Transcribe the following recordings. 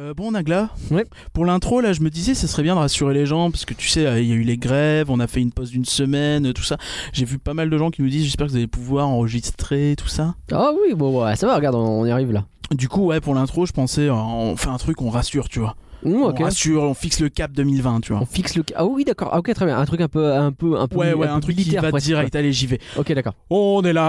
Euh, bon Nagla, Ouais. pour l'intro là je me disais ça serait bien de rassurer les gens parce que tu sais euh, il y a eu les grèves, on a fait une pause d'une semaine, euh, tout ça. J'ai vu pas mal de gens qui nous disent j'espère que vous allez pouvoir enregistrer tout ça. Ah oui, bon, ouais, ça va, regarde, on, on y arrive là. Du coup ouais pour l'intro je pensais euh, on fait un truc on rassure tu vois. Mmh, ok. On rassure, on fixe le cap 2020 tu On vois. fixe le. Ah oui, d'accord. Ah, ok, très bien. Un truc un peu, un peu, un peu, Ouais ouais peu un truc qui militaire, va presque, direct, allez j'y vais. quoi. Ok, d'accord. On est là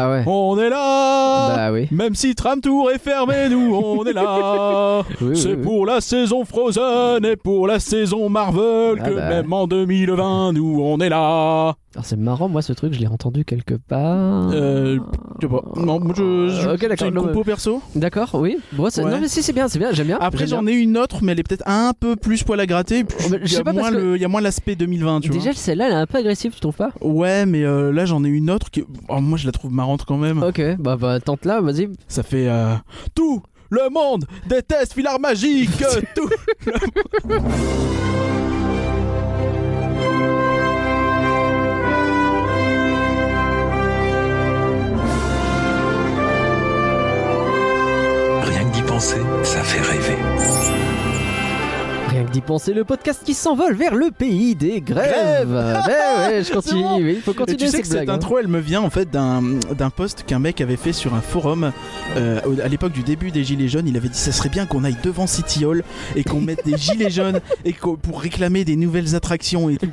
Ah ouais. On est là bah oui. Même si Tram Tour est fermé, nous on est là Oui, oui, C'est oui. pour la saison Frozen et pour la saison Marvel Ah que bah. même en 2020 nous on est là. Alors, c'est marrant, moi, ce truc, je l'ai entendu quelque part. Euh, Je sais pas. Non, moi, je, je- Euh, ok, d'accord. c'est une Non, compo perso. D'accord, oui. Bon, c'est- Ouais. Non, mais si, c'est bien, c'est bien, j'aime Ah, bien. Après j'aime j'en ai une autre, mais elle est peut-être un peu plus poil à gratter. et puis Oh, mais Il je y, sais a pas, parce moins que- le- il y a moins l'aspect 2020, tu bien. Déjà, vois. celle-là, elle est un peu agressive, tu trouves pas Ouais, mais euh, là j'en ai une autre qui, oh, moi je la trouve marrante quand même. Ok, bah, bah tente là, vas-y. Ça fait euh, tout le monde déteste Filard Magique. tout. Rien que d'y penser, ça fait rêver. Rien que d'y penser, le podcast qui s'envole vers le pays des grèves. Bah ouais, ouais, je continue, bon. oui, il faut Et continuer tu sais cette que cette blague, hein. intro, elle me vient en fait d'un d'un post qu'un mec avait fait sur un forum euh, au- à l'époque du début des Gilets jaunes. Il avait dit ça serait bien qu'on aille devant City Hall et qu'on mette des Gilets jaunes et qu'on- pour réclamer des nouvelles attractions et tout.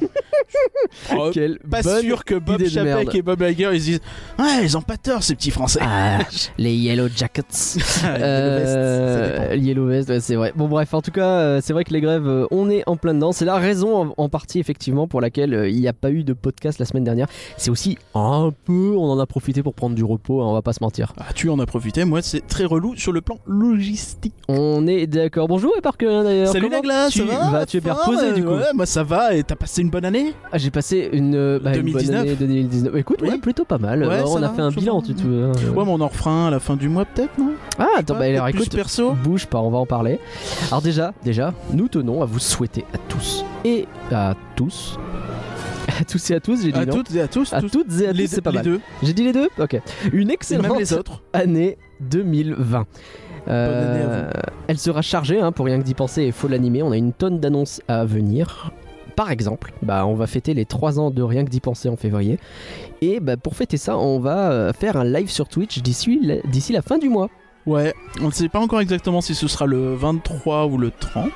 Oh, Quelle pas bonne sûr que Bob idée de Chapek merde. et Bob Iger ils se disent ouais ils ont pas tort ces petits Français. Ah, les Yellow Jackets. Ah, Le reste, ça Euh, dépend. Yellow Vest, ouais, c'est vrai. Bon, bref, en tout cas, euh, c'est vrai que les grèves, euh, on est en plein dedans. C'est la raison, en, en partie, effectivement, pour laquelle euh, il n'y a pas eu de podcast la semaine dernière. C'est aussi un peu, on en a profité pour prendre du repos, hein, on va pas se mentir. Ah, tu en as profité. Moi c'est très relou sur le plan logistique. On est d'accord. Bonjour, et Parker, hein, d'ailleurs. Salut Comment la glace, tu ça va vas Tu es Eh bien Forme reposé, du coup. Ouais, moi ça va et t'as passé une bonne année Ah, J'ai passé une, euh, bah, une bonne 2019. année 2019. Écoute, Oui. ouais, plutôt pas mal. Ouais, Euh, ça on a va, fait un ça bilan, va. tu te. euh, Ouais, mais on en refera un à la fin du mois peut-être, non Ah, attends, Ouais, bah, alors peut-être plus écoute, perso. Bouge pas, on va en parler. Alors déjà, déjà, nous tenons à vous souhaiter à tous et à tous, à tous et à tous, j'ai dit À non. toutes et à tous, À tous. toutes et à les, tous, c'est pas les mal. deux, J'ai dit les deux Ok. Une et excellente même les autres. année 2020. année à Euh, elle sera chargée, hein, pour rien que d'y penser, il faut l'animer. On a une tonne d'annonces à venir. Par exemple, bah, on va fêter les 3 ans de rien que d'y penser en février. Et bah, pour fêter ça, on va euh, faire un live sur Twitch d'ici la- d'ici la fin du mois. Ouais, on ne sait pas encore exactement si ce sera le 23 ou le 30.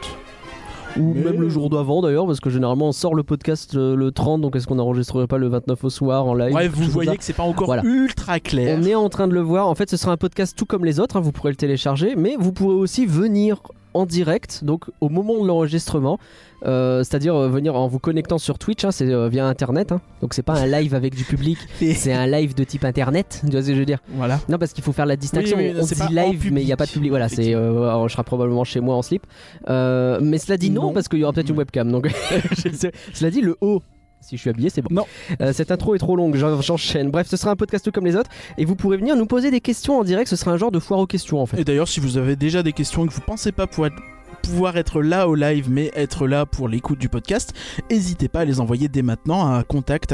Ou Mais- même le jour d'avant d'ailleurs, parce que généralement on sort le podcast euh, le 30, donc est-ce qu'on n'enregistrerait pas le 29 au soir en live Ouais, quelque chose vous comme voyez ça que c'est pas encore Voilà. ultra clair. On est en train de le voir. En fait, ce sera un podcast tout comme les autres. hein, vous pourrez le télécharger, mais vous pourrez aussi venir en direct, donc au moment de l'enregistrement, euh, c'est-à-dire euh, venir en vous connectant sur Twitch, hein, c'est euh, via Internet. hein. donc c'est pas un live avec du public, Et- c'est un live de type Internet. Tu vois ce que je veux dire Voilà. Non, parce qu'il faut faire la distinction. Oui, oui, non, on c'est pas dit en live, mais il n'y a pas de public, public. Voilà, c'est. euh, alors, je serai probablement chez moi en slip. Euh, mais cela dit, non, Non. parce qu'il y aura peut-être une webcam. Donc, je sais- cela dit, le haut. Si je suis habillé, c'est bon. Non. Euh, cette intro est trop longue, j'en- j'enchaîne. Bref, ce sera un podcast tout comme les autres. Et vous pourrez venir nous poser des questions en direct. Ce sera un genre de foire aux questions en fait. Et d'ailleurs, si vous avez déjà des questions et que vous pensez pas pouvoir pouvoir être là au live mais être là pour l'écoute du podcast, n'hésitez pas à les envoyer dès maintenant à contact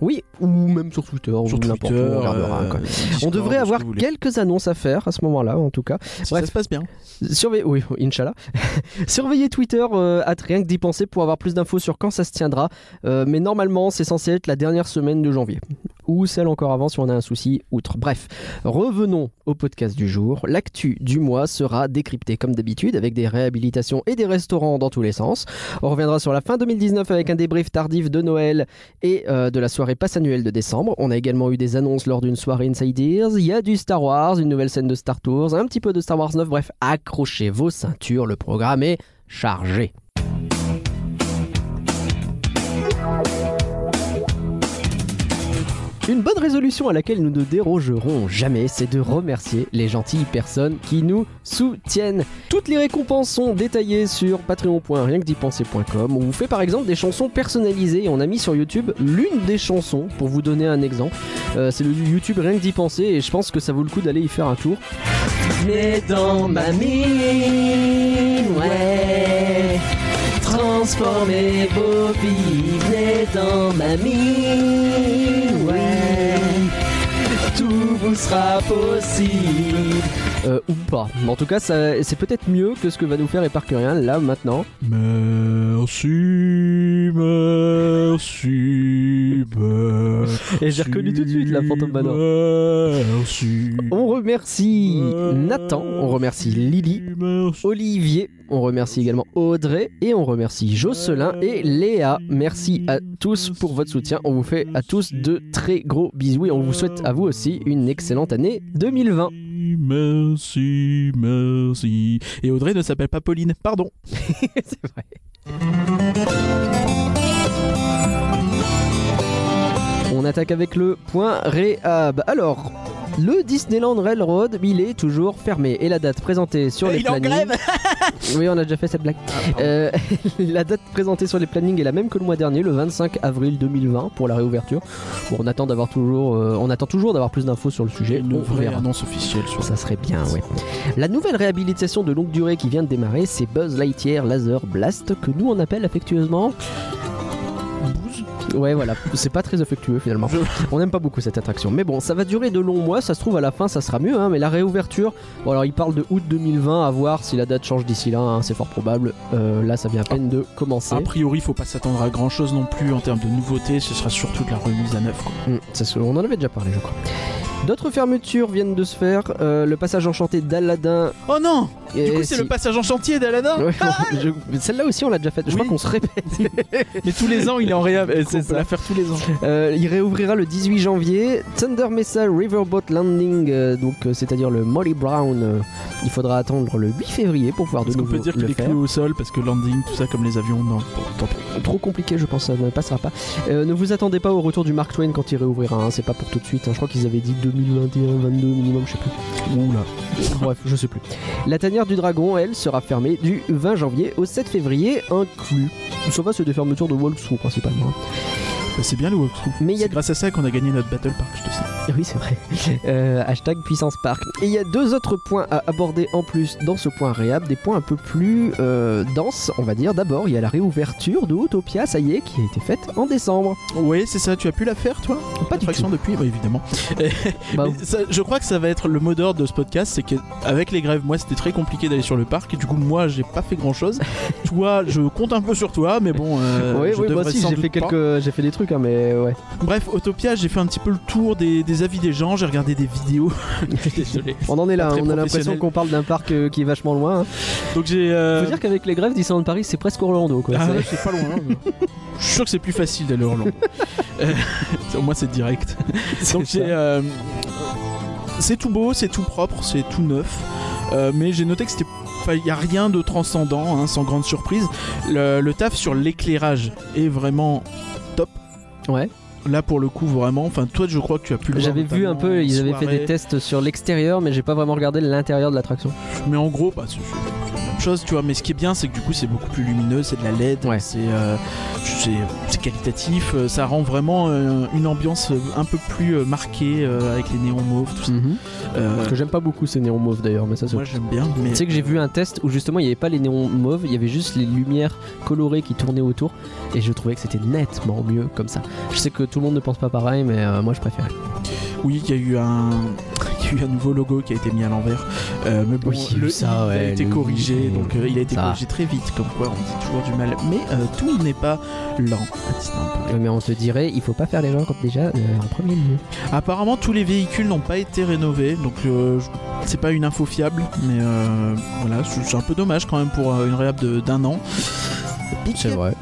Oui, ou même sur Twitter. sur ou Twitter. n'importe où, on regardera, euh, quoi. Discord, On devrait ce que avoir vous voulez. quelques annonces à faire à ce moment-là, en tout cas. Si Bref. ça se passe bien. Surveillez, oui, oui, Inch'Allah. Surveillez Twitter, euh, at rien que d'y penser, pour avoir plus d'infos sur quand ça se tiendra. Euh, mais normalement, c'est censé être la dernière semaine de janvier. Ou celle encore avant si on a un souci, outre. Bref, revenons au podcast du jour. L'actu du mois sera décryptée comme d'habitude, avec des réhabilitations et des restaurants dans tous les sens. On reviendra sur la fin 2019 avec un débrief tardif de Noël et euh, de la soirée passe annuelle de décembre. On a également eu des annonces lors d'une soirée Insiders. Il y a du Star Wars, une nouvelle scène de Star Tours, un petit peu de Star Wars 9. Bref, accrochez vos ceintures, le programme est chargé. Une bonne résolution à laquelle nous ne dérogerons jamais, c'est de remercier les gentilles personnes qui nous soutiennent. Toutes les récompenses sont détaillées sur patreon.rienquedipenser.com. On vous fait par exemple des chansons personnalisées et on a mis sur YouTube l'une des chansons pour vous donner un exemple. Euh, c'est le YouTube Rien que d'y penser et je pense que ça vaut le coup d'aller y faire un tour. Mais dans ma mine, ouais. Transformez vos vies, venez dans ma mine, ouais. tout vous sera possible. Euh, ou pas. Mais en tout cas, ça- c'est peut-être mieux que ce que va nous faire Eparcurien là maintenant. Merci, merci, merci. Et j'ai reconnu tout de suite la fantôme Manor. Merci. On remercie Nathan, on remercie Lily, Merci. Olivier, on remercie également Audrey et on remercie Jocelyn et Léa. Merci à tous pour votre soutien. On vous fait à tous de très gros bisous et on vous souhaite à vous aussi une excellente année 2020. Merci, merci. Et Audrey ne s'appelle pas Pauline, pardon. C'est vrai. On attaque avec le point réhab. Alors, le Disneyland Railroad, il est toujours fermé. Et la date présentée sur les Il est en plannings... grève Oh. Oui, on a déjà fait cette blague. Euh, la date présentée sur les plannings est la même que le mois dernier, le 25 avril 2020, pour la réouverture. Bon, on attend d'avoir toujours, euh, on attend toujours d'avoir plus d'infos sur le sujet. Une on vraie verra. annonce officielle sur ça. Ça serait bien, ouais. La nouvelle réhabilitation de longue durée qui vient de démarrer, c'est Buzz Lightyear Laser Blast, que nous on appelle affectueusement. Ouais, voilà, c'est pas très affectueux finalement. Je- On n'aime pas beaucoup cette attraction. Mais bon, ça va durer de longs mois, ça se trouve à la fin ça sera mieux, hein, mais la réouverture. Bon, alors il parle de août 2020, à voir si la date change d'ici là, hein, c'est fort probable. Euh, là, ça vient à peine de commencer. A priori, faut pas s'attendre à grand chose non plus en termes de nouveautés, ce sera surtout de la remise à neuf. quoi. Mm, c'est ce- on en avait déjà parlé, je crois. D'autres fermetures viennent de se faire. euh, le passage enchanté d'Aladin. Oh non Du et coup, c'est si- le passage en chantier d'Alana Ouais, on- je- mais Celle-là aussi, on l'a déjà faite. Je crois Oui. qu'on se répète. Mais tous les ans, il est en réhab. Eh, c'est- Ça Complètement. va faire tous les ans. Euh, il réouvrira le 18 janvier. Thunder Mesa Riverboat Landing, euh, donc euh, c'est-à-dire le Molly Brown. euh, il faudra attendre le 8 février pour pouvoir de Est-ce qu'on nouveau peut dire le qu'il est faire. cloué au sol parce que landing, tout ça, comme les avions Non, bon, tant pis. Trop compliqué, je pense, ça ne passera pas. Euh, ne vous attendez pas au retour du Mark Twain quand il réouvrira. hein, C'est pas pour tout de suite. hein. Je crois qu'ils avaient dit 2021, 22 minimum, je sais plus. Oula. Bref, je sais plus. La tanière du dragon, elle, sera fermée du 20 janvier au 7 février inclus. Ça va, c'est des fermetures de walkthrough principalement. hein. Bah, c'est bien le walkthrough. Mais il y a C'est grâce à ça qu'on a gagné notre Battle Park, je te sais. Oui, c'est vrai. Euh, hashtag puissance park. Et il y a deux autres points à aborder en plus dans ce point réhab, des points un peu plus euh, denses, on va dire. D'abord, il y a la réouverture de Autopia, ça y est, qui a été faite en décembre. Oui, c'est ça, tu as pu la faire, toi Pas du Attraction tout. depuis Oui, évidemment. Bah, Mais ça, je crois que ça va être le mot d'ordre de ce podcast, c'est qu'avec les grèves, moi c'était très compliqué d'aller sur le parc, et du coup moi j'ai pas fait grand chose. toi, je compte un peu sur toi, mais bon, euh, oui, je oui, moi devrais aussi, sans j'ai doute fait, pas. quelques... j'ai fait des trucs, hein, mais ouais. Bref, Autopia, j'ai fait un petit peu le tour des, des avis des gens, j'ai regardé des vidéos. Je suis désolé. On en est là, Pas très on a l'impression professionnel. qu'on parle d'un parc euh, qui est vachement loin. hein. Donc j'ai. Faut euh, dire qu'avec les grèves, Disneyland Paris, c'est presque Orlando, quoi. Ah C'est- ouais, c'est pas loin. hein. Je suis sûr que c'est plus facile d'aller hors Londres. Euh, Au moins c'est direct. c'est Donc ça. j'ai. euh, C'est tout beau, c'est tout propre, c'est tout neuf. Euh, mais j'ai noté que c'était. enfin, Il n'y a rien de transcendant, hein, sans grande surprise. Le, le taf sur l'éclairage est vraiment top. Ouais. Là pour le coup vraiment. Enfin toi je crois que tu as pu le voir, J'avais vu un notamment en peu, ils avaient fait soirée. des tests sur l'extérieur, mais j'ai pas vraiment regardé l'intérieur de l'attraction. Mais en gros, bah, c'est c'est la même chose, tu vois. Mais ce qui est bien, c'est que du coup, c'est beaucoup plus lumineux, c'est de la LED, Ouais. c'est euh, c'est- c'est qualitatif, euh, ça rend vraiment euh, une ambiance euh, un peu plus euh, marquée euh, avec les néons mauves, tout ça. Euh, Mm. Parce que j'aime pas beaucoup ces néons mauves d'ailleurs, mais ça c'est. moi, j'aime bien, mais. Tu sais que j'ai vu un test où justement il n'y avait pas les néons mauves, il y avait juste les lumières colorées qui tournaient autour et je trouvais que c'était nettement mieux comme ça. Je sais que tout le monde ne pense pas pareil, mais euh, moi je préfère. Oui, il y a eu un. il y a eu un nouveau logo qui a été mis à l'envers. Euh, mais bon, Oui, le ça, i ouais, a été le i, corrigé, donc euh, il a été ça. corrigé très vite, comme quoi on dit toujours du mal. Mais euh, tout n'est pas lent à Disneyland Paris. Euh, Mais on te dirait, il faut pas faire les gens comme déjà euh, en premier lieu. Apparemment, tous les véhicules n'ont pas été rénovés, donc euh, je- c'est pas une info fiable, mais euh, voilà, c'est c'est un peu dommage quand même pour euh, une réhab de- d'un an. vrai.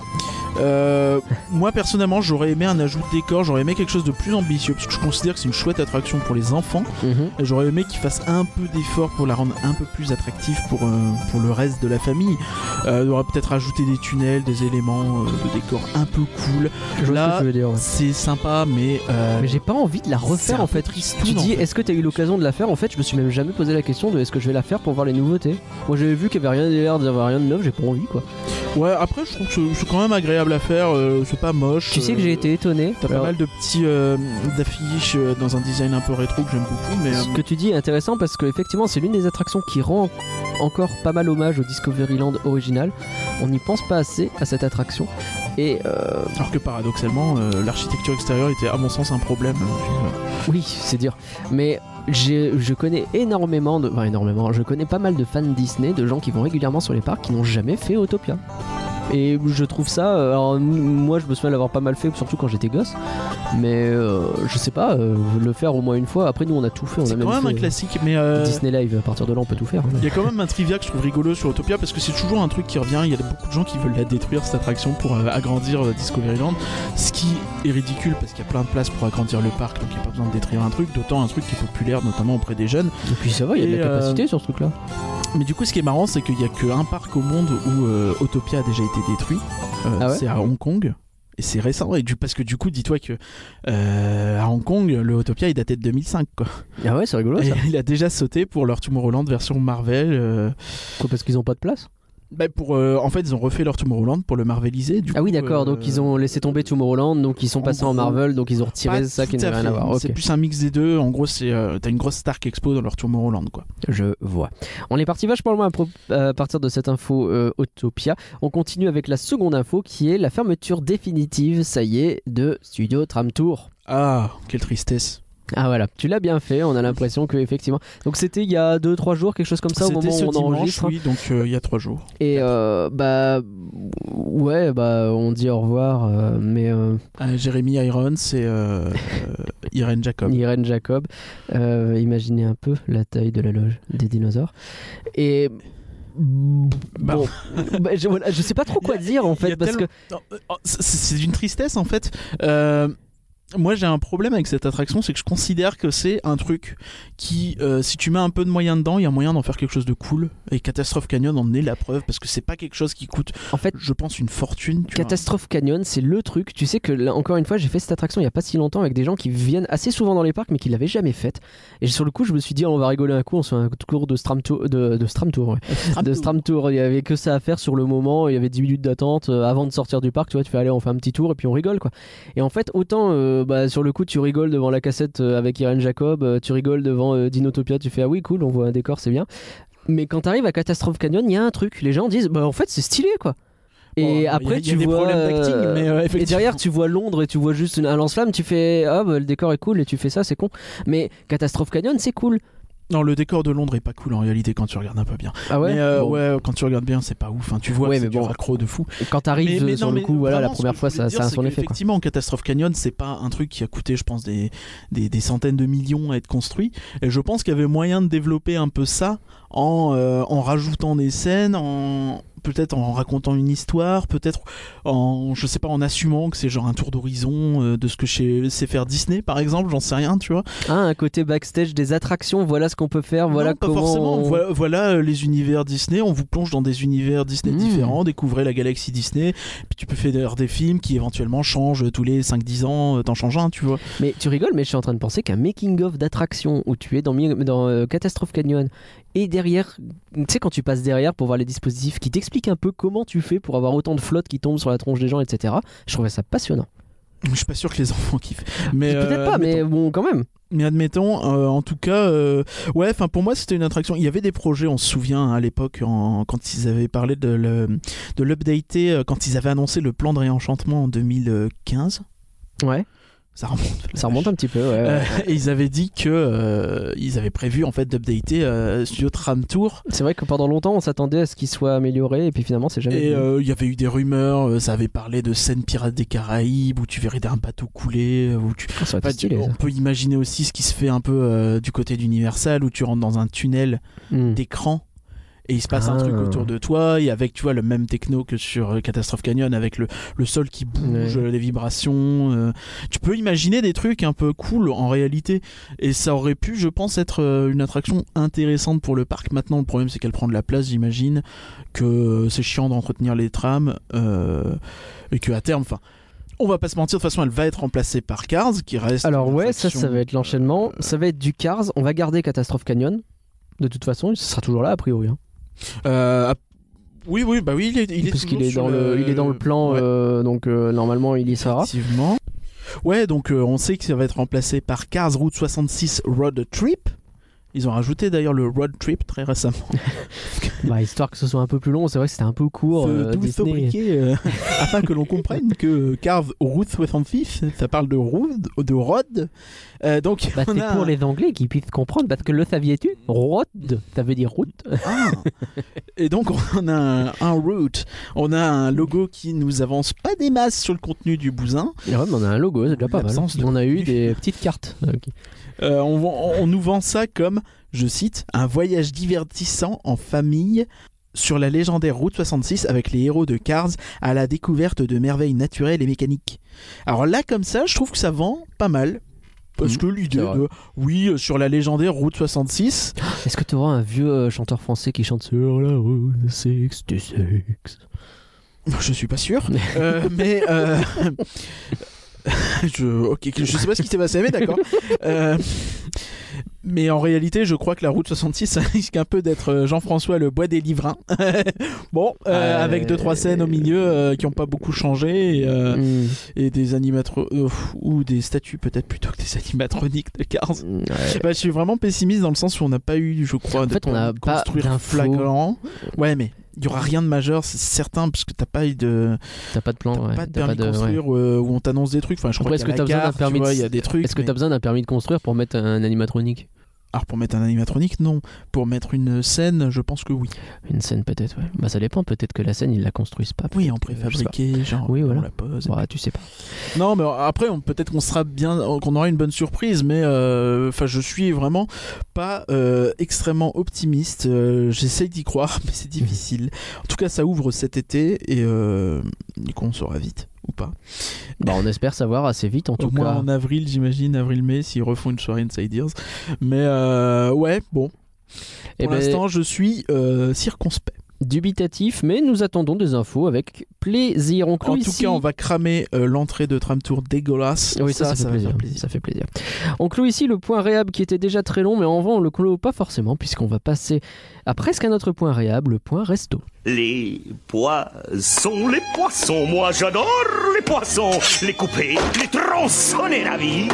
Euh, moi personnellement, j'aurais aimé un ajout de décor, j'aurais aimé quelque chose de plus ambitieux, parce que je considère que c'est une chouette attraction pour les enfants, Mhm. et j'aurais aimé qu'ils fassent un peu d'effort pour la rendre un peu plus attractive pour, euh, pour le reste de la famille. Euh, il aurait peut-être ajouté des tunnels, des éléments euh, de décor un peu cool. Je vois ce que Là, tu veux dire. ouais. C'est sympa, mais, euh, Mais j'ai pas envie de la c'est refaire un en peu fait. tristoun, Tu en dis, fait. est-ce que t'as eu l'occasion de la faire En fait, je me suis même jamais posé la question de est-ce que je vais la faire pour voir les nouveautés. Moi j'avais vu qu'il y avait rien d'ailleurs, il y avait rien de neuf, j'ai pas envie quoi. Ouais, après, je trouve que c'est- c'est quand même agréable à faire, euh, c'est pas moche. Tu sais que j'ai euh, été étonné. T'as pas Alors, mal de petits euh, d'affiches euh, dans un design un peu rétro que j'aime beaucoup, mais. euh, Ce que tu dis est intéressant parce que effectivement c'est l'une des attractions qui rend encore pas mal hommage au Discoveryland original. On n'y pense pas assez à cette attraction. Et euh, Alors que paradoxalement, euh, l'architecture extérieure était à mon sens un problème. oui, c'est dire. Mais j'ai- je connais énormément de. Enfin, énormément. Je connais pas mal de fans Disney, de gens qui vont régulièrement sur les parcs qui n'ont jamais fait Autopia. Et je trouve ça. euh, Alors, m- moi, je me souviens l'avoir pas mal fait, surtout quand j'étais gosse. Mais euh, je sais pas, euh, le faire au moins une fois. Après, nous, on a tout fait. On a C'est même quand même un fait classique, mais euh, Disney Live. À partir de là, on peut tout faire. hein. il y a quand même un trivia que je trouve rigolo sur Autopia parce que c'est toujours un truc qui revient. Il y a beaucoup de gens qui veulent la détruire cette attraction pour euh, agrandir euh, Discoveryland, ce qui est ridicule parce qu'il y a plein de places pour agrandir le parc, donc il n'y a pas besoin de détruire un truc. D'autant un truc qui est populaire, notamment auprès des jeunes. Et puis, ça va, il y a de Et, la euh, capacité sur ce truc-là. Mais du coup, ce qui est marrant, c'est qu'il n'y a qu'un parc au monde où euh, Autopia a déjà été détruit. Euh, Ah ouais c'est à Hong Kong. Et c'est récent. Et du, parce que du coup, dis-toi que euh, à Hong Kong, le Autopia est daté de 2005. Quoi. Ah ouais, c'est rigolo Et ça. il a déjà sauté pour leur Tomorrowland version Marvel. euh, Pourquoi Parce qu'ils ont pas de place. bah, pour, euh, en fait, ils ont refait leur Tomorrowland pour le Marveliser. Du Ah oui, coup, d'accord. euh, Donc ils ont laissé tomber Tomorrowland, donc ils sont en passés en gros, Marvel, donc ils ont pas retiré ça qui tout n'avait à rien à fait. voir. C'est Ok. plus un mix des deux. En gros, c'est euh, t'as une grosse Stark Expo dans leur Tomorrowland. Quoi. Je vois. On est parti vachement loin à, pro- à partir de cette info euh, Autopia. On continue avec la seconde info qui est la fermeture définitive, ça y est, de Studio Tram Tour. Ah, quelle tristesse. Ah voilà, tu l'as bien fait, on a l'impression que effectivement. Donc c'était il y a 2-3 jours, quelque chose comme ça, au moment C'était où ce on dimanche, enregistre. hein. oui, donc euh, il y a trois jours. Et euh, bah ouais, bah on dit au revoir, euh, mais euh, Euh, Jérémy Irons et euh, euh, Irene Jacob. Irène Jacob. Euh, imaginez un peu la taille de la loge des dinosaures. Et. Bon, Bah. Bah, je, voilà, je sais pas trop quoi Il y a- dire il en y fait a parce tellement- Non, euh, oh, c'est- C'est d'une tristesse en fait. Euh, moi j'ai un problème avec cette attraction, c'est que je considère que c'est un truc qui, euh, si tu mets un peu de moyens dedans, il y a moyen d'en faire quelque chose de cool. Et Catastrophe Canyon en est la preuve parce que c'est pas quelque chose qui coûte, que en fait je pense, une fortune. Tu vois. Catastrophe Canyon c'est le truc. Tu sais que là, encore une fois j'ai fait cette attraction il y a pas si longtemps avec des gens qui viennent assez souvent dans les parcs mais qui l'avaient jamais faite. Et sur le coup je me suis dit oh, on va rigoler un coup on se fait un cours de Stram Tour de, de Stram Tour ouais. Ah, de Stram Tour. Il y avait que ça à faire sur le moment. Il y avait 10 minutes d'attente euh, avant de sortir du parc. Tu vois, tu fais aller, on fait un petit tour et puis on rigole quoi. Et en fait, autant euh, bah, sur le coup, tu rigoles devant la cassette euh, avec Irene Jacob, euh, tu rigoles devant euh, Dinotopia, tu fais ah oui, cool, on voit un décor, c'est bien. Mais quand t'arrives à Catastrophe Canyon, il y a un truc. Les gens disent bah en fait, c'est stylé quoi. Bon, Et il y a- après, il y a tu des vois. problèmes d'acting, euh, mais, euh, et effectivement. derrière, tu vois Londres et tu vois juste une- un lance-flamme, tu fais Ah, bah, le décor est cool et tu fais ça, c'est con. Mais Catastrophe Canyon, c'est cool. Non, le décor de Londres est pas cool en réalité quand tu regardes un peu bien. Ah ouais, mais euh, Bon. ouais, quand tu regardes bien, c'est pas ouf. hein. Tu vois, Ouais, que c'est mais du bon. raccro de fou. Quand t'arrives euh, sur non, le coup, voilà, la vraiment, ce première que fois, je voulais ça, dire, ça a c'est son que, effet. quoi. Effectivement, Catastrophe Canyon, c'est pas un truc qui a coûté, je pense, des, des, des centaines de millions à être construit. Et je pense qu'il y avait moyen de développer un peu ça en, euh, en rajoutant des scènes, en peut-être en racontant une histoire, peut-être en je sais pas en assumant que c'est genre un tour d'horizon euh, de ce que chez- sait faire Disney par exemple, j'en sais rien, tu vois. Ah, un côté backstage des attractions, voilà ce qu'on peut faire, voilà Non, pas comment. forcément. on- Voilà, voilà, euh, les univers Disney. On vous plonge dans des univers Disney Mmh. différents. Découvrez la galaxie Disney. Puis tu peux faire d'ailleurs des films qui éventuellement changent tous les 5-10 ans. euh, T'en changes un, tu vois. Mais tu rigoles, mais je suis en train de penser qu'un making-of d'attraction où tu es dans, mi- dans euh, Catastrophe Canyon et derrière, tu sais, quand tu passes derrière pour voir les dispositifs qui t'expliquent un peu comment tu fais pour avoir autant de flotte qui tombe sur la tronche des gens, etc. Je trouvais ça passionnant. Je suis pas sûr que les enfants kiffent. Mais Peut-être euh, pas, mais admettons. bon, quand même. Mais admettons, euh, en tout cas, euh, ouais. Enfin, pour moi, c'était une attraction. Il y avait des projets. On se souvient hein, à l'époque en- quand ils avaient parlé de le- de l'updater, euh, quand ils avaient annoncé le plan de réenchantement en 2015. Ouais, Ça remonte. ça remonte un petit peu. ouais, ouais. Euh, et ils avaient dit que euh, ils avaient prévu en fait d'updater euh, Studio Tram Tour C'est vrai que pendant longtemps, on s'attendait à ce qu'il soit amélioré, et puis finalement, c'est jamais. et venu. euh, il y avait eu des rumeurs euh, ça avait parlé de scènes pirates des Caraïbes où tu verrais un bateau couler euh, où tu Oh, ça aurait été Enfin, stylé, on ça. peut imaginer aussi ce qui se fait un peu euh, du côté d'Universal où tu rentres dans un tunnel Hmm. d'écran et il se passe un Ah. truc autour de toi et avec tu vois le même techno que sur euh, Catastrophe Canyon avec le, le sol qui bouge Ouais. euh, les vibrations euh, tu peux imaginer des trucs un peu cool en réalité et ça aurait pu je pense être euh, une attraction intéressante pour le parc maintenant le problème c'est qu'elle prend de la place j'imagine que euh, c'est chiant d'entretenir les trams euh, et que à terme enfin on va pas se mentir de toute façon elle va être remplacée par Cars qui reste Alors une ouais, ça, attraction, ça va être l'enchaînement. Ça va être du Cars. On va garder Catastrophe Canyon. De toute façon, ce sera toujours là a priori. hein. euh, à- oui oui bah oui il est, il est Parce qu'il toujours est sur dans le, il est dans le plan, Ouais. euh, donc euh, normalement il y Ah. sera. Effectivement. Ouais, donc euh, on sait que ça va être remplacé par Cars Route 66 Road Trip. Ils ont rajouté d'ailleurs le road trip très récemment. Bah, histoire que ce soit un peu plus long, c'est vrai que c'était un peu court. euh, D'où le Disney. sobriquet, euh, afin que l'on comprenne que Carve Route 66, ça parle de road, de road. Euh, donc Bah, on c'est a- pour les Anglais qui puissent comprendre parce que le saviez-tu Road, ça veut dire route. Ah. Et donc on a un, un route, on a un logo qui nous avance pas des masses sur le contenu du bousin. Et ouais, mais on a un logo, c'est déjà pas mal. hein. L'absence de On a eu contenu. des petites cartes. euh, qui- Euh, on, vend- on nous vend ça comme, je cite, un voyage divertissant en famille sur la légendaire route 66 avec les héros de Cars à la découverte de merveilles naturelles et mécaniques. Alors là, comme ça, je trouve que ça vend pas mal. Parce Mhm, que l'idée c'est vrai. de, oui, euh, sur la légendaire route 66, Est-ce que tu auras un vieux euh, chanteur français qui chante sur la route 66 je suis pas sûr, Euh, mais euh, je, ok, je sais pas ce qui s'est passé, mais d'accord. Euh, mais en réalité, je crois que la route 66, ça risque un peu d'être euh, Jean-François le bois des livrins. bon, euh, Euh, avec deux trois scènes au milieu euh, qui ont pas beaucoup changé et, euh, Hmm. et des animatroniques ou des statues peut-être plutôt que des animatroniques de Cars. Hmm. Ouais. Bah, je suis vraiment pessimiste dans le sens où on n'a pas eu, je crois, de fait, on n'a plan- pas construire d'infos. flagrant. Ouais, mais il y aura rien de majeur, c'est certain, parce que t'as pas eu de, T'as pas de t'as plan, ouais. pas de T'as permis pas de, de- ouais. construire euh, où on t'annonce des trucs. Enfin, je crois Après, est-ce qu'il y a que la t'as besoin d'un carte, tu permis de- vois, il y a des trucs. Est-ce que mais- t'as besoin d'un permis de construire pour mettre un animatronique Alors pour mettre un animatronique, non. Pour mettre une scène, je pense que oui. Une scène peut-être, ouais. Bah ça dépend, peut-être que la scène ils la construisent pas. Oui, en peut-être que- Euh, je sais pas. préfabriqué, genre Oui, voilà. on la pose. Ouais, tu sais pas. Non, mais après, on- peut-être qu'on sera bien, qu'on aura une bonne surprise, mais euh, enfin, je suis vraiment pas euh, extrêmement optimiste. Euh, J'essaye d'y croire, mais c'est difficile. En tout cas, ça ouvre cet été et euh, qu'on saura vite ou pas. Bah on espère savoir assez vite en tout Au moins cas. en avril, j'imagine, avril-mai, s'ils refont une soirée Inside Ears. Mais euh, ouais, bon. Eh Pour ben, l'instant, je suis euh, circonspect. dubitatif, mais nous attendons des infos avec plaisir. On En clôt tout ici- cas, on va cramer euh, l'entrée de Tram Tour dégueulasse. Oui, ça, ça, fait va plaisir. faire Ça fait plaisir. On clôt ici le point réhab qui était déjà très long, mais en vrai, on le clôt pas forcément, puisqu'on va passer à presque un autre point réhab, le point resto. Les poissons, les poissons, moi j'adore les poissons. Les couper, les tronçonner la vie.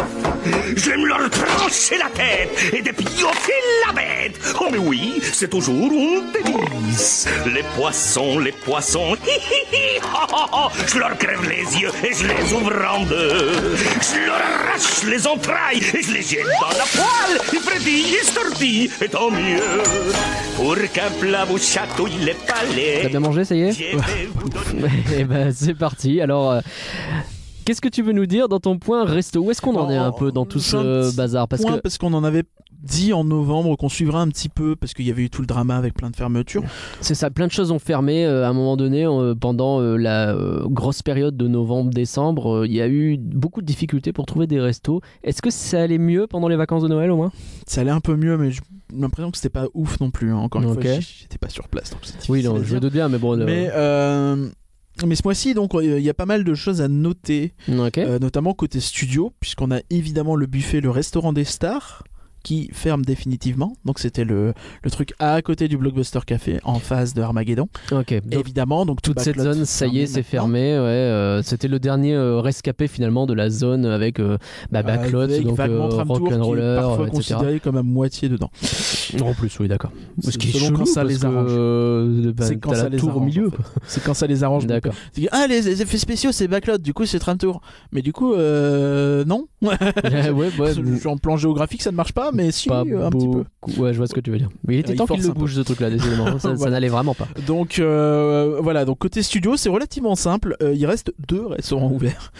J'aime leur trancher la tête et dépioter la bête. Oh mais oui, c'est toujours un délice. Les poissons, les poissons, hi hi hi, ha, ha, ha. Je leur crève les yeux et je les ouvre en deux. Je leur arrache les entrailles et je les jette dans la poêle. Ils frétillent, ils se tortillent et tant mieux. Pour qu'un plat vous chatouille les palais. T'as bien mangé, ça y est Je vais vous donner Eh ben, c'est parti. Alors. euh, Qu'est-ce que tu veux nous dire dans ton point resto Où est-ce qu'on en est un En- peu dans tout Oh, j'ai un ce petit bazar Parce point, que parce qu'on en avait dit en novembre qu'on suivra un petit peu parce qu'il y avait eu tout le drama avec plein de fermetures. C'est ça, plein de choses ont fermé euh, à un moment donné euh, pendant euh, la euh, grosse période de novembre-décembre. euh, Il y a eu beaucoup de difficultés pour trouver des restos. Est-ce que ça allait mieux pendant les vacances de Noël au moins Ça allait un peu mieux, mais j'ai l'impression que c'était pas ouf non plus. hein. Encore une Ok. fois, j- j'étais pas sur place, donc c'est difficile Oui, non, à je dire. me doute bien, mais bon. euh, Mais euh, mais ce mois-ci, donc euh, il y a pas mal de choses à noter, ok. euh, notamment côté studio, puisqu'on a évidemment le buffet, le restaurant des stars qui ferme définitivement. Donc c'était le, le truc à côté du Blockbuster Café, en face de Armageddon. ok. Donc, évidemment, donc toute cette zone, ça y est, c'est fermé. Ouais, euh, c'était le dernier euh, rescapé finalement de la zone avec euh, bah, Backlot, Avec donc vaguement euh, Tram Tour, qui est Rock'n'Roller, euh, parfois etc. considéré comme à moitié dedans. En plus, oui, d'accord. Ce qui est Selon chelou, quand ça parce les que, arrange. euh, bah, C'est quand t'as ça la les tour au arrange, milieu. en C'est quand ça les arrange. D'accord. C'est que, Ah, les, les effets spéciaux, c'est Backlot, du coup, c'est Tram Tour. Mais du coup, euh, non. Ouais, ouais, ouais, Je suis en plan géographique, ça ne marche pas, mais si, pas euh, un petit peu. Ah, beaucoup. Ouais, je vois ce que tu veux dire. Mais il était Il temps qu'il force le un peu. bouge ce truc-là, décidément. ça ça Voilà. n'allait vraiment pas. Donc, euh, voilà. Donc, côté studio, c'est relativement simple. Euh, il reste deux restaurants ouverts.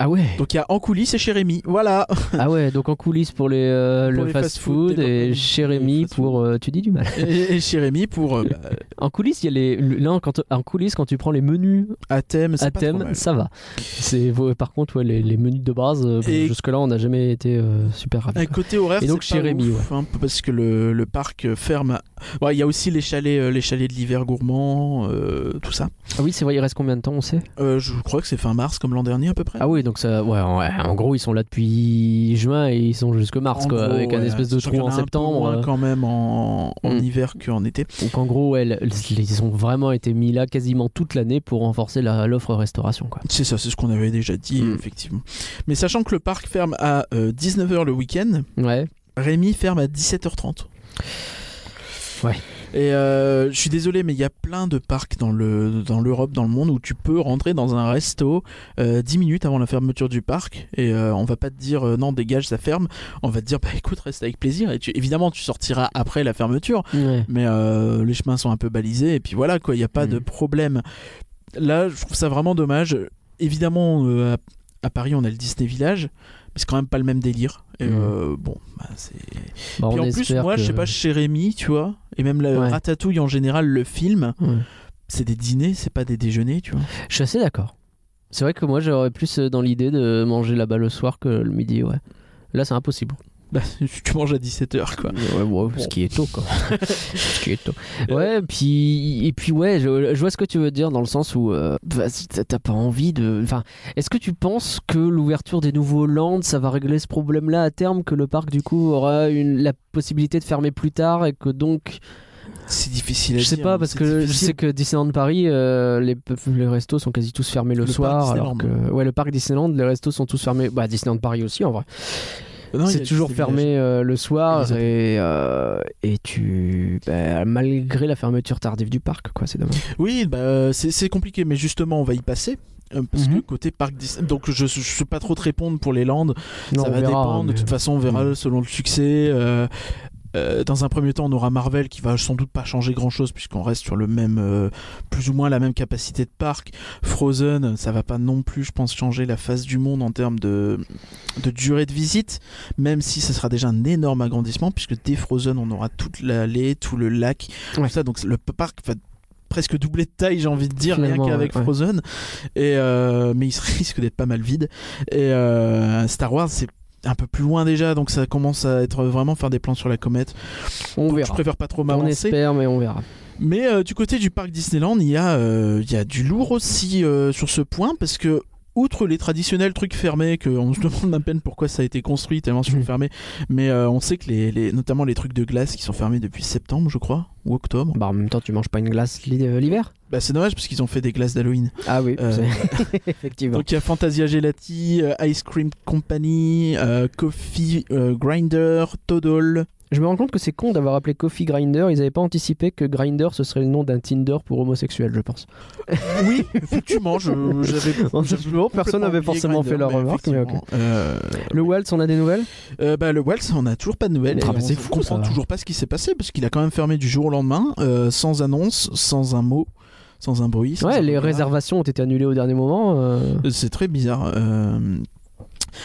Ah ouais. Donc, il y a En coulisses et chez Rémi. Voilà. ah ouais. Donc en coulisses pour les euh, Pour le les fast-food fast-food, et les chez Rémi fast-food. pour euh, tu dis du mal. Et, et chez Rémi pour euh, bah, En coulisses, il y a les le- là quand en coulisses quand tu prends les menus à thème. c'est à pas trop thème, mal. ça va. C'est ouais, par contre ouais, les, les menus de base euh, Et- jusque-là on n'a jamais été euh, super ravis. Un quoi. côté horaire, Et donc c'est chez pas Rémi, ouf, hein, parce que le, le parc euh, ferme. à- Ouais, Il y a aussi les chalets, euh, les chalets de l'hiver gourmand, euh, tout ça. Ah oui, c'est vrai, il reste combien de temps, on sait Euh, je crois que c'est fin mars, comme l'an dernier à peu près. Ah oui, donc ça ouais, ouais, en gros, ils sont là depuis juin et ils sont jusque mars En quoi, gros, avec un ouais, espèce de sachant qu'il trou y en a un peu septembre. moins euh. quand même en, en Mm. hiver qu'en été. Donc en gros, ouais, le- ils ont vraiment été mis là quasiment toute l'année pour renforcer la- l'offre restauration. Quoi. C'est ça, c'est ce qu'on avait déjà dit, Mm. effectivement. Mais euh, sachant que le parc ferme à 19h le week-end, Ouais. Rémi ferme à 17h30. Ouais. Et euh, je suis désolé, mais il y a plein de parcs dans le dans l'Europe, dans le monde, où tu peux rentrer dans un resto euh, 10 minutes avant la fermeture du parc, et euh, on va pas te dire euh, non dégage, ça ferme. On va te dire bah écoute reste avec plaisir, et tu évidemment tu sortiras après la fermeture, Ouais. mais euh, les chemins sont un peu balisés et puis voilà quoi, il n'y a pas Mm. de problème. Là, je trouve ça vraiment dommage. Évidemment, euh, à, à Paris, on a le Disney Village, mais c'est quand même pas le même délire. Et Mm. euh, bon, bah, c'est. Bah, Puis on en plus, espère moi, je que- sais pas, chez Rémi, tu vois, et même la Ouais. Ratatouille en général, le film, Ouais. c'est des dîners, c'est pas des déjeuners, tu vois. Je suis assez d'accord. C'est vrai que moi, j'aurais plus euh, dans l'idée de manger là-bas le soir que le midi, ouais. Là, c'est impossible. Bah, tu manges à 17h, quoi. Ouais, Euh. ouais, Ce qui est tôt, quoi. ce qui est tôt. Ouais, puis, et puis, ouais, je, je vois ce que tu veux dire dans le sens où euh, bah, si t'as t'as pas envie de. Enfin, est-ce que tu penses que l'ouverture des nouveaux lands, ça va régler ce problème-là à terme, que le parc, du coup, aura une, la possibilité de fermer plus tard et que donc. C'est difficile à Je sais dire, mais pas, parce hein, c'est que je difficile. sais que Disneyland Paris, euh, les, les restos sont quasi tous fermés le, Le parc soir. Alors Disneyland. que, ouais, le parc Disneyland, les restos sont tous fermés. Bah, Disneyland Paris aussi, en vrai. Non, il y a C'est le toujours Disney fermé euh, le soir Exactement. et, euh, et tu. bah, malgré la fermeture tardive du parc, quoi, c'est dommage. Oui, bah, euh, c'est c'est compliqué, mais justement, on va y passer. euh, Parce Mhm. que côté parc Disney, donc je ne sais pas trop te répondre pour les Landes, Non, ça on va verra, hein, dépendre. mais- Mhm. De toute façon, on verra selon le succès. euh, euh, dans un premier temps, on aura Marvel qui va sans doute pas changer grand chose puisqu'on reste sur le même, euh, plus ou moins la même capacité de parc. Frozen, ça va pas non plus, je pense, changer la face du monde en termes de, de durée de visite, même si ça sera déjà un énorme agrandissement puisque dès Frozen, on aura toute l'allée, tout le lac, Ouais. tout ça. Donc le parc va presque doubler de taille, j'ai envie de dire, Finalement, rien qu'avec ouais, ouais. Frozen. Et euh, mais il se risque d'être pas mal vide. Et euh, Star Wars, c'est un peu plus loin déjà, donc ça commence à être vraiment faire des plans sur la comète. on Donc verra. Je préfère pas trop On m'avancer. espère, mais on verra. Mais euh, du côté du parc Disneyland, il y a, euh, il y a du lourd aussi euh, sur ce point parce que. Outre les traditionnels trucs fermés, que on se demande à peine pourquoi ça a été construit tellement c'est Mhm. fermé, mais euh, on sait que les, les- notamment les trucs de glace qui sont fermés depuis septembre, je crois, ou octobre. Bah, en même temps, tu manges pas une glace l'hi- euh, l'hiver Bah c'est dommage parce qu'ils ont fait des glaces d'Halloween. Ah oui, Euh, c'est- effectivement. Donc il y a Fantasia Gelati, euh, Ice Cream Company, euh, Coffee euh, Grinder, Todol, Je me rends compte que c'est con d'avoir appelé Coffee Grinder. Ils avaient pas anticipé que Grinder ce serait le nom d'un Tinder pour homosexuels, je pense. Oui, effectivement, je- j'avais. En j'avais ce moment, complètement personne n'avait oublié forcément Grindr, fait leur mais remarque, mais effectivement, euh, Le Waltz, on a des nouvelles euh, bah, le Wells, on n'a toujours pas de nouvelles. Ah, et bah, on c'est fou, comprend ça. toujours pas ce qui s'est passé parce qu'il a quand même fermé du jour au lendemain, euh, sans annonce, sans un mot, sans un bruit. sans un Ouais, les regard. réservations ont été annulées au dernier moment. euh. Euh, C'est très bizarre. euh.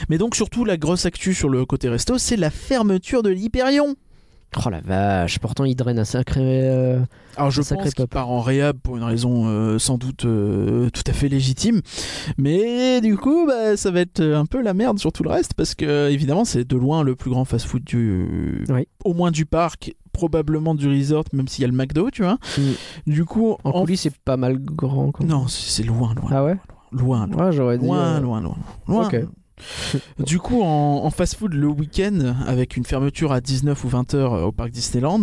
Mais donc surtout la grosse actu sur le côté resto, c'est la fermeture de l'Hyperion. Oh la vache, pourtant il draine un sacré. euh, Alors je Un sacré pense qu'il peuple. part en réhab pour une raison euh, sans doute euh, tout à fait légitime, mais du coup bah, ça va être un peu la merde sur tout le reste parce que évidemment c'est de loin le plus grand fast-food du, Oui. au moins du parc, probablement du resort même s'il y a le McDo tu vois. Mm. Du coup En en- coulisses, c'est pas mal grand. Quoi. non c'est c'est loin loin Ah ouais loin Ouais, j'aurais dit. loin euh, loin loin loin. Ok. Du coup, en, en fast-food le week-end, avec une fermeture à 19 ou 20 heures euh, au parc Disneyland,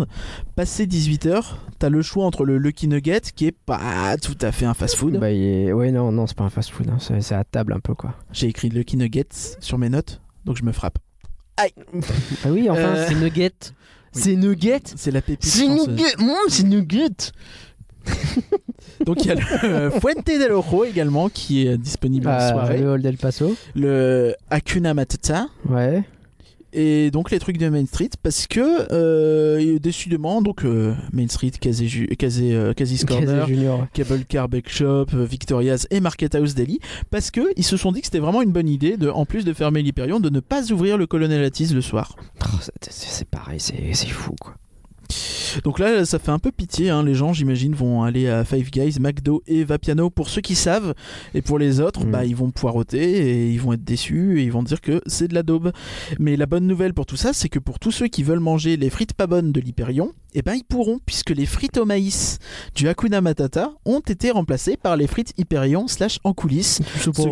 passé 18 heures, t'as le choix entre le Lucky Nugget, qui est pas tout à fait un fast-food. Bah, il est- Ouais, non, non, c'est pas un fast food, hein. c'est c'est à table un peu quoi. J'ai écrit Lucky Nuggets sur mes notes, donc je me frappe. Ah oui, enfin, Euh, c'est nugget. C'est nugget C'est la pépite. C'est française. nugget Mmh, C'est nugget Donc il y a le euh, Fuente del Oro également, qui est euh, disponible en Ah, soirée. Le Hall del Paso. Le Hakuna Matata. Ouais. Et donc les trucs de Main Street parce que euh, décidément donc euh, Main Street, Casey, Ju- Casey, euh, Casey's Corner, Casey Junior. Cable Car Bake Shop, euh, Victoria's et Market House Daily parce que ils se sont dit que c'était vraiment une bonne idée de, en plus de fermer l'Hyperion, de ne pas ouvrir le Colonel Atis le soir. Oh, c'est- c'est c'est pareil, c'est c'est fou quoi. Donc là, ça fait un peu pitié. hein. Les gens, j'imagine, vont aller à Five Guys, McDo et Vapiano pour ceux qui savent, et pour les autres, Mm. bah ils vont poireauter et ils vont être déçus et ils vont dire que c'est de la daube. Mais la bonne nouvelle pour tout ça, c'est que pour tous ceux qui veulent manger les frites pas bonnes de l'Hyperion, eh ben ils pourront puisque les frites au maïs du Hakuna Matata ont été remplacées par les frites Hyperion slash en coulisses. Ce qui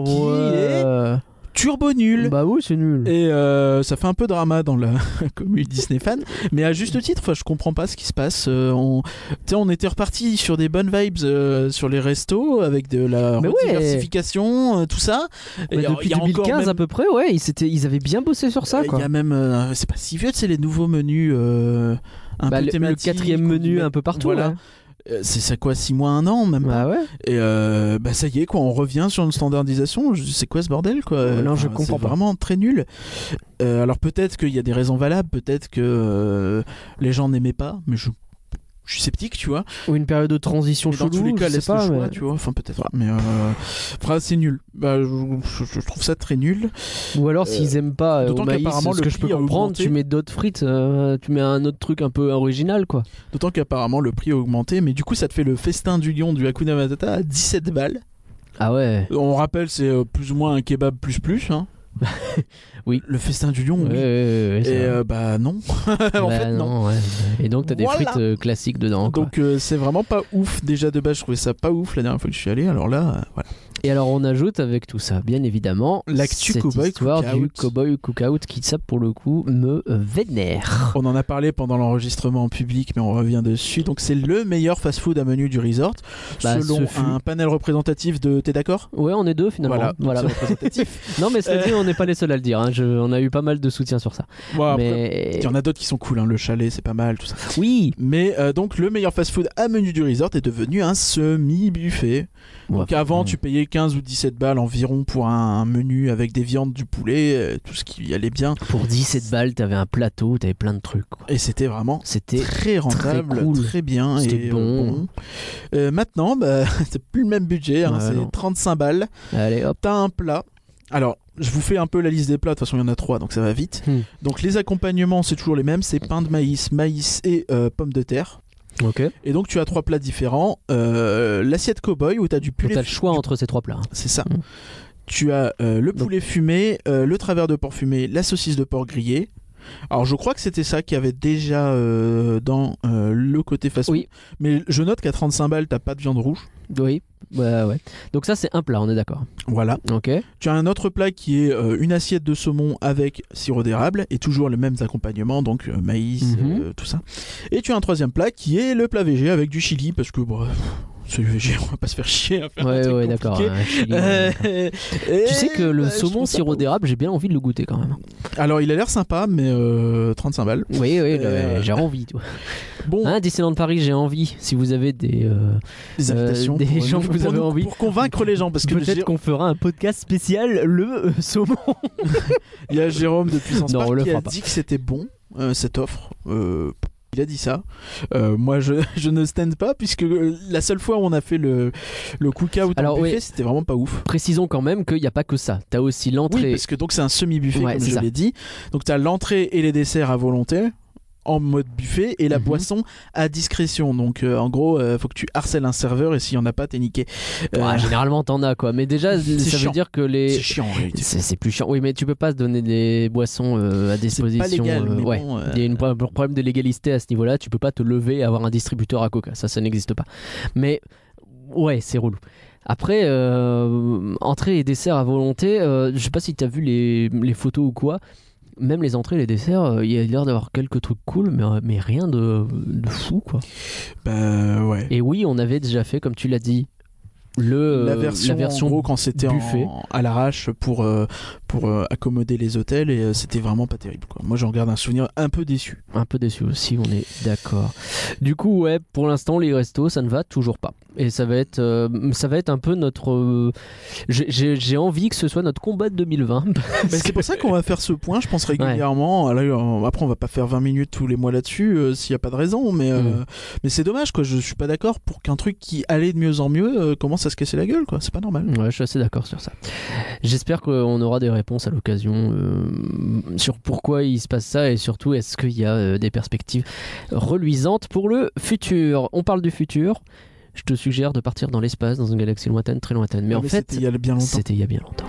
Turbo nul. Bah oui, c'est nul. Et euh, ça fait un peu drama dans la commune Disney fan, mais à juste titre, enfin, je comprends pas ce qui se passe. Euh, on, tu sais, on était reparti sur des bonnes vibes euh, sur les restos avec de la Mais ouais. diversification, euh, tout ça. Et Mais alors, Bah, depuis il y a encore 2015 même- à peu près, ouais, ils, s'étaient- ils avaient bien bossé sur hein, ça Il quoi. y a même, euh, c'est pas si vieux, c'est les nouveaux menus. euh, un Bah, peu le- le, thématique, quatrième où tu menu mets- un peu partout. Voilà. ouais. Euh, C'est ça quoi, 6 mois, 1 an même pas. Bah ouais. Et euh, bah ça y est quoi, on revient sur une standardisation. Je- C'est quoi ce bordel quoi Euh, Non, je comprends c'est pas. Vraiment très nul. Euh, alors peut-être qu'il y a des raisons valables, peut-être que euh, les gens n'aimaient pas, mais je je suis sceptique, tu vois. Ou une période de transition Mais dans chelou, tous les cas, je laisse sais pas. le choix, mais- tu vois. Enfin, peut-être pas. Mais euh, enfin, c'est nul. Bah, je, je- je trouve ça très nul. Ou alors s'ils aiment pas euh, au d'autant maïs, qu'apparemment, ce le que je peux prix a comprendre, augmenté. tu mets d'autres frites, euh, tu mets un autre truc un peu original quoi. D'autant qu'apparemment, le prix a augmenté. Mais du coup, ça te fait le festin du lion du Hakuna Matata à 17 balles. Ah ouais. On rappelle, c'est euh, plus ou moins un kebab plus plus. hein. Oui. Le festin du lion, Ouais, oui. ouais, ouais, Et c'est vrai. euh, bah non. en Bah fait, non. ouais. Et donc t'as des Voilà. frites euh, classiques dedans. quoi. Donc euh, c'est vraiment pas ouf. Déjà de base, je trouvais ça pas ouf la dernière fois que je suis allé. Alors là, euh, voilà. Et alors on ajoute avec tout ça, bien évidemment, L'actu cette cowboy histoire du cookout. cowboy cookout qui ça pour le coup me euh, vénère. On en a parlé pendant l'enregistrement en public, mais on revient dessus. Donc c'est le meilleur fast-food à menu du resort, Bah, ce selon fut- un panel représentatif de. T'es d'accord Ouais, on est deux finalement. Voilà, donc voilà. c'est représentatif. Non mais cela dit, on n'est pas les seuls à le dire. hein. Je- on a eu pas mal de soutien sur ça. Bon, Ah, après, mais Il y en a d'autres qui sont cool, hein, le chalet, c'est pas mal, tout ça. oui, Mais euh, donc le meilleur fast-food à menu du resort est devenu un semi-buffet. Donc Ouais, avant, ouais. tu payais 15 ou 17 balles environ pour un, un menu avec des viandes, du poulet, euh, tout ce qui allait bien. pour 17 balles, t'avais un plateau, t'avais plein de trucs. quoi. Et c'était vraiment C'était très rentable, très, cool. bien C'était et euh, bon. Euh, maintenant, bah, c'est plus le même budget, hein, Ouais, c'est non. 35 balles. allez hop. T'as un plat. Alors, je vous fais un peu la liste des plats, de toute façon il y en a trois, donc ça va vite. Hmm. Donc les accompagnements, c'est toujours les mêmes, c'est pain de maïs, maïs et euh, pommes de terre. OK. Et donc tu as trois plats différents. Euh, L'assiette cow-boy où t'as du Donc poulet t'as le choix entre ces trois plats. C'est ça. Mm. Tu as euh, le Donc- poulet fumé, euh, le travers de porc fumé, la saucisse de porc grillée. Alors je crois que c'était ça qu'il y avait déjà euh, dans euh, le côté fast-food. Oui. Mais je note qu'à 35 balles, t'as pas de viande rouge. Oui. Ouais, ouais. Donc ça c'est un plat, on est d'accord. Voilà. OK. Tu as un autre plat qui est euh, une assiette de saumon avec sirop d'érable et toujours les mêmes accompagnements, donc euh, maïs, Mhm. euh, tout ça. Et tu as un troisième plat qui est le plat végé avec du chili parce que bah, pff, c'est le végé, on va pas se faire chier à faire un Ouais, truc ouais, Ah, compliqué. d'accord. hein, chili, ouais, Euh, d'accord. et Tu sais que le bah, je saumon trouve ça sirop pas Euh, ouf. d'érable, j'ai bien envie de le goûter quand même. Alors il a l'air sympa, mais euh, 35 balles. Oui, oui, le- Euh, j'ai envie. Toi. Bon, Hein, Disneyland Paris, j'ai envie. Si vous avez des, euh, des invitations. des pour gens nous- que vous pour avez nous- envie. Pour convaincre les gens, parce que peut-être Jé- qu'on fera un podcast spécial le euh, saumon. il y a Jérôme de Puissance Non, on Park le qui a fera pas. dit que c'était bon, euh, cette offre. Euh, il a dit ça. Euh, moi, je, je ne stand pas, puisque euh, la seule fois où on a fait le, le cook-out en Alors, buffet, oui. c'était vraiment pas ouf. Précisons quand même qu'il n'y a pas que ça. T'as aussi Oui, l'entrée. parce que donc c'est un semi-buffet, Ouais, comme c'est je ça. l'ai dit. Donc tu as l'entrée et les desserts à volonté en mode buffet et la Mhm. boisson à discrétion. Donc euh, en gros, euh, faut que tu harcèles un serveur et s'il y en a pas, t'es niqué. Euh, Ouais, généralement, t'en as quoi. Mais déjà, c'est ça veut chiant. dire que les. c'est chiant en réalité. C'est c'est plus chiant. Oui, mais tu peux pas se donner des boissons euh, à C'est disposition. pas légal, euh, mais ouais. bon, euh, Il y a une- un problème de légalité à ce niveau-là. Tu peux pas te lever et avoir un distributeur à coca. Ça, ça n'existe pas. Mais ouais, c'est relou. Après, euh, entrée et dessert à volonté, euh, je sais pas si tu as vu les, les photos ou quoi. Même les entrées et les desserts, euh, il y a l'air d'avoir quelques trucs cool, mais, euh, mais rien de, de fou, quoi. bah ouais. Et oui, on avait déjà fait, comme tu l'as dit, le, la euh, version, en gros quand c'était en- buffet. à l'arrache pour euh, pour euh, accommoder les hôtels et euh, c'était vraiment pas terrible quoi. Moi j'en garde un souvenir un peu déçu. un peu déçu aussi, on est d'accord. Du coup, ouais, pour l'instant, les restos, ça ne va toujours pas. Et ça va être, euh, ça va être un peu notre. euh, j'ai- J'ai j'ai envie que ce soit notre combat de 2020. parce Mais Bah, c'est que- pour ça qu'on va faire ce point, je pense régulièrement. Alors, on- après on va pas faire 20 minutes tous les mois là-dessus euh, s'il y a pas de raison, mais euh, Mm. mais c'est dommage quoi. Je suis pas d'accord pour qu'un truc qui allait de mieux en mieux euh, commence à se casser la gueule quoi. C'est pas normal. Ouais, je suis assez d'accord sur ça. J'espère qu'on aura des réponses à l'occasion euh, sur pourquoi il se passe ça et surtout est-ce qu'il y a euh, des perspectives reluisantes pour le futur. On parle du futur. Je te suggère de partir dans l'espace, dans une galaxie lointaine, très lointaine. Mais en Ah, c'était fait, il y a bien longtemps. c'était il y a bien longtemps.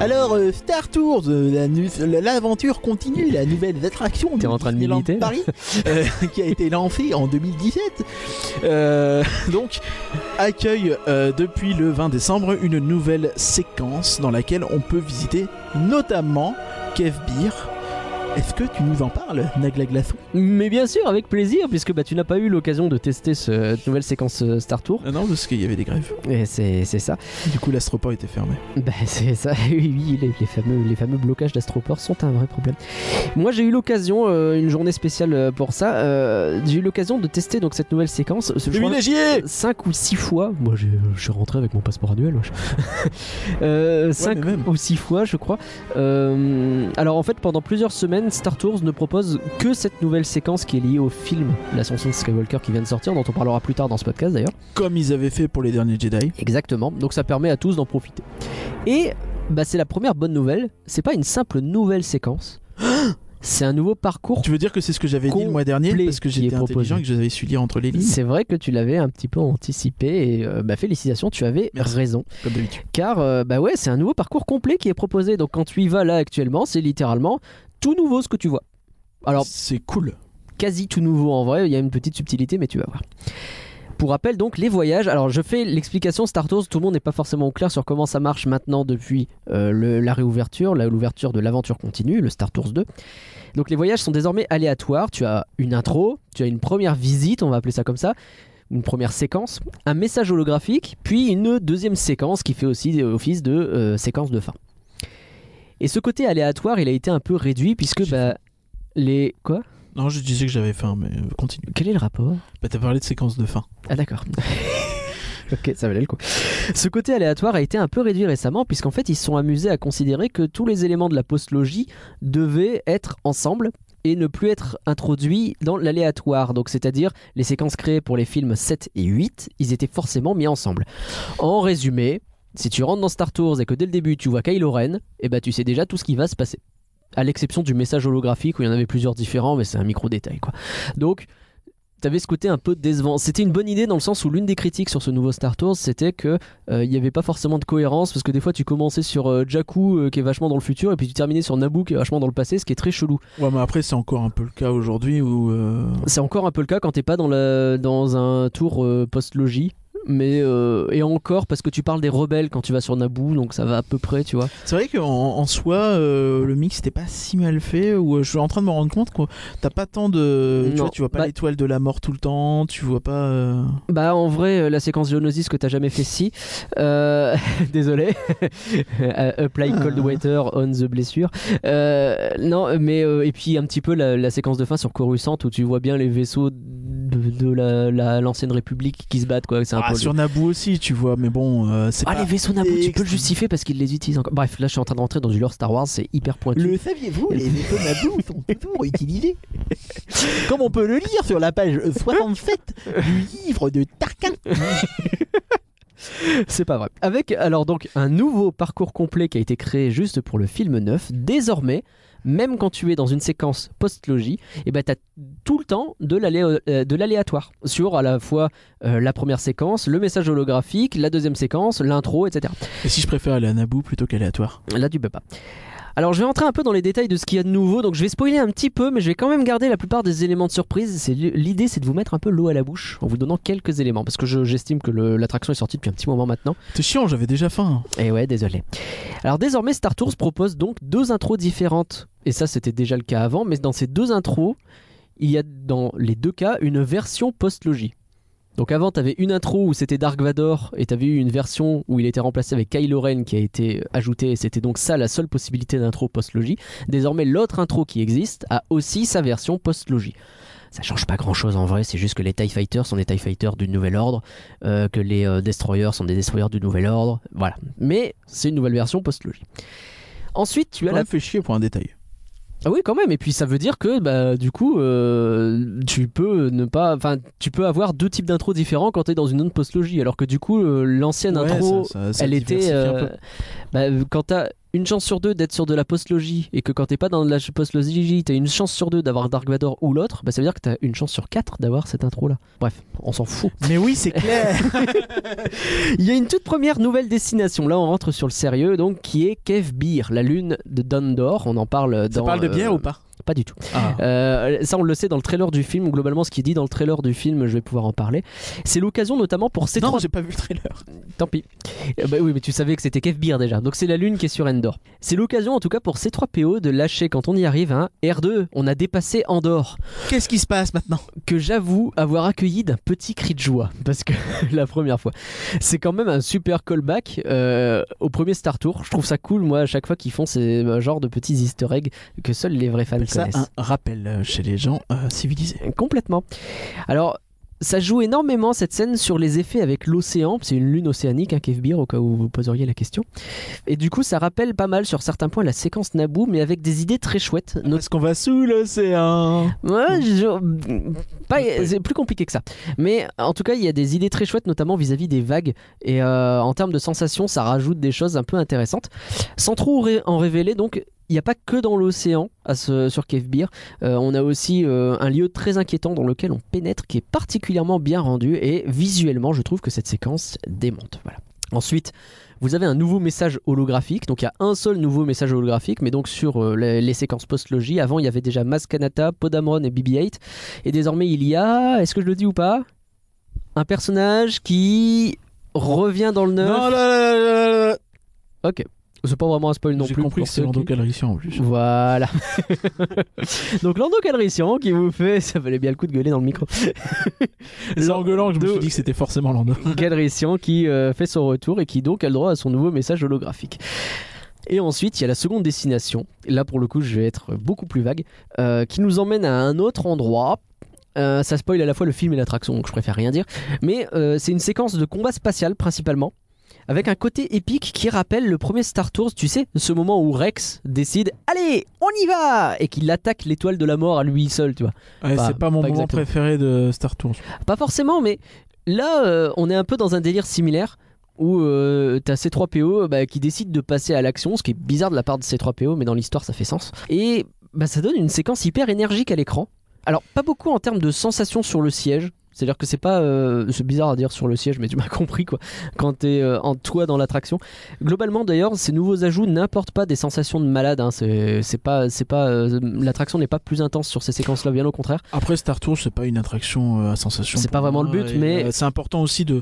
Alors, euh, Star Tours, euh, la nu- la- l'aventure continue, la nouvelle attraction de T'es en train de Disneyland militer, là Paris, euh, qui a été lancée en 2017. Euh, donc, accueille euh, depuis le 20 décembre une nouvelle séquence dans laquelle on peut visiter notamment Kev Beer. Est-ce que tu nous en parles, Nagla Glaçon Mais bien sûr, avec plaisir, puisque bah, tu n'as pas eu l'occasion de tester ce- cette nouvelle séquence euh, Star Tour. Non, parce qu'il y avait des grèves. Et c'est c'est ça. Du coup, l'astroport était fermé. Bah, c'est ça, oui, oui, les, les fameux, les fameux blocages d'astroport sont un vrai problème. Moi, j'ai eu l'occasion, euh, une journée spéciale euh, pour ça, euh, j'ai eu l'occasion de tester donc cette nouvelle séquence. Ce- je crois- Privilégié 5 ou 6 fois, moi j'ai- je suis rentré avec mon passeport annuel, 5 mais même. ou 6 fois je crois. Euh, alors en fait pendant plusieurs semaines Star Tours ne propose que cette nouvelle séquence qui est liée au film L'ascension de Skywalker qui vient de sortir, dont on parlera plus tard dans ce podcast d'ailleurs. Comme ils avaient fait pour les derniers Jedi. Exactement, donc ça permet à tous d'en profiter. Et bah, c'est la première bonne nouvelle, c'est pas une simple nouvelle séquence, c'est un nouveau parcours. Tu veux dire que c'est ce que j'avais dit le mois dernier Complet parce que qui est j'étais proposé. intelligent et que j'avais su lire entre les lignes, C'est vrai que tu l'avais un petit peu anticipé et euh, bah, félicitations, tu avais Merci. raison. comme d'habitude. car euh, bah ouais, c'est un nouveau parcours complet qui est proposé. Donc quand tu y vas là actuellement, c'est littéralement tout nouveau ce que tu vois. Alors C'est cool. quasi tout nouveau en vrai, il y a une petite subtilité mais tu vas voir. Pour rappel donc les voyages, alors je fais l'explication Star Tours, tout le monde n'est pas forcément au clair sur comment ça marche maintenant depuis euh, le- la réouverture, la- l'ouverture de l'aventure continue, le Star Tours 2. Donc les voyages sont désormais aléatoires, tu as une intro, tu as une première visite, on va appeler ça comme ça, une première séquence, un message holographique, puis une deuxième séquence qui fait aussi office de euh, séquence de fin. Et ce côté aléatoire, il a été un peu réduit puisque J'ai bah, les... Quoi Non, je disais que j'avais faim, mais euh, continue. Quel est le rapport Bah, t'as parlé de séquence de fin. ah d'accord. ok, ça valait le coup. Ce côté aléatoire a été un peu réduit récemment puisqu'en fait ils se sont amusés à considérer que tous les éléments de la postlogie devaient être ensemble et ne plus être introduits dans l'aléatoire. Donc c'est-à-dire les séquences créées pour les films 7 et 8, ils étaient forcément mis ensemble. En résumé, si tu rentres dans Star Tours et que dès le début tu vois Kylo Ren, eh ben tu sais déjà tout ce qui va se passer. À l'exception du message holographique où il y en avait plusieurs différents mais c'est un micro détail quoi. Donc T'avais ce côté un peu décevant. C'était une bonne idée dans le sens où l'une des critiques sur ce nouveau Star Tours, c'était que euh, il n'y avait pas forcément de cohérence parce que des fois tu commençais sur euh, Jakku euh, qui est vachement dans le futur et puis tu terminais sur Naboo qui est vachement dans le passé, ce qui est très chelou. Ouais, mais après, c'est encore un peu le cas aujourd'hui où. euh, C'est encore un peu le cas quand t'es pas dans, la, dans un tour euh, post-logis. Mais euh, et encore parce que tu parles des rebelles quand tu vas sur Naboo, donc ça va à peu près, tu vois. C'est vrai qu'en en soi, euh, le mix n'était pas si mal fait. Ou euh, je suis en train de me rendre compte que t'as pas tant de. Tu Non. vois, tu vois pas Bah- l'étoile de la mort tout le temps. Tu vois pas. euh, Bah en vrai, euh, la séquence Geonosis que t'as jamais fait si. Euh, désolé. Euh, Apply cold Ah. water on the blessure. Euh, non, mais euh, et puis un petit peu la, la séquence de fin sur Coruscant où tu vois bien les vaisseaux de, de la- la- l'ancienne République qui se battent quoi. C'est un Ah, peu le- sur Naboo aussi, tu vois. Mais bon, euh, c'est Ah pas. les vaisseaux Naboo, tu peux extrême. le justifier parce qu'ils les utilisent encore. Bref, là je suis en train de rentrer dans du lore Star Wars, c'est hyper pointu. Le saviez-vous, les vaisseaux Naboo sont toujours utilisés. Comme on peut le lire sur la page 67 du livre de Tarkin. C'est pas vrai. Avec alors donc un nouveau parcours complet qui a été créé juste pour le film neuf. Désormais, même quand tu es dans une séquence post-logis, et ben t'as tout le temps de l'alé- euh, de l'aléatoire sur à la fois euh, la première séquence, le message holographique, la deuxième séquence, l'intro, etc. Et si je préfère aller à Naboo plutôt qu'aléatoire Là tu peux pas. Alors je vais entrer un peu dans les détails de ce qu'il y a de nouveau, donc je vais spoiler un petit peu, mais je vais quand même garder la plupart des éléments de surprise. C'est l'idée, c'est de vous mettre un peu l'eau à la bouche en vous donnant quelques éléments, parce que je- j'estime que le- l'attraction est sortie depuis un petit moment maintenant. T'es chiant, j'avais déjà faim. hein. Et Eh ouais, désolé. Alors désormais, Star Tours propose donc deux intros différentes. Et ça, c'était déjà le cas avant, mais dans ces deux intros, il y a dans les deux cas une version post-logis. Donc avant, t'avais une intro où c'était Dark Vador, et t'avais eu une version où il était remplacé avec Kylo Ren qui a été ajoutée, et c'était donc ça la seule possibilité d'intro post-logis. Désormais, l'autre intro qui existe a aussi sa version post-logis. Ça change pas grand chose en vrai, c'est juste que les TIE Fighters sont des TIE Fighters du Nouvel Ordre, euh, que les euh, Destroyers sont des Destroyers du Nouvel Ordre, voilà. Mais c'est une nouvelle version post-logis. Ensuite, tu as Ça la me fait chier pour un détail. ah oui, quand même. Et puis ça veut dire que bah, du coup, euh, tu peux ne pas, enfin, tu peux avoir deux types d'intros différents quand t'es dans une autre postlogie. Alors que du coup, euh, l'ancienne Ouais, intro, ça- ça- ça elle était, diversifie un euh, bah, quand t'as une chance sur deux d'être sur de la postlogie et que quand t'es pas dans de la postlogie, t'as une chance sur deux d'avoir Dark Vador ou l'autre, bah ça veut dire que t'as une chance sur quatre d'avoir cette intro là. Bref, on s'en fout. Mais oui, c'est clair. Il y a une toute première nouvelle destination. Là, on rentre sur le sérieux, donc qui est Kevbir, la lune de Dundor. On en parle Ça dans. parle de euh, bière ou pas Pas du tout. Ah. Euh, ça, on le sait dans le trailer du film. Globalement, ce qui est dit dans le trailer du film, je vais pouvoir en parler. C'est l'occasion notamment pour ces Non, trois. j'ai pas vu le trailer. Tant pis. Eh ben oui, mais tu savais que c'était Kefbir déjà. Donc c'est la lune qui est sur Endor. C'est l'occasion en tout cas pour ces trois PO de lâcher quand on y arrive. Hein. R2, on a dépassé Endor, Qu'est-ce qui se passe maintenant que j'avoue avoir accueilli d'un petit cri de joie. Parce que la première fois, c'est quand même un super callback euh, au premier Star Tour. Je trouve ça cool, moi, à chaque fois qu'ils font ces euh, genres de petits easter eggs que seuls les vrais fans Appelle ça connaissent. un rappel euh, chez les gens euh, civilisés. Complètement. Alors, ça joue énormément cette scène sur les effets avec l'océan. C'est une lune océanique, hein, Kefbir, au cas où vous poseriez la question. Et du coup, ça rappelle pas mal sur certains points la séquence Naboo, mais avec des idées très chouettes. No- Parce qu'on va sous l'océan. Ouais, je- pas- C'est plus compliqué que ça. Mais en tout cas, il y a des idées très chouettes, notamment vis-à-vis des vagues. Et euh, en termes de sensations, ça rajoute des choses un peu intéressantes. Sans trop ré- en révéler, donc, il n'y a pas que dans l'océan à ce- sur Kefbir. Euh, on a aussi euh, un lieu très inquiétant dans lequel on pénètre, qui est particulièrement bien rendu. Et visuellement, je trouve que cette séquence démonte. Voilà. Ensuite. Vous avez un nouveau message holographique, donc il y a un seul nouveau message holographique, mais donc sur euh, les, les séquences post-logis. Avant, il y avait déjà Maskanata, Podamron et BB-8. Et désormais, il y a, est-ce que je le dis ou pas Un personnage qui revient dans le neuf. Non, là, là, là, là, là. C'est pas vraiment un spoil non J'ai plus. compris pour que c'est ceux Lando qui- Calrissian en plus. Voilà. Donc Lando Calrissian qui vous fait, ça valait bien le coup de gueuler dans le micro. C'est en gueulant que je me Lando- suis dit que c'était forcément Lando. Calrissian qui euh, fait son retour et qui donc a le droit à son nouveau message holographique. Et ensuite, il y a la seconde destination. Là, pour le coup, je vais être beaucoup plus vague, euh, qui nous emmène à un autre endroit. Euh, ça spoil à la fois le film et l'attraction, donc je préfère rien dire. Mais euh, c'est une séquence de combat spatial principalement, avec un côté épique qui rappelle le premier Star Tours. Tu sais, ce moment où Rex décide, allez, on y va, et qu'il attaque l'étoile de la mort à lui seul, tu vois. Ouais, Pas- c'est pas mon pas moment exactement. préféré de Star Tours. Pas forcément, mais là, euh, on est un peu dans un délire similaire où euh, t'as ces 3 PO bah, qui décident de passer à l'action, ce qui est bizarre de la part de ces 3 PO, mais dans l'histoire, ça fait sens. Et bah, ça donne une séquence hyper énergique à l'écran. Alors, pas beaucoup en termes de sensations sur le siège. C'est-à-dire que c'est pas. euh, c'est bizarre à dire sur le siège, mais tu m'as compris quoi. Quand t'es euh, en toi dans l'attraction. Globalement d'ailleurs, ces nouveaux ajouts n'importent pas des sensations de malade. hein. C'est c'est pas. c'est pas euh, L'attraction n'est pas plus intense sur ces séquences-là, bien au contraire. Après, Star Tours, c'est pas une attraction euh, à sensation. C'est pour pas vraiment moi, le but, et, mais- euh, c'est important aussi de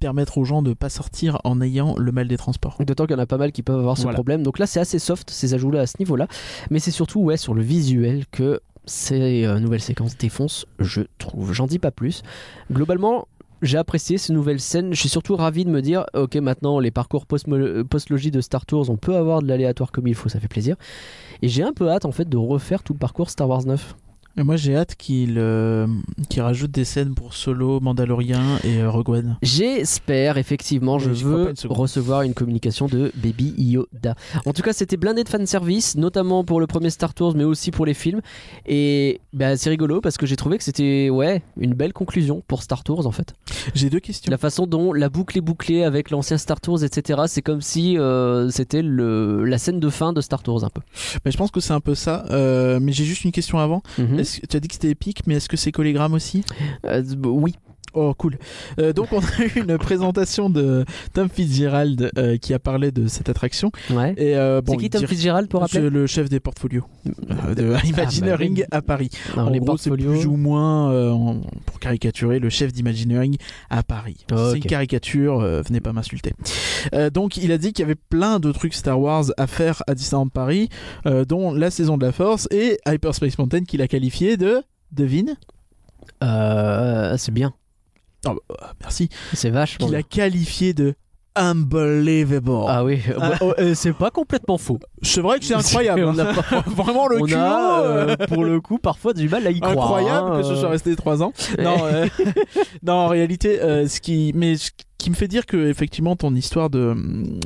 permettre aux gens de pas sortir en ayant le mal des transports. D'autant qu'il y en a pas mal qui peuvent avoir ce Voilà. problème. Donc là, c'est assez soft ces ajouts-là à ce niveau-là. Mais c'est surtout ouais, sur le visuel que ces euh, nouvelles séquences défoncent, je trouve. J'en dis pas plus. Globalement, j'ai apprécié ces nouvelles scènes. Je suis surtout ravi de me dire ok, maintenant, les parcours post-mo- post-logis de Star Tours, on peut avoir de l'aléatoire comme il faut, ça fait plaisir. Et j'ai un peu hâte en fait de refaire tout le parcours Star Wars 9. Et moi, j'ai hâte qu'ils euh, qu'ils rajoutent des scènes pour Solo, Mandalorian et euh, Rogue One. J'espère effectivement, je Mais j'y crois veux pas une seconde. recevoir une communication de Baby Yoda. En tout cas, c'était blindé de fanservice, notamment pour le premier Star Tours, mais aussi pour les films. Et bah, c'est rigolo parce que j'ai trouvé que c'était ouais une belle conclusion pour Star Tours en fait. J'ai deux questions. La façon dont la boucle est bouclée avec l'ancien Star Tours, etc. C'est comme si euh, c'était le- la scène de fin de Star Tours un peu. Mais je pense que c'est un peu ça. euh, mais j'ai juste une question avant. Mhm. Est-ce que- tu as dit que c'était épique, mais est-ce que c'est collégramme aussi Euh, bah, oui, Oh, cool. Euh, donc, on a eu une présentation de Tom Fitzgerald euh, qui a parlé de cette attraction. ouais. Et, euh, c'est bon, qui il Tom dirait- Fitzgerald pour C'est rappeler Ah, bah le chef des portfolios euh, de Imagineering oui. à Paris. Non, en les gros, c'est portfolios. plus ou moins, euh, en- pour caricaturer, le chef d'Imagineering à Paris. Oh, C'est ok. une caricature, euh, venez pas m'insulter. Euh, donc, il a dit qu'il y avait plein de trucs Star Wars à faire à Disneyland Paris, euh, dont la saison de la Force et Hyperspace Mountain qu'il a qualifié de... Devine Euh, c'est bien, Oh, bah, euh, Merci. c'est vachement. Qu'il bien. a qualifié de... Unbelievable. Ah oui, euh, bah, oh, euh, c'est pas complètement faux. C'est vrai que c'est incroyable. On hein. a pas- Vraiment le on culot, a, euh, euh, pour le coup, parfois du mal à y croire. incroyable hein, que ce soit euh. resté 3 ans. Non, euh, non, en réalité, euh, ce qui, mais ce qui me fait dire que effectivement ton histoire de,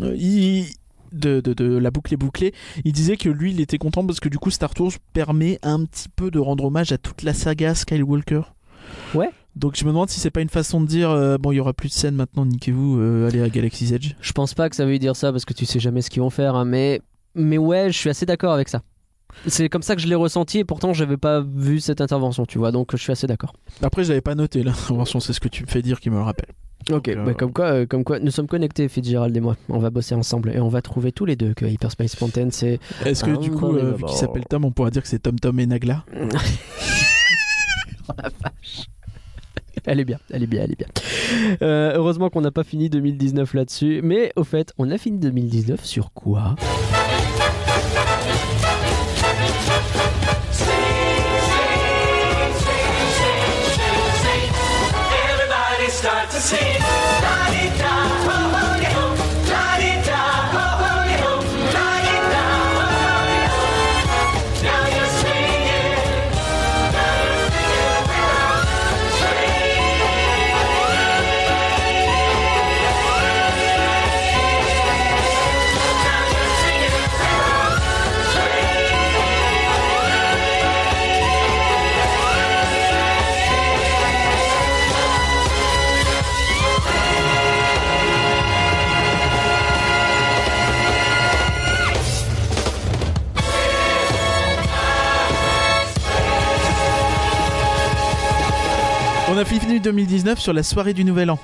euh, il- de, de, de la boucle est bouclée, il disait que lui, il était content parce que du coup, Star Tours permet un petit peu de rendre hommage à toute la saga Skywalker. Ouais. Donc je me demande si c'est pas une façon de dire euh, bon, il y aura plus de scène maintenant, niquez-vous, euh, allez à Galaxy's Edge. Je pense pas que ça veut dire ça parce que tu sais jamais ce qu'ils vont faire, hein, mais mais ouais, je suis assez d'accord avec ça. C'est comme ça que je l'ai ressenti et pourtant j'avais pas vu cette intervention, tu vois, donc je suis assez d'accord. Après, j'avais pas noté l'intervention, c'est ce que tu me fais dire qui me le rappelle. Ok, euh, bah, comme, quoi, euh, comme quoi, nous sommes connectés, Fitzgerald et moi. On va bosser ensemble et on va trouver tous les deux que Hyperspace Mountain, c'est. Est-ce que Ah, du on coup, est euh, vu d'abord. qu'il s'appelle Tom, on pourra dire que c'est Tom Tom et Nagla Elle est bien, elle est bien, elle est bien. Euh, heureusement qu'on n'a pas fini 2019 là-dessus, mais au fait, on a fini 2019 sur quoi Everybody start to sing. La-di-da, ho-ho-di-ho. La-di-da, ho-ho-di-ho. La-di-da, ho-ho-di-ho. Now you're singing. Now you're singing. Now you're singing. On a fini 2019 sur la soirée du Nouvel An.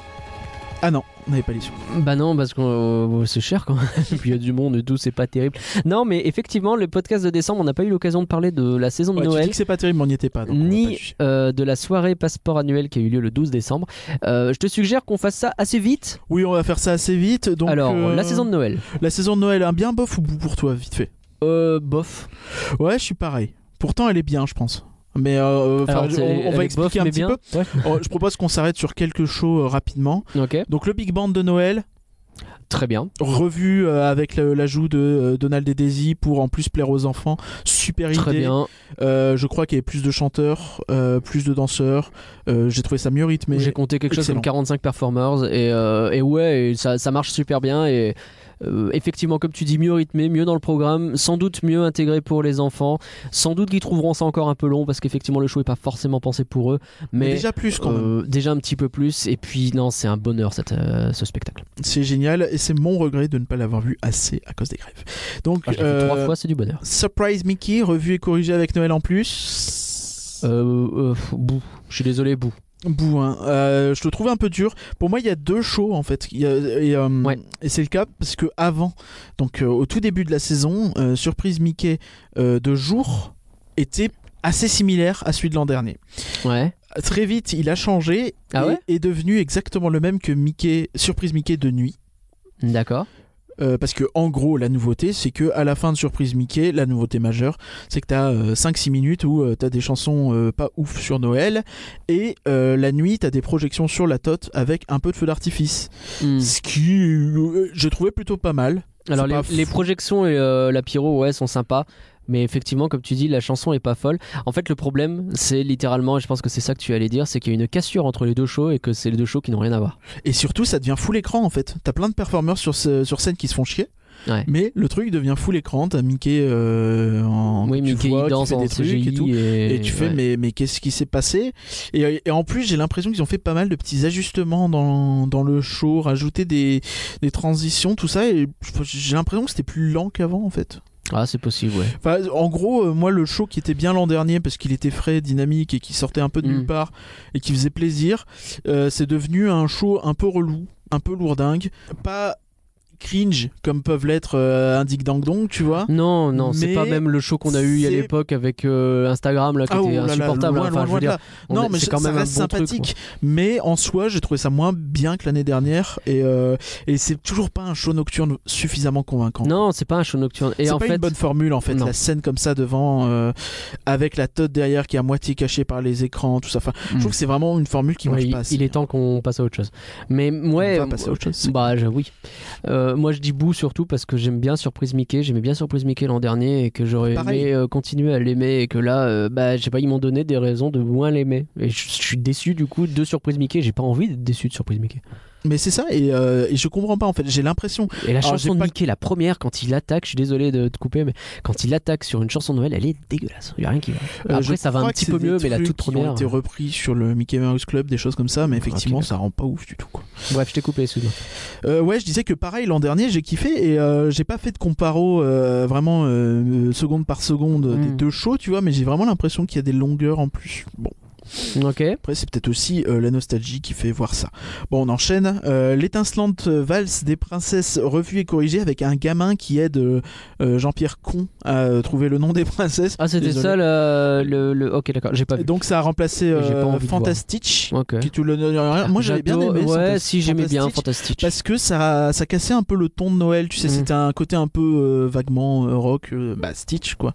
Ah non, on n'avait pas les sous. Bah non, parce que euh, c'est cher quand même. Puis il y a du monde et tout, c'est pas terrible. Non, mais effectivement, le podcast de décembre, on n'a pas eu l'occasion de parler de la saison de Ouais, tu Noël. dis que c'est pas terrible, mais on n'y était pas. donc on va pas ni juger. euh, de la soirée passeport annuel qui a eu lieu le 12 décembre. Euh, je te suggère qu'on fasse ça assez vite. Oui, on va faire ça assez vite. Donc, Alors, euh, la saison de Noël. la saison de Noël, un bien bof ou pour toi, vite fait Euh, bof. Ouais, je suis pareil. Pourtant, elle est bien, je pense. Mais euh, enfin, Alors, je- c'est- on, on elle va est expliquer bof, un mais petit bien. peu. Oh, je propose qu'on s'arrête sur quelques shows euh, rapidement. Ouais. Donc le Big Band de Noël, Ok, très bien. revu euh, avec le- l'ajout de euh, Donald et Daisy pour en plus plaire aux enfants. Super Très idée. bien. Euh, je crois qu'il y avait plus de chanteurs, euh, plus de danseurs. Euh, J'ai trouvé ça mieux rythmé. J'ai compté quelque chose excellent. comme 45 performers et, euh, et ouais, et ça, ça marche super bien et euh, effectivement, comme tu dis, mieux rythmé, mieux dans le programme, sans doute mieux intégré pour les enfants. Sans doute qu'ils trouveront ça encore un peu long parce qu'effectivement le show est pas forcément pensé pour eux, mais, Mais déjà plus quand même. euh, déjà un petit peu plus. Et puis non, c'est un bonheur cette, euh, ce spectacle. C'est génial et c'est mon regret de ne pas l'avoir vu assez à cause des grèves. Donc Ah, je l'ai fait euh, trois fois, c'est du bonheur. Surprise Mickey, revu et corrigé avec Noël en plus. Euh, euh, pff, bouh. Je suis désolé, bouh. Bouin, Euh, je le trouve un peu dur. Pour moi, il y a deux shows en fait, Il y a- et, euh, Ouais. et c'est le cas parce que avant, donc euh, au tout début de la saison, euh, surprise Mickey euh, de jour était assez similaire à celui de l'an dernier. Ouais. Très vite, il a changé Ah et ouais est devenu exactement le même que Mickey surprise Mickey de nuit. D'accord. Euh, parce que en gros la nouveauté c'est que à la fin de Surprise Mickey la nouveauté majeure c'est que t'as 5-6 minutes où euh, t'as des chansons euh, pas ouf sur Noël et euh, la nuit t'as des projections sur la tote avec un peu de feu d'artifice Hmm. ce qui euh, je trouvais plutôt pas mal Alors C'est les, pas fou. les projections et euh, la pyro, ouais, sont sympas. Mais effectivement, comme tu dis, la chanson est pas folle. En fait, le problème, c'est littéralement, et je pense que c'est ça que tu allais dire, c'est qu'il y a une cassure entre les deux shows et que c'est les deux shows qui n'ont rien à voir. et surtout ça devient full écran en fait t'as plein de performeurs sur, ce- sur scène qui se font chier Ouais. mais le truc devient full écran t'as Mickey euh, en oui, que tu Mickey vois, il qui danse fait en des trucs CGI et tout et, Et tu fais, ouais. mais, mais qu'est-ce qui s'est passé et, et en plus, j'ai l'impression qu'ils ont fait pas mal de petits ajustements dans, dans le show, rajouter des, des transitions, tout ça. Et j'ai l'impression que c'était plus lent qu'avant, en fait. Ah, c'est possible, ouais. Enfin, en gros, euh, moi, le show qui était bien l'an dernier, parce qu'il était frais, dynamique et qui sortait un peu de Mm. nulle part et qui faisait plaisir, euh, c'est devenu un show un peu relou, un peu lourdingue. Pas cringe comme peuvent l'être euh, un Dick Dang Dong, tu vois. Non, non, c'est Mais pas même le show qu'on a eu à c'est- l'époque avec euh, Instagram là, qui Ah, oh était là là, insupportable. loin, Enfin, loin, je loin veux de dire, là. on Non, est- mais c'est ça- quand même ça un reste bon truc, sympathique. mais en soi, j'ai trouvé ça moins bien que l'année dernière. Et, euh, et c'est toujours pas un show nocturne suffisamment convaincant. Non, c'est pas un show nocturne. Et C'est en pas fait, une bonne formule en fait, non. la scène comme ça devant, euh, avec la tote derrière qui est à moitié cachée par les écrans, tout ça. Enfin, Je Mm. trouve que c'est vraiment une formule qui marche Ouais, pas. il- assez il est bien. temps qu'on passe à autre chose. Mais ouais, On va passer à autre chose. c'est- Bah je- oui. Euh, moi je dis bou surtout parce que j'aime bien Surprise Mickey. J'aimais bien Surprise Mickey l'an dernier et que j'aurais Pareil. aimé euh, continuer à l'aimer et que là, euh, bah je sais pas, ils m'ont donné des raisons de moins l'aimer. Et je je suis déçu du coup de Surprise Mickey. J'ai pas envie d'être déçu de Surprise Mickey. Mais c'est ça, et, euh, et je comprends pas en fait. J'ai l'impression. euh, Et la Alors, chanson j'ai de pas- Mickey, la première, quand il attaque, je suis désolé de te couper, mais quand il attaque sur une chanson de Noël, elle est dégueulasse. Il n'y a rien qui va. euh, Après, je ça va un crois petit que peu c'est des mieux, mais la trucs toute Qui première. euh. ont été repris sur le Mickey Mouse Club, des choses comme ça, mais effectivement, Ok, ça rend pas ouf du tout. Quoi. Bref, je t'ai coupé, excuse-moi. Euh, ouais, je disais que pareil, l'an dernier, j'ai kiffé et euh, j'ai pas fait de comparo euh, vraiment euh, seconde par seconde des Mm. deux shows, tu vois, mais j'ai vraiment l'impression qu'il y a des longueurs en plus. Bon, Ok. après, c'est peut-être aussi euh, la nostalgie qui fait voir ça. Bon, on enchaîne. Euh, L'étincelante valse des princesses revue et corrigée avec un gamin qui aide euh, euh, Jean-Pierre Con à euh, trouver le nom des princesses. Ah, c'était Désolé. ça le, le, le- Ok, d'accord, j'ai pas Et vu. Donc, ça a remplacé Mais j'ai pas euh, envie de voir. Fantastitch. Ok. Qui tu le... Ah, Moi, j'avais bien J'adore- aimé. Ouais, Fanta- si, j'aimais bien Fantastitch. Fantastique. Parce que ça, ça cassait un peu le ton de Noël, tu sais, Mm. c'était un côté un peu euh, vaguement euh, rock, euh, bah, Stitch quoi.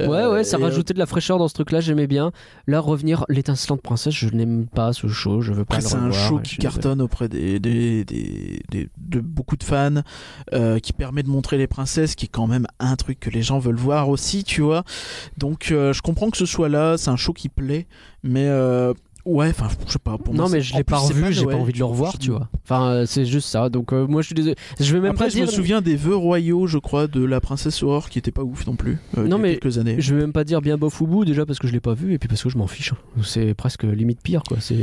Euh, Ouais, ouais, ça et, euh, rajoutait de la fraîcheur dans ce truc-là, j'aimais bien. Là, revenir l'étincelante princesse, je n'aime pas ce show, je veux pas Après, le c'est un revoir, show je qui suis désolé. cartonne auprès des, des- des- des- de beaucoup de fans, euh, qui permet de montrer les princesses, qui est quand même un truc que les gens veulent voir aussi, tu vois. Donc, euh, je comprends que ce soit là, c'est un show qui plaît, mais euh, ouais, enfin, je sais pas. Pour Non, moi, mais c'est- je en l'ai plus, pas c'est revu, j'ai pas Noël, envie de le revoir, je- tu vois. Enfin, euh, c'est juste ça. Donc, euh, moi, je suis désolé. Je vais même Après, pas je dire. me souviens des vœux royaux, je crois, de la princesse Aurore qui était pas ouf non plus. euh, Non, il y a mais quelques années. Je vais même pas dire bien bof ou bout, déjà parce que je l'ai pas vu et puis parce que je m'en fiche. C'est presque limite pire, quoi. C'est.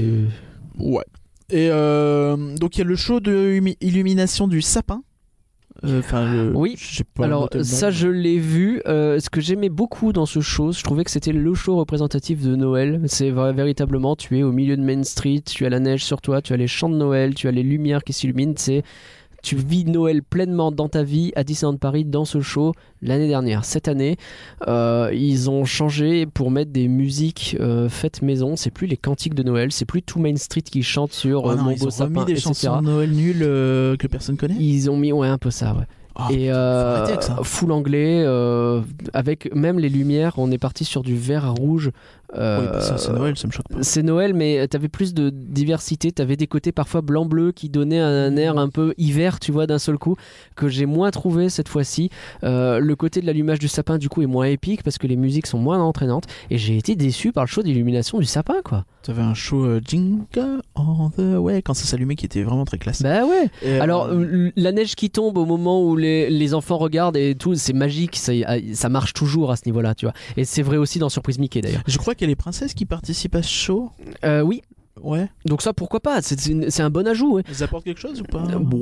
Ouais. Et euh, donc il y a le show de humi- illumination du sapin. Euh, Enfin, le- Oui. je sais pas Alors noter le nom. ça je l'ai vu. Euh, ce que j'aimais beaucoup dans ce show, je trouvais que c'était le show représentatif de Noël. C'est vrai- véritablement, tu es au milieu de Main Street, tu as la neige sur toi, tu as les chants de Noël, tu as les lumières qui s'illuminent. C'est tu vis Noël pleinement dans ta vie à Disneyland Paris dans ce show l'année dernière. Cette année, euh, ils ont changé pour mettre des musiques euh, faites maison. C'est plus les cantiques de Noël, c'est plus tout Main Street qui chante sur Oh euh, non, Mon ils beau ont sapin, remis des etc.. chansons de Noël nulles euh, que personne connaît. Ils ont mis ouais un peu ça. Ouais Oh, et euh, arrêter avec ça. full anglais euh, avec même les lumières on est parti sur du vert à rouge euh, Oui, bah ça, c'est Noël, ça me choque pas. c'est Noël, mais t'avais plus de diversité. T'avais des côtés parfois blanc-bleu qui donnaient un air un peu hiver, tu vois, d'un seul coup, que j'ai moins trouvé cette fois-ci. Euh, le côté de l'allumage du sapin, du coup, est moins épique parce que les musiques sont moins entraînantes. Et j'ai été déçu par le show d'illumination du sapin, quoi. T'avais un show euh, Jingle on the Way quand ça s'allumait qui était vraiment très classe. Bah ouais. Et, euh, Alors, euh, la neige qui tombe au moment où les, les enfants regardent et tout, c'est magique, ça, ça marche toujours à ce niveau-là, tu vois. Et c'est vrai aussi dans Surprise Mickey d'ailleurs. je crois qu'il y a les princesses qui participent à ce show. Euh, oui, Ouais. donc ça pourquoi pas, c'est- c'est une- c'est un bon ajout. hein. ouais. Ils apportent quelque chose ou pas Euh, bon,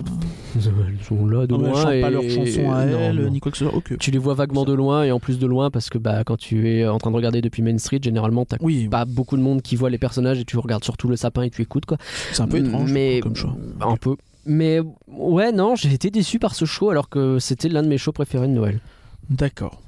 Elles sont là de Non, mais loin. elles chantent pas et- leurs chansons à non, elles, non. ni quoi que ce soit. Ok. Tu les vois vaguement de loin et en plus de loin parce que bah, quand tu es en train de regarder depuis Main Street, généralement t'as Oui, pas beaucoup de monde qui voit les personnages et tu regardes surtout le sapin et tu écoutes quoi. c'est un peu étrange Bah, mais- comme choix. Bah, Un peu. Mais ouais, non, j'ai été déçu par ce show alors que c'était l'un de mes shows préférés de Noël. D'accord.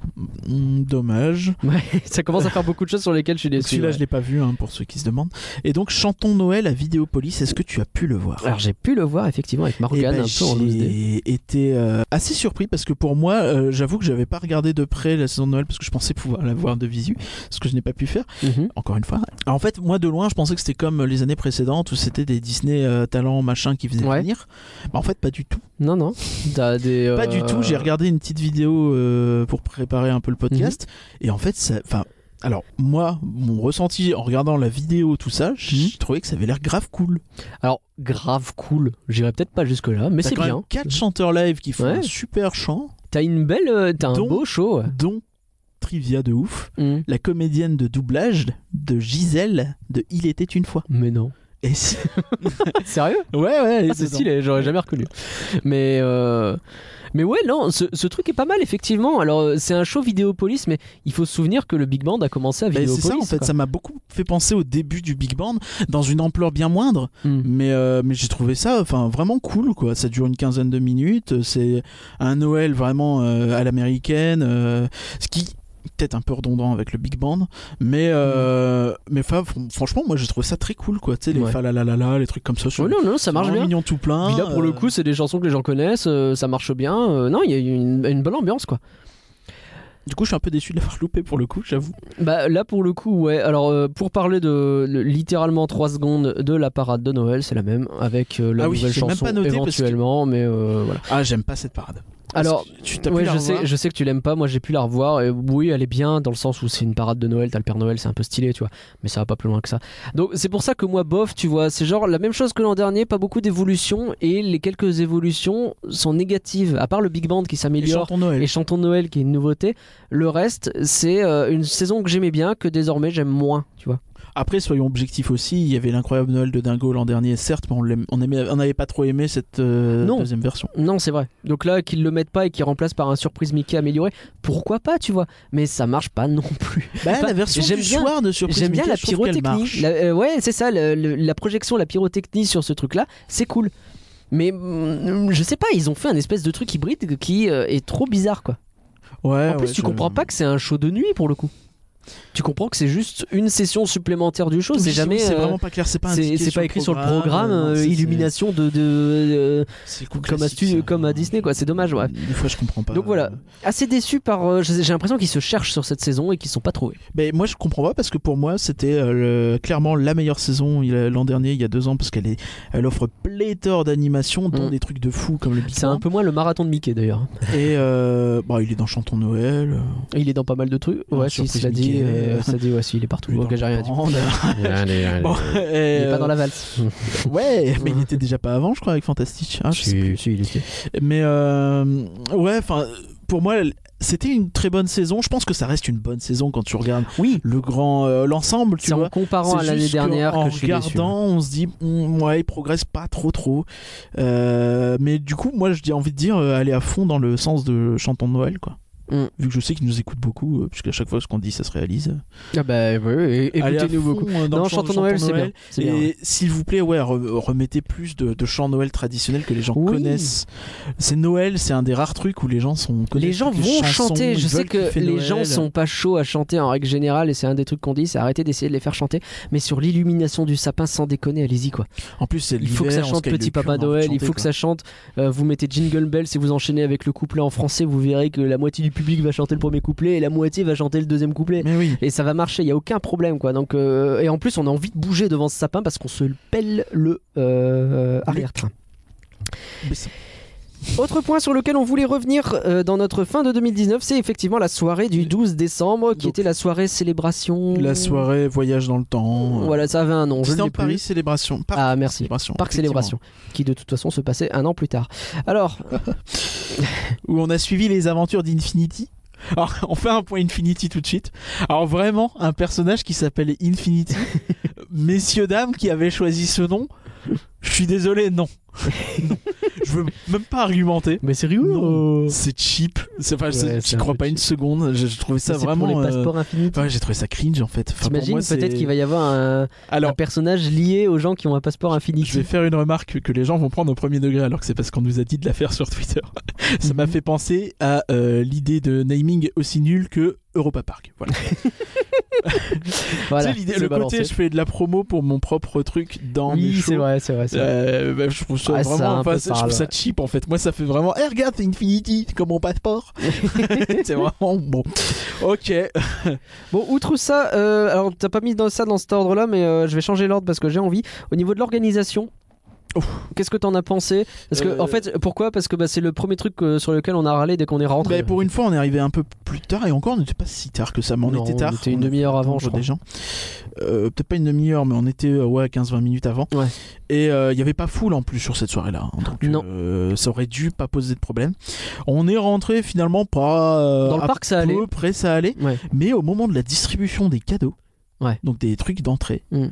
Mm, Dommage. Ouais, ça commence à faire beaucoup de choses sur lesquelles je suis Donc déçu. Celui-là, ouais. je l'ai pas vu, hein, pour ceux qui se demandent. Et donc, Chantons Noël à Vidéopolis, est-ce que tu as pu le voir Alors j'ai pu le voir effectivement avec Eh Morgan ben, Ah, un peu en loose day. J'ai été euh, assez surpris parce que pour moi, euh, j'avoue que j'avais pas regardé de près la saison de Noël parce que je pensais pouvoir la voir de visu, ce que je n'ai pas pu faire, Mhm. encore une fois. Alors, en fait, moi de loin, je pensais que c'était comme les années précédentes où c'était des Disney euh, talents machin qui faisaient Ouais. venir. Bah, en fait, pas du tout. Non non, t'as des. euh, Mhm. Pas du tout. J'ai regardé une petite vidéo euh, pour préparer un peu le podcast. Et en fait, ça. Enfin, alors, moi, mon ressenti en regardant la vidéo, tout ça, Mhm. j'ai trouvé que ça avait l'air grave cool. Alors grave cool. J'irai peut-être pas jusque là, mais T'as c'est quand bien. même quatre chanteurs live qui font Ouais. un super chant, T'as une belle, euh, t'as un Donc- beau show. ouais. dont Trivia de ouf, Mhm. la comédienne de doublage de Gisèle de Il était une fois. Mais non. Et si- Sérieux Ouais, ouais, elle est Ah, c'est dedans. stylé, j'aurais jamais reconnu. Mais, euh, mais ouais, non, ce, ce truc est pas mal, effectivement. Alors, euh, c'est un show Vidéopolis, mais il faut se souvenir que le Big Band a commencé à Bah, Vidéopolis. c'est ça en fait, quoi. ça m'a beaucoup fait penser au début du Big Band, dans une ampleur bien moindre, Mm. Mais, euh, mais j'ai trouvé ça enfin, vraiment cool, quoi. Ça dure une quinzaine de minutes. euh, C'est un Noël vraiment euh, à l'américaine. euh, ce qui est peut-être un peu redondant avec le Big Band. Mais, euh, mais enfin, fr- franchement, moi, j'ai trouvé ça très cool, quoi. Tu sais, les Mm. Ouais. falalalala, les trucs comme ça. je- Ouais, non, non, ça c'est marche vraiment bien. mignon tout plein. Puis là, pour le euh, coup, c'est des chansons que les gens connaissent, euh, ça marche bien. euh, non, il y a eu une, une bonne ambiance, quoi. Du coup, je suis un peu déçu de l'avoir loupé, pour le coup, j'avoue. Bah, là, pour le coup, ouais. Alors, euh, pour parler de le- littéralement 3 secondes de la parade de Noël, c'est la même, avec euh, la Ah oui, nouvelle j'ai même chanson pas noté parce que- éventuellement, mais euh, voilà. Ah, j'aime pas cette parade. Alors, tu t'as pu ouais, la je sais, revoir je sais que tu l'aimes pas. Moi, j'ai pu la revoir. Et oui, elle est bien dans le sens où c'est une parade de Noël. T'as le Père Noël, c'est un peu stylé, tu vois. Mais ça va pas plus loin que ça. Donc, c'est pour ça que moi, bof, tu vois, c'est genre la même chose que l'an dernier. Pas beaucoup d'évolutions et les quelques évolutions sont négatives. À part le Big Band qui Et s'améliore chantons Noël. et Chantons Noël qui est une nouveauté. Le reste, c'est euh, une saison que j'aimais bien que désormais j'aime moins, tu vois. Après, soyons objectifs aussi, il y avait l'incroyable Noël de Dingo l'an dernier, certes, mais on l'aime- on aimait- on n'avait pas trop aimé cette euh, Non. deuxième version. Non, c'est vrai. Donc là, qu'ils le mettent pas et qu'ils remplacent par un surprise Mickey amélioré, pourquoi pas, tu vois Mais ça marche pas non plus. Bah, Enfin, la version j'aime du bien- soir de Surprise J'aime bien Mickey, la je trouve qu'elle pyrotechnie. marche. La- euh, ouais, c'est ça, le- le- la projection, la pyrotechnie sur ce truc-là, c'est cool. Mais mm, je sais pas, ils ont fait un espèce de truc hybride qui euh, est trop bizarre, quoi. Ouais, en plus, ouais, tu je- comprends pas que c'est un show de nuit pour le coup. Tu comprends que c'est juste une session supplémentaire du show. Oui, c'est oui, jamais. C'est euh, vraiment pas clair, c'est pas c'est indiqué c'est pas écrit sur le programme non, euh, c'est- c'est- illumination de, de, euh, c'est le coup comme à classique, studio- ça. comme à Disney, quoi. C'est dommage, ouais. Des fois, Ah, je comprends pas. Donc voilà. assez déçu par euh, j'ai j'ai l'impression qu'ils se cherchent sur cette saison et qu'ils sont pas trouvés Mais moi, je comprends pas parce que pour moi, c'était euh, le- clairement la meilleure saison il y a- l'an dernier, il y a deux ans, parce qu'elle est... elle offre pléthore d'animations, dont Mm. des trucs de fou comme le Big c'est un Bang. peu moins le marathon de Mickey d'ailleurs Et euh, bah, il est dans Chantons Noël. euh, il est dans pas mal de trucs Ouais, ouais si, surprise ça dit Mickey. euh, ça dit ouais si il est partout il est ok dans j'ai rien dit Big Bang. Bon, il et, est pas dans euh, la valse Ouais, mais il était déjà pas avant, je crois, avec Fantastic. hein, je sais Si, si, il était. plus. Mais euh, ouais, enfin, pour moi, c'était une très bonne saison. Je pense que ça reste une bonne saison quand tu regardes oui le grand, euh, l'ensemble, tu c'est en vois. comparant à C'est l'année juste que dernière en que je suis déçu hein. regardant, on se dit, mm, ouais, il progresse pas trop, trop. Euh, mais du coup, moi, j'ai envie de dire, euh, aller à fond dans le sens de Chantons de Noël, quoi. Mm. Vu que je sais qu'ils nous écoutent beaucoup, euh, puisqu'à chaque fois ce qu'on dit, ça se réalise. ah bah oui Allez à écoutez-nous fond, beaucoup euh, dans non le sens de chantons Noël c'est bien c'est bien ouais. et s'il vous plaît, ouais, re- remettez plus de, de chants Noël traditionnels que les gens Oui. connaissent. C'est Noël, c'est un des rares trucs où les gens sont. les connaissent gens toutes vont chansons, chanter. ils Je sais veulent que kiffer les Noël. gens sont pas chauds à chanter en règle générale, et c'est un des trucs qu'on dit, c'est arrêter d'essayer de les faire chanter. Mais sur l'illumination du sapin, sans déconner, allez-y quoi. En plus, c'est Il faut que ça l'hiver, on se chante caille Petit le cul, on a Papa envie de Noël, il chanter, faut quoi. que ça chante. Euh, vous mettez Jingle Bell, si vous enchaînez avec le couplet en français, vous verrez que la moitié du public va chanter le premier couplet et la moitié va chanter le deuxième couplet. Mais oui. Et ça va marcher, il y a aucun problème quoi. Donc euh, et en plus on a envie de bouger devant ce sapin parce qu'on se pèle le euh, arrière-train. Mais c'est- Autre point sur lequel on voulait revenir euh, dans notre fin de 2019, c'est effectivement la soirée du 12 décembre qui Donc, était la soirée célébration. La soirée voyage dans le temps. euh, Voilà, ça avait un nom. Je C'était ne en l'ai plus. Paris Célébration. Parc Ah merci. Célébration. Parc effectivement. Célébration, qui de toute façon se passait un an plus tard. Alors, où on a suivi les aventures d'Infinity. Alors, on fait un point Infinity tout de suite. Alors, vraiment, un personnage qui s'appelle Infinity. Messieurs, dames, qui avaient choisi ce nom, je suis désolé, non. Non. Je veux même pas argumenter. mais euh, sérieux Non. C'est cheap. C'est- Enfin, c'est- Ouais, c'est j'y un crois peu pas une seconde. Je, je trouvais ça C'est pour les vraiment. euh, passeports infinis. ouais, j'ai trouvé ça cringe en fait. Enfin, pour T'imagines moi, c'est- peut-être qu'il va y avoir un, un Alors, personnage lié aux gens qui ont un passeport infini. je vais faire une remarque que les gens vont prendre au premier degré alors que c'est parce qu'on nous a dit de la faire sur Twitter. Ça Mhm. m'a fait penser à euh, l'idée de naming aussi nul que Europa Park. Voilà. Voilà, Tu sais, l'idée- c'est le balancé. côté je fais de la promo pour mon propre truc dans mes Oui, shows. c'est vrai, c'est vrai. c'est vrai. Euh, bah, je trouve ça Ah, ça, vraiment un peu enfin, je trouve parle, ça ouais. cheap en fait. Moi ça fait vraiment Eh regarde c'est Infinity c'est comme mon passeport. c'est vraiment bon. OK. Bon, outre ça, euh, alors t'as pas mis dans ça dans cet ordre-là, mais euh, je vais changer l'ordre parce que j'ai envie. Au niveau de l'organisation. Ouf. Qu'est-ce que t'en as pensé Parce que Euh, en fait, pourquoi Parce que bah, c'est le premier truc euh, sur lequel on a râlé dès qu'on est rentré. Bah, pour une fois on est arrivé un peu plus tard et encore on n'était pas si tard que ça mais on Non, était on tard. était une a fait demi-heure avant, attendre je crois. des gens. Euh, peut-être pas une demi-heure mais on était euh, ouais 15-20 minutes avant. Ouais. Et euh, il y avait pas foule en plus sur cette soirée-là. hein. donc Non. euh, ça aurait dû pas poser de problème. On est rentré finalement pas euh, Dans le à parc, ça allait. peu près ça allait. Ouais. Mais au moment de la distribution des cadeaux, Ouais. donc des trucs d'entrée, Mm.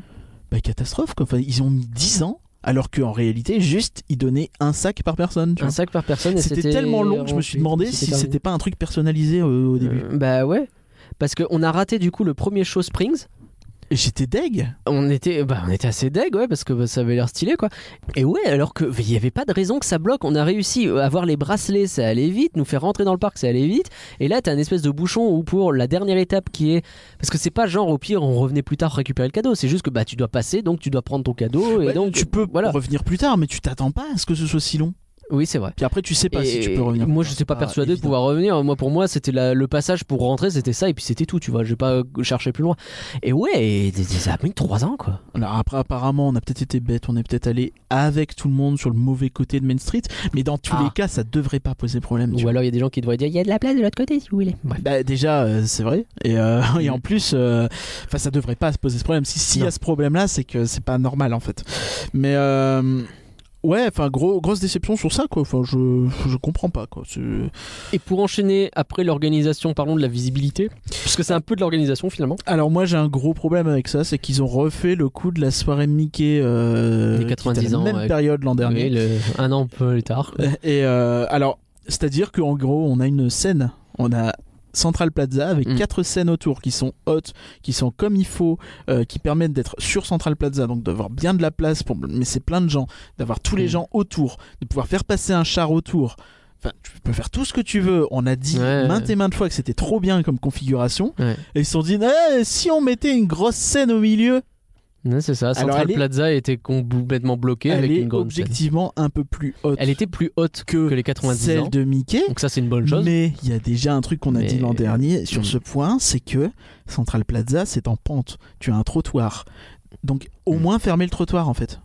bah, catastrophe. Quoi. Enfin, ils ont mis 10 ans, alors qu'en réalité, juste, ils donnaient un sac par personne. tu Un vois. sac par personne. et C'était tellement long que je me suis demandé si terminé. c'était pas un truc personnalisé euh, au début. Euh, bah ouais. Parce qu'on a raté du coup le premier show Springs. Et j'étais deg. On était, bah, on était assez deg, ouais, parce que bah, ça avait l'air stylé, quoi. Et ouais, alors que il n'y avait pas de raison que ça bloque. On a réussi à avoir les bracelets, ça allait vite. Nous faire rentrer dans le parc, ça allait vite. Et là, t'as un espèce de bouchon où pour la dernière étape qui est, parce que c'est pas genre au pire, on revenait plus tard récupérer le cadeau. C'est juste que bah tu dois passer, donc tu dois prendre ton cadeau et Bah, donc tu peux voilà. revenir plus tard, mais tu t'attends pas à ce que ce soit si long. Oui, c'est vrai. Puis après, tu sais pas si Et tu peux revenir. Moi, je suis pas Ah, persuadé de évident. pouvoir revenir. Moi, pour moi, c'était la- le passage pour rentrer, c'était ça, et puis c'était tout, tu vois. J'ai pas euh, cherché plus loin. Et ouais, et- et- ça a pris 3 ans, quoi. Alors après, apparemment, on a peut-être été bête, on est peut-être allé avec tout le monde sur le mauvais côté de Main Street, mais dans tous Ah. les cas, ça devrait pas poser problème. tu Ou vois. alors, il y a des gens qui devraient dire il y a de la place de l'autre côté, si vous voulez. Bref. Bah, déjà, euh, c'est vrai. Et, euh, et en plus, euh, enfin, ça devrait pas se poser ce problème. Si s'il y Mm. Non. a ce problème-là, c'est que c'est pas normal en fait. Mais euh, ouais, enfin, gros, grosse déception sur ça, quoi. Enfin, je, je comprends pas, quoi. C'est- Et pour enchaîner, après l'organisation, parlons de la visibilité. Puisque c'est un peu de l'organisation, finalement. Alors moi, j'ai un gros problème avec ça, c'est qu'ils ont refait le coup de la soirée Mickey euh, Des qui était 90 à ans, la même ouais. période l'an dernier. Oui, le- un an plus tard. Et euh, alors, c'est-à-dire qu'en gros, on a une scène, on a Central Plaza avec Mm. quatre scènes autour qui sont hautes, qui sont comme il faut, euh, qui permettent d'être sur Central Plaza, donc d'avoir bien de la place pour, mais c'est plein de gens, d'avoir tous les Mm. gens autour, de pouvoir faire passer un char autour. Enfin, tu peux faire tout ce que tu veux. On a dit Ouais. maintes et maintes fois que c'était trop bien comme configuration. Ouais. Et ils se sont dit, Eh, si on mettait une grosse scène au milieu, Ouais, c'est ça. Central elle est- Plaza était complètement bloqué elle avec est une grande scène. objectivement un peu plus haute Elle était plus haute que que les 90 celle ans. de Mickey. Donc ça, c'est une bonne chose. Mais il y a déjà un truc qu'on a Mais- dit l'an dernier sur Mm. ce point, c'est que Central Plaza, c'est en pente. Tu as un trottoir. Donc au Mm. moins fermer le trottoir en fait.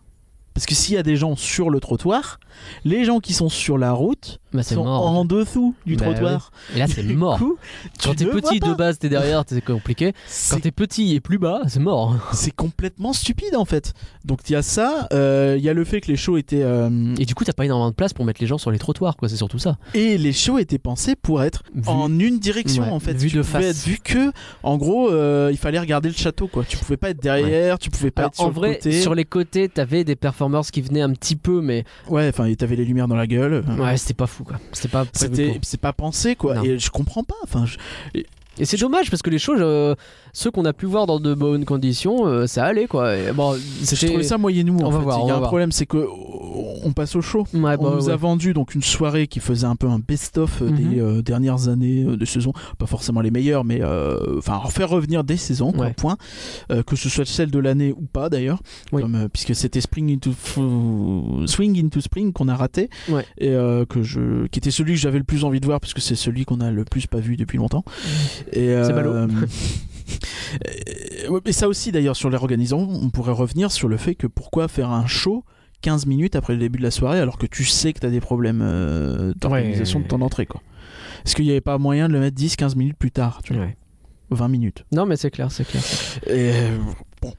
Parce que s'il y a des gens sur le trottoir, les gens qui sont sur la route Bah, c'est sont mort. en dessous du Bah trottoir. Et là, c'est Du mort. coup, Quand tu t'es ne petit vois de pas. base, t'es derrière, c'est compliqué. Quand c'est t'es petit et plus bas, c'est mort. c'est complètement stupide en fait. Donc il y a ça, euh, il y a le fait que les shows étaient euh, Et du coup, t'as pas énormément de place pour mettre les gens sur les trottoirs, quoi. C'est surtout ça. et les shows étaient pensés pour être Vu- en une direction Ouais, en fait vue tu de pouvais être face. vu que en gros euh, il fallait regarder le château quoi tu pouvais pas être derrière tu pouvais pas Alors, être sur en le vrai, côté sur les côtés, t'avais des performers qui venaient un petit peu, mais ouais enfin t'avais les lumières dans la gueule euh, ouais, c'était pas fou, quoi. Mm. C'était pas prévu c'était pour. c'est pas pensé quoi Non. et je comprends pas enfin je- Et c'est dommage parce que les choses, euh, ceux qu'on a pu voir dans de bonnes conditions, euh, ça allait, quoi. Et bon, je c'était. trouvais ça moyennou On en va fait voir, il on y va a un voir. problème c'est que oh, on passe au show Ouais, bah, on nous ouais. a vendu donc une soirée qui faisait un peu un best-of euh, Mhm. des euh, dernières années euh, de saison, pas forcément les meilleures, mais euh, enfin faire revenir des saisons, quoi, Ouais. point, Euh, que ce soit celle de l'année ou pas d'ailleurs, Oui. Comme, euh, puisque c'était Spring into F- Swing into Spring qu'on a raté Ouais. et euh, que je, qui était celui que j'avais le plus envie de voir puisque c'est celui qu'on a le plus pas vu depuis longtemps. Et, euh, C'est ballot. et- Euh, ouais, mais ça aussi d'ailleurs sur les organisants, on pourrait revenir sur le fait que pourquoi faire un show 15 minutes après le début de la soirée alors que tu sais que tu as des problèmes euh, d'organisation Ouais. de ton entrée quoi. Est-ce qu'il n'y avait pas moyen de le mettre 10-15 minutes plus tard, tu vois, Ouais. 20 minutes Non, mais c'est clair, c'est clair. Et, euh, bon.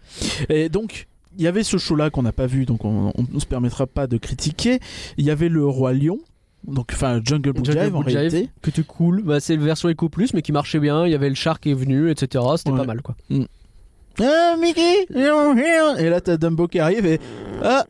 Et donc il y avait ce show là qu'on n'a pas vu donc on, on, on se permettra pas de critiquer. Il y avait le roi lion donc enfin Jungle Book Jungle Jive en Boot Jive, réalité. que tu cool. Bah, c'est le version éco plus, mais qui marchait bien. Il y avait le char qui est venu, etc. C'était Ouais. pas mal, quoi. Ah, Mickey Et là, t'as Dumbo qui arrive et. Ah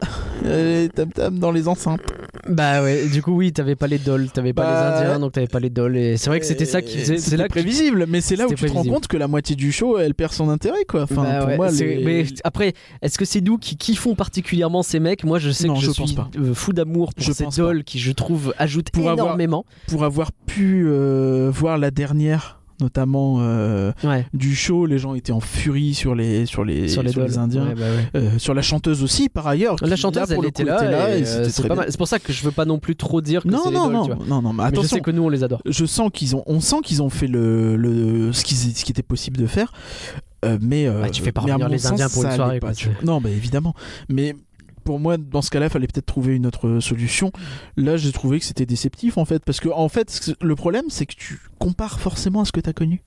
euh, Tam Tam dans les enceintes. Bah ouais. Du coup, oui, t'avais pas les dolls, t'avais pas Bah, les Indiens, donc t'avais pas les dolls. Et c'est vrai que c'était ça qui faisait. C'est C'était là que tu- prévisible, mais c'est là où tu C'était te rends prévisible. compte que la moitié du show, elle perd son intérêt, quoi. Enfin, Bah pour ouais, moi, c'est- les- mais après, est-ce que c'est nous qui kiffons particulièrement ces mecs Moi, je sais Non, que je, je suis pense pas. euh, fou d'amour pour Je ces pense dolls qui, je trouve, ajoutent Pour avoir- énormément. pour avoir pu euh, voir la dernière notamment euh, Ouais. du show les gens étaient en furie sur les sur les Sur les dolls. indiens Ouais, bah ouais. Euh, sur la chanteuse aussi par ailleurs qui, La là, chanteuse, pour elle le était coup, là. et, et euh, c'était c'est très pas bien. mal. C'est pour ça que je veux pas non plus trop dire que c'est non les non dolls, tu vois. non non non mais Mais je attention sais que nous, on les adore. je sens qu'ils ont, on sent qu'ils ont fait le, le ce qui, ce qui était possible de faire, Euh, mais euh, Ah, tu fais pas mais à revenir mon les sens, Indiens pour ça une allait soirée, pas, quoi, tu vois. c'est- Non, bah évidemment. Mais pour moi, dans ce cas-là, fallait peut-être trouver une autre euh, solution. Là, j'ai trouvé que c'était déceptif en fait, parce que en fait, ce- le problème, c'est que tu compares forcément à ce que t'as connu.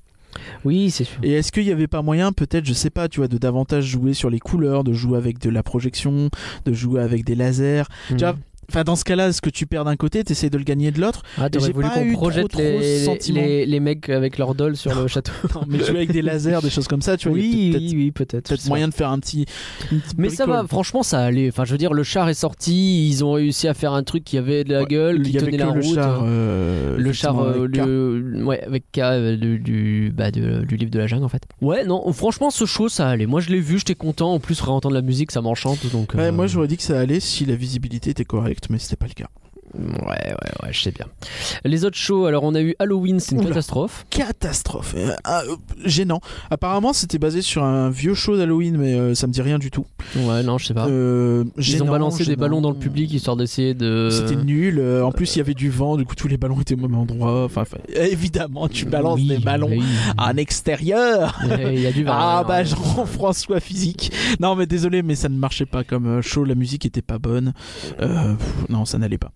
Oui, c'est sûr. Et est-ce qu'il n'y avait pas moyen, peut-être, je sais pas, tu vois, de davantage jouer sur les couleurs, de jouer avec de la projection, de jouer avec des lasers. Mm. Tu vois, enfin, dans ce cas-là, ce que tu perds d'un côté, t'essayes de le gagner de l'autre. Ah, t'aurais j'ai voulu pas qu'on eu trop, projette trop les, sentiment. les, les mecs avec leurs dolls sur le château. Non, mais jouer avec des lasers, des choses comme ça, tu vois. il y a oui, peut-être- oui, oui, peut-être. peut-être c'est moyen de faire un petit. une petite Mais ça bricole. va, franchement, ça allait. Enfin, je veux dire, le char est sorti, ils ont réussi à faire un truc qui avait de la Ouais, gueule, qui il y avait tenait que la le route. Char, euh, le char, effectivement, euh, avec K. le- ouais, avec K euh, du, du- bah, de- du livre de la jungle en fait. Ouais, non, oh, franchement, ce show ça allait. Moi, je l'ai vu, j'étais content. En plus, réentendre la musique, ça m'enchante. Donc, Ouais, euh, moi j'aurais dit que ça allait si la visibilité était correcte, mais c'était pas le cas. euh, Ouais, ouais, ouais, je sais bien. Les autres shows, alors on a eu Halloween, c'est une Oula. catastrophe. Catastrophe. Euh, ah, euh, gênant. Apparemment, c'était basé sur un vieux show d'Halloween, mais euh, ça me dit rien du tout. Ouais, non, je sais pas. Euh, Ah. Ils gênant, ont balancé des gênant. ballons dans le public histoire d'essayer de. C'était nul. euh, En plus, il y avait du vent, du coup, tous les ballons étaient au même endroit. Enfin, enfin, évidemment, tu balances Euh, Oui, des ballons oui. en extérieur. Il y a du hein. vent. Ah ouais, bah non. Jean-François Physique. Non mais désolé mais ça ne marchait pas comme euh, show, la musique était pas bonne. Euh, pff, non ça n'allait pas.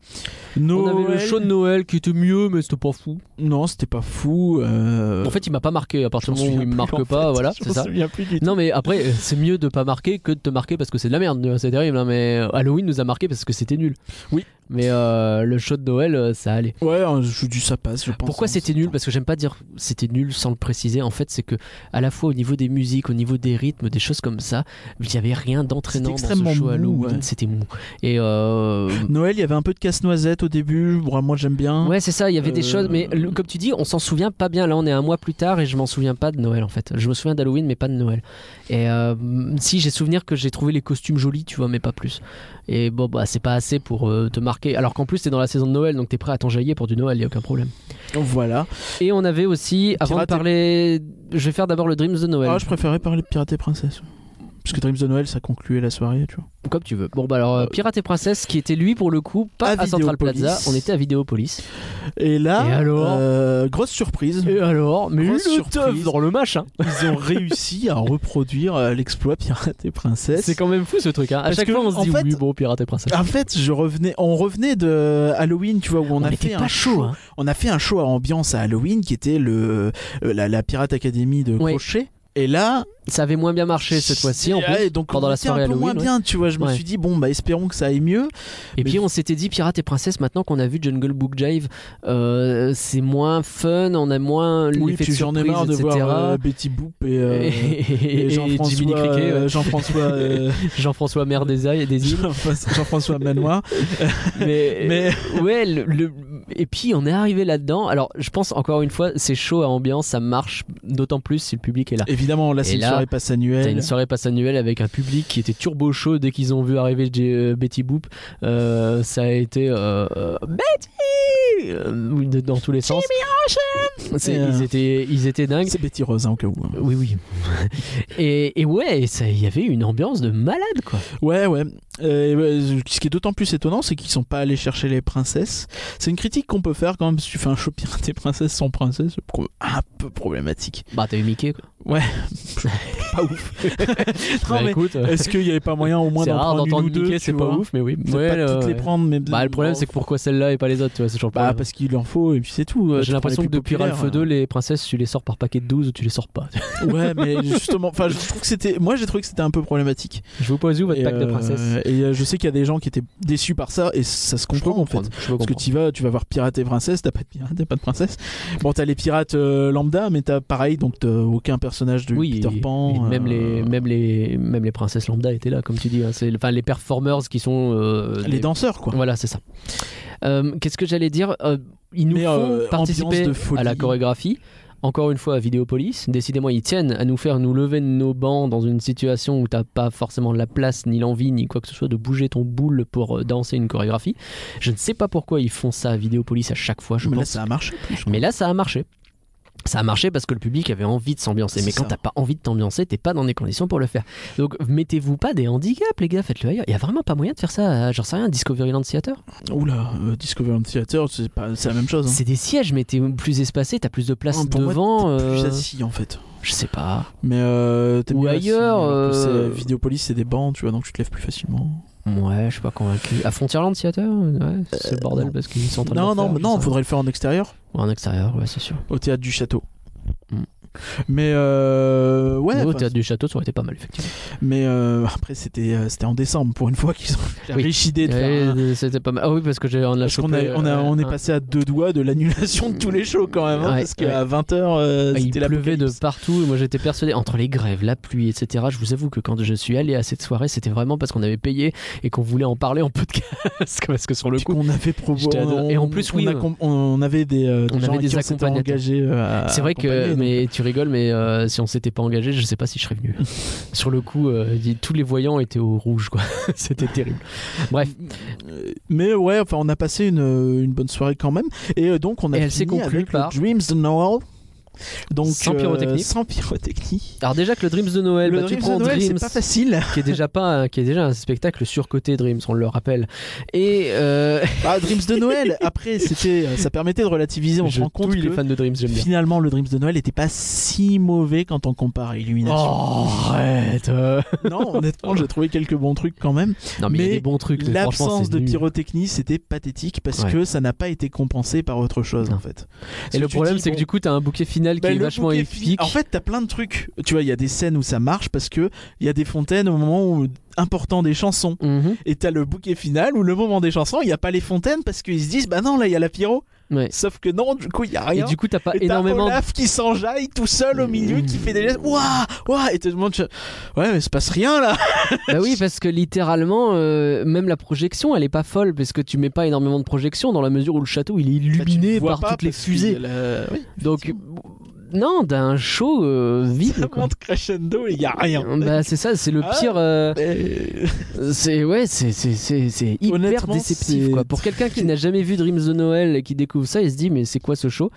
On Noël, avait le show de Noël qui était mieux, mais c'était pas fou. Non c'était pas fou. euh, En fait, il m'a pas marqué. À partir j'en du moment où souviens il me plus, marque en pas, fait. voilà, Je c'est m'en ça. souviens plus du tout. Non, mais après, euh, c'est mieux de pas marquer que de te marquer parce que c'est de la merde. euh, C'est terrible, hein, mais euh, Halloween nous a marqué parce que c'était nul. Oui. Mais euh, le show de Noël, euh, ça allait. Ouais euh, je dis ça passe je pense. Pourquoi hein, c'était c'est- nul Parce que j'aime pas dire c'était nul sans le préciser. En fait, c'est que à la fois au niveau des musiques, au niveau des rythmes, des choses comme ça, il y avait rien d'entraînant dans C'était ce show extrêmement mou, hein. Halloween. ouais. C'était mou. Et euh, Noël il y avait un peu de casse-noisette au début. Bon, moi j'aime bien. ouais, c'est ça. Il y avait des Euh, choses, mais le- comme tu dis, on s'en souvient pas bien. Là, on est un mois plus tard et je m'en souviens pas de Noël en fait. Je me souviens d'Halloween, mais pas de Noël. Et euh, si j'ai souvenir que j'ai trouvé les costumes jolis, tu vois, mais pas plus. Et bon, bah c'est pas assez pour euh, te marquer. Alors qu'en plus, t'es dans la saison de Noël, donc t'es prêt à t'enjailler pour du Noël, y a aucun problème. Donc, voilà. Et on avait aussi, avant de Pirate et- parler, je vais faire d'abord le Dreams de Noël, Ah je préférais parler de Pirates et Princesse. Parce que Dreams de Noël ça concluait la soirée tu vois. comme tu veux. Bon bah alors, euh, Pirate et Princesse, qui était lui pour le coup pas À à, Central Vidéopolis. Plaza, on était à Vidéopolis. Et là Et alors euh, grosse surprise. Et alors, mais Grosse le surprise. teuf dans le match, hein. Ils ont réussi à reproduire euh, l'exploit Pirates et Princesse. c'est quand même fou ce truc. Hein. À Parce chaque que, fois, on se en dit fait- Ah, oui, bon, Pirate et Princesse. En fait, je revenais, on revenait de Halloween, tu vois, où on, On a était fait pas un chaud, show- hein. On a fait un show à ambiance à Halloween qui était le euh, la, la Pirate Academy de Ouais. Crochet. Et là, Ça avait moins bien marché cette fois-ci, en ouais, plus, donc pendant on la était soirée un peu Halloween. moins ouais. bien, tu vois. Je Ouais. me suis dit bon, bah espérons que ça aille mieux. Et Mais- puis on s'était dit Pirate et Princesse, maintenant qu'on a vu Jungle Book Jive, euh, c'est moins fun, on a moins Oui, l'effet de puis j'en ai surprise, marre de etc. voir euh, Betty Boop et, euh, et, et Jiminy Jean-François Cricket, ouais. euh, Jean-François euh, Jean-François Maire des Ailes et des îles. Jean-François Manoir. mais, Mais- ouais le, le- et puis on est arrivé là-dedans alors je pense encore une fois c'est chaud à ambiance ça marche d'autant plus si le public est là Évidemment, là Et c'est une là, soirée passe T'as une annuelle. soirée passe annuelle avec un public qui était turbo chaud dès qu'ils ont vu arriver J- euh, Betty Boop. Euh, ça a été euh, euh, Betty Euh, de- dans tous les sens. C'est- Et, euh, Ils étaient, ils étaient dingues. C'est Betty Rose hein, au cas où. hein. Oui, oui. Et, et ouais, ça- il y avait une ambiance de malade, quoi. Ouais, ouais. Euh, ouais, ce qui est d'autant plus étonnant, c'est qu'ils sont pas allés chercher les princesses. C'est une critique qu'on peut faire quand même si tu fais un show pirate et princesse sans princesse, c'est pro- un peu problématique. Bah, t'as eu Mickey, quoi. Pas ouf. Non, Bah, mais écoute, euh, Est-ce qu'il n'y avait pas moyen au moins c'est d'en rare prendre une d'entendre ou deux Mickey, tu c'est pas vois ouf, mais oui. Peut-être Ouais, pas là, toutes les ouais. prendre, mais Bah, le problème, c'est que pourquoi celle-là et pas les autres, tu vois, c'est toujours le bah problème. parce qu'il en faut et puis c'est tout. Euh, J'ai l'impression que depuis le Ralph 2, les princesses, tu les sors par paquet de 12 ou tu les sors pas. euh, Ouais, mais justement, enfin, je trouve que c'était, moi, j'ai trouvé que c'était un peu problématique. Je vous pose où votre et, pack de euh, princesses et euh, je sais qu'il y a des gens qui étaient déçus par ça et ça se comprend en fait. Je peux Parce que comprendre. tu vas, tu vas voir pirate et princesse, t'as pas de pirate, t'as pas de princesse. Bon, t'as les pirates euh, lambda, mais t'as pareil, donc t'as aucun personnage de Oui, Peter et- Pan. et même, euh, les, même, les, même les princesses lambda étaient là, comme tu dis. hein. C'est, enfin, les performers qui sont. euh, les des- danseurs, quoi. Voilà, c'est ça. Euh, qu'est-ce que j'allais dire Euh, Ils nous Mais, font euh, participer ambiance de folie. à la chorégraphie. Encore une fois, à Vidéopolis. Décidément, ils tiennent à nous faire nous lever de nos bancs dans une situation où t'as pas forcément la place, ni l'envie, ni quoi que ce soit de bouger ton boule pour euh, danser une chorégraphie. Je ne sais pas pourquoi ils font ça à Vidéopolis à chaque fois. Je mais là, pense ça a marché. mais là, ça a marché. Ça a marché parce que le public avait envie de s'ambiancer. C'est Mais quand ça. t'as pas envie de t'ambiancer, t'es pas dans les conditions pour le faire. Donc mettez-vous pas des handicaps, les gars, faites-le ailleurs. Il y a vraiment pas moyen de faire ça. à, J'en sais rien, Discoveryland Theater. Oula, euh, Discovery Theater, c'est pas, c'est la même chose. hein. C'est des sièges, mais t'es plus espacé, t'as plus de place Non, pour moi, devant. t'es plus euh, assis en fait. je sais pas. Mais euh, t'es Ou mieux assis, ailleurs, alors que euh, c'est- Vidéopolis, c'est des bancs, tu vois, donc tu te lèves plus facilement. Ouais, je suis pas convaincu. À Frontierland Theater, ouais, c'est le Euh, bordel non. parce qu'ils sont en train de Non, le non, faire, mais je non, sais faudrait le faire en extérieur, pas. Ouais, en extérieur, ouais, c'est sûr. au théâtre du château. Mm. Mais euh, ouais, Mais au enfin, théâtre du château, ça aurait été pas mal, effectivement. mais euh, après c'était euh, c'était en décembre pour une fois qu'ils ont la Oui. riche idée de faire un- Ouais, C'était pas mal. Ah oui, parce que j'ai on a hein. Parce qu'on chopé, a- on, a- on est euh, passé à deux doigts de l'annulation de tous les shows quand même, hein, Ouais, parce ouais. qu'à 20h, Ah, il c'était la pleuvait de partout. et Moi, j'étais persuadé entre les grèves, la pluie, etc. Je vous avoue que quand je suis allé à cette soirée, c'était vraiment parce qu'on avait payé et qu'on voulait en parler en podcast. parce que sur le coup, qu'on avait provo- J'étais adoré. on- Et en plus, oui, on, a euh, com- on avait des, euh, des on gens avait avec des qui on s'était accompagnateurs. engagés, euh, à c'est vrai que accompagner, donc, mais tu tu rigoles, mais euh, si on s'était pas engagé, je sais pas si je serais venu. Sur le coup, euh, il- tous les voyants étaient au rouge, quoi. C'était terrible. Bref, euh, Mais ouais, enfin, on a passé une, euh, une bonne soirée quand même. Et euh, donc, on a Et elle s'est fini conclue avec le par- Dreams de Noël. Donc, euh, Sans pyrotechnie. sans pyrotechnie. alors déjà que le Dreams de Noël, le bah, tu Dreams prends de Noël, c'est Dreams, pas facile. qui est déjà pas, qui est déjà un spectacle surcoté Dreams, on le rappelle. Et euh, Bah, Dreams de Noël. Après, c'était, euh, ça permettait de relativiser. On se je rend compte touille les que fans de Dreams, j'aime bien. finalement, le Dreams de Noël n'était pas si mauvais quand on compare à Illumination. Oh, arrête. euh. Non, honnêtement, j'ai trouvé quelques bons trucs quand même. Non mais, il y a Mais des bons trucs. mais franchement, L'absence c'est de nul. pyrotechnie, c'était pathétique parce Ouais. que ça n'a pas été compensé par autre chose Non. en fait. Parce Et le tu problème, dis, c'est bon, que du coup, t'as un bouquet final bah, qui est le vachement bouquet épique. fi- En fait, t'as plein de trucs. Tu vois, il y a des scènes où ça marche parce que il y a des fontaines au moment où- euh, important des chansons. Mhm. Et t'as le bouquet final où le moment des chansons, il n'y a pas les fontaines parce qu'ils se disent bah non là il y a la pyro. Ouais. Sauf que non, du coup il y a Et rien. du coup, t'as pas Et t'as énormément. de- Mmh. Olaf qui s'enjaille tout seul au milieu, qui fait des gestes. Ouah, ouah, et tout le monde. tu- Ouais, mais se passe rien là. Bah oui, parce que littéralement, euh, même la projection, elle est pas folle, parce que tu mets pas énormément de projection dans la mesure où le château il est illuminé Bah, Vois par pas toutes les parce qu'il y a fusées. la- Oui, Donc, euh, non, d'un show euh, vide. ça quoi. monte crescendo et il y a rien. Bah c'est ça, c'est le Ah. pire. euh, Euh, c'est ouais, c'est c'est c'est c'est hyper Honnêtement, déceptif c'est quoi. Pour quelqu'un qui n'a jamais vu Dreams de Noël et qui découvre ça, il se dit mais c'est quoi ce show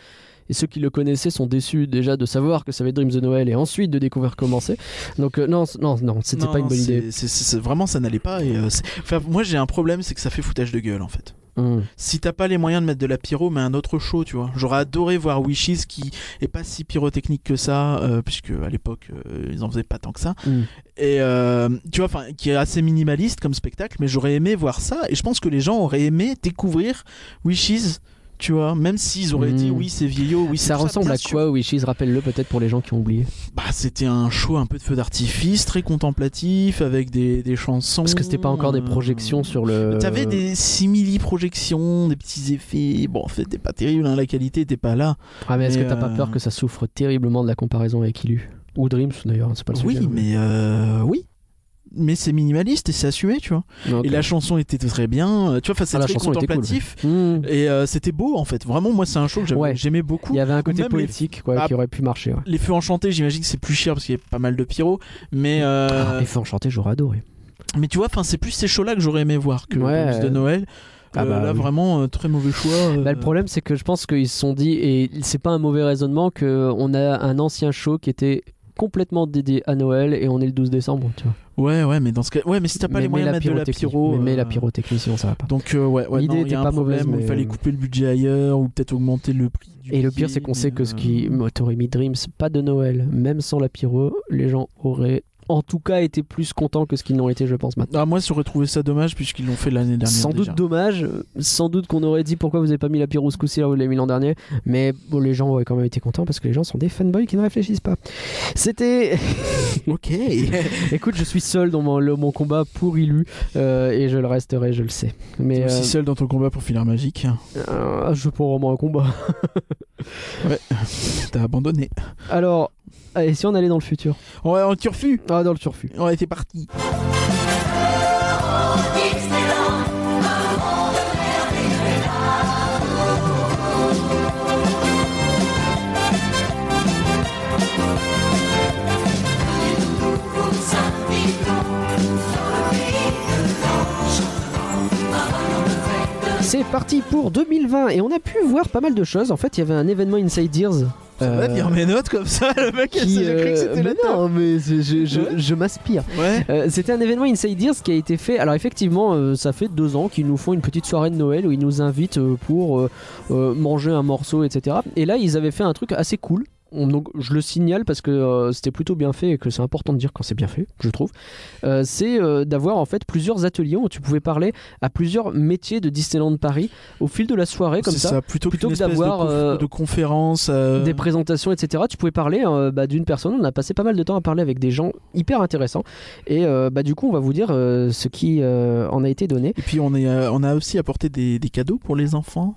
Et ceux qui le connaissaient sont déçus déjà de savoir que ça va être Dreams de Noël et ensuite de découvrir comment c'est. Donc euh, non, c- non, non, c'était non, pas une bonne c'est- idée. c'est- c'est- c'est- vraiment, ça n'allait pas. Et, euh, c'est- enfin, moi, j'ai un problème, c'est que ça fait foutage de gueule en fait. Hmm. Si t'as pas les moyens de mettre de la pyro, mais un autre show, tu vois. J'aurais adoré voir Wishes qui est pas si pyrotechnique que ça, euh, puisque à l'époque euh, ils en faisaient pas tant que ça. Mm. Et euh, tu vois, enfin, qui est assez minimaliste comme spectacle, mais j'aurais aimé voir ça. Et je pense que les gens auraient aimé découvrir Wishes, tu vois, même s'ils auraient Mm. dit oui c'est vieillot, oui c'est Ça tout ressemble bien à sûr. quoi Wishes Rappelle-le peut-être pour les gens qui ont oublié. Bah c'était un show un peu de feu d'artifice, très contemplatif, avec des, des chansons. Parce que c'était pas encore des euh, projections sur le. T'avais des simili-projections, des petits effets. Bon, en fait, t'es pas terrible, hein, la qualité était pas là. Ah mais est-ce que mais, t'as pas euh, peur que ça souffre terriblement de la comparaison avec Illu ou Dreams d'ailleurs hein, C'est pas le Oui, sujet, mais euh, oui. Mais c'est minimaliste et c'est assumé, tu vois. Non, ok. Et la chanson était très bien. euh, Tu vois, enfin, c'est Ah, la très chanson était cool. contemplatif. Hmm. Et euh, c'était beau, en fait. Vraiment, moi, c'est un show que j'avais- Ouais. j'aimais beaucoup. Il y avait un côté même les- poétique quoi, Ah. qui aurait pu marcher. Ouais. Les feux enchantés, j'imagine que c'est plus cher parce qu'il y a pas mal de pyro. Mais, euh, Ah, Effet enchanté, j'aurais adoré. mais tu vois, enfin, c'est plus ces shows-là que j'aurais aimé voir que Ouais. le Blues de Noël. Ah Euh, bah là, oui. vraiment, euh, très mauvais choix. Bah, euh, le problème, c'est que je pense qu'ils se sont dit, et c'est pas un mauvais raisonnement, qu'on a un ancien show qui était complètement dédié à Noël et on est le 12 décembre, tu vois. Ouais, ouais, mais dans ce cas. Ouais, mais si t'as pas les mais moyens de mettre de la pyrotechnie- pyro. mais, mais la euh, pyrotechnie, sinon ça va pas. Donc euh, ouais, ouais L'idée non, il était y a un pas mauvaise, problème, où mais- il fallait couper le budget ailleurs ou peut-être augmenter euh, le prix. Du Et le pire, billet, c'est qu'on sait que ce euh, qui. moi, T'aurais mis Dreams, pas de Noël, même sans la pyro, les gens auraient en tout cas été plus contents que ce qu'ils n'ont été, je pense, maintenant. Ah moi j'aurais trouvé ça dommage puisqu'ils l'ont fait l'année dernière. Sans déjà. doute dommage, euh, sans doute qu'on aurait dit pourquoi vous avez pas mis la pyro ce coup-ci là où vous l'avez mis l'an dernier, mais bon, les gens auraient quand même été contents parce que les gens sont des fanboys qui ne réfléchissent pas. C'était. Ok. Écoute, je suis seul dans mon, le- mon combat pour Illu euh, et je le resterai, je le sais. Mais T'es euh, aussi seul dans ton combat pour filer magique. euh, je prends vraiment un combat. T'as abandonné. Alors, et si on allait dans le futur Ouais, en turfu. Ah, dans le turfu. On était parti. C'est parti pour 2020 et on a pu voir pas mal de choses. En fait, il y avait un événement Inside Ears. Ça va euh, dire mes notes comme ça, le mec. qui, J'ai cru que euh, c'était mais la top. non, mais je, je- je- Ouais. je m'aspire. Ouais. Euh, c'était un événement Inside Ears qui a été fait. Alors effectivement, euh, ça fait deux ans qu'ils nous font une petite soirée de Noël où ils nous invitent euh, pour euh, euh, manger un morceau, etc. Et là, ils avaient fait un truc assez cool. On- donc je le signale parce que euh, c'était plutôt bien fait et que c'est important de dire quand c'est bien fait, je trouve. Euh, c'est euh, d'avoir en fait plusieurs ateliers où tu pouvais parler à plusieurs métiers de Disneyland Paris au fil de la soirée comme C'est ça. Plutôt, plutôt qu'une que espèce de, d'avoir, conf- euh, de conférence. euh, des présentations, etc. Tu pouvais parler euh, bah, d'une personne. On a passé pas mal de temps à parler avec des gens hyper intéressants. Et euh, bah, du coup, on va vous dire euh, ce qui euh, en a été donné. Et puis on, est, euh, on a aussi apporté des, des cadeaux pour les enfants.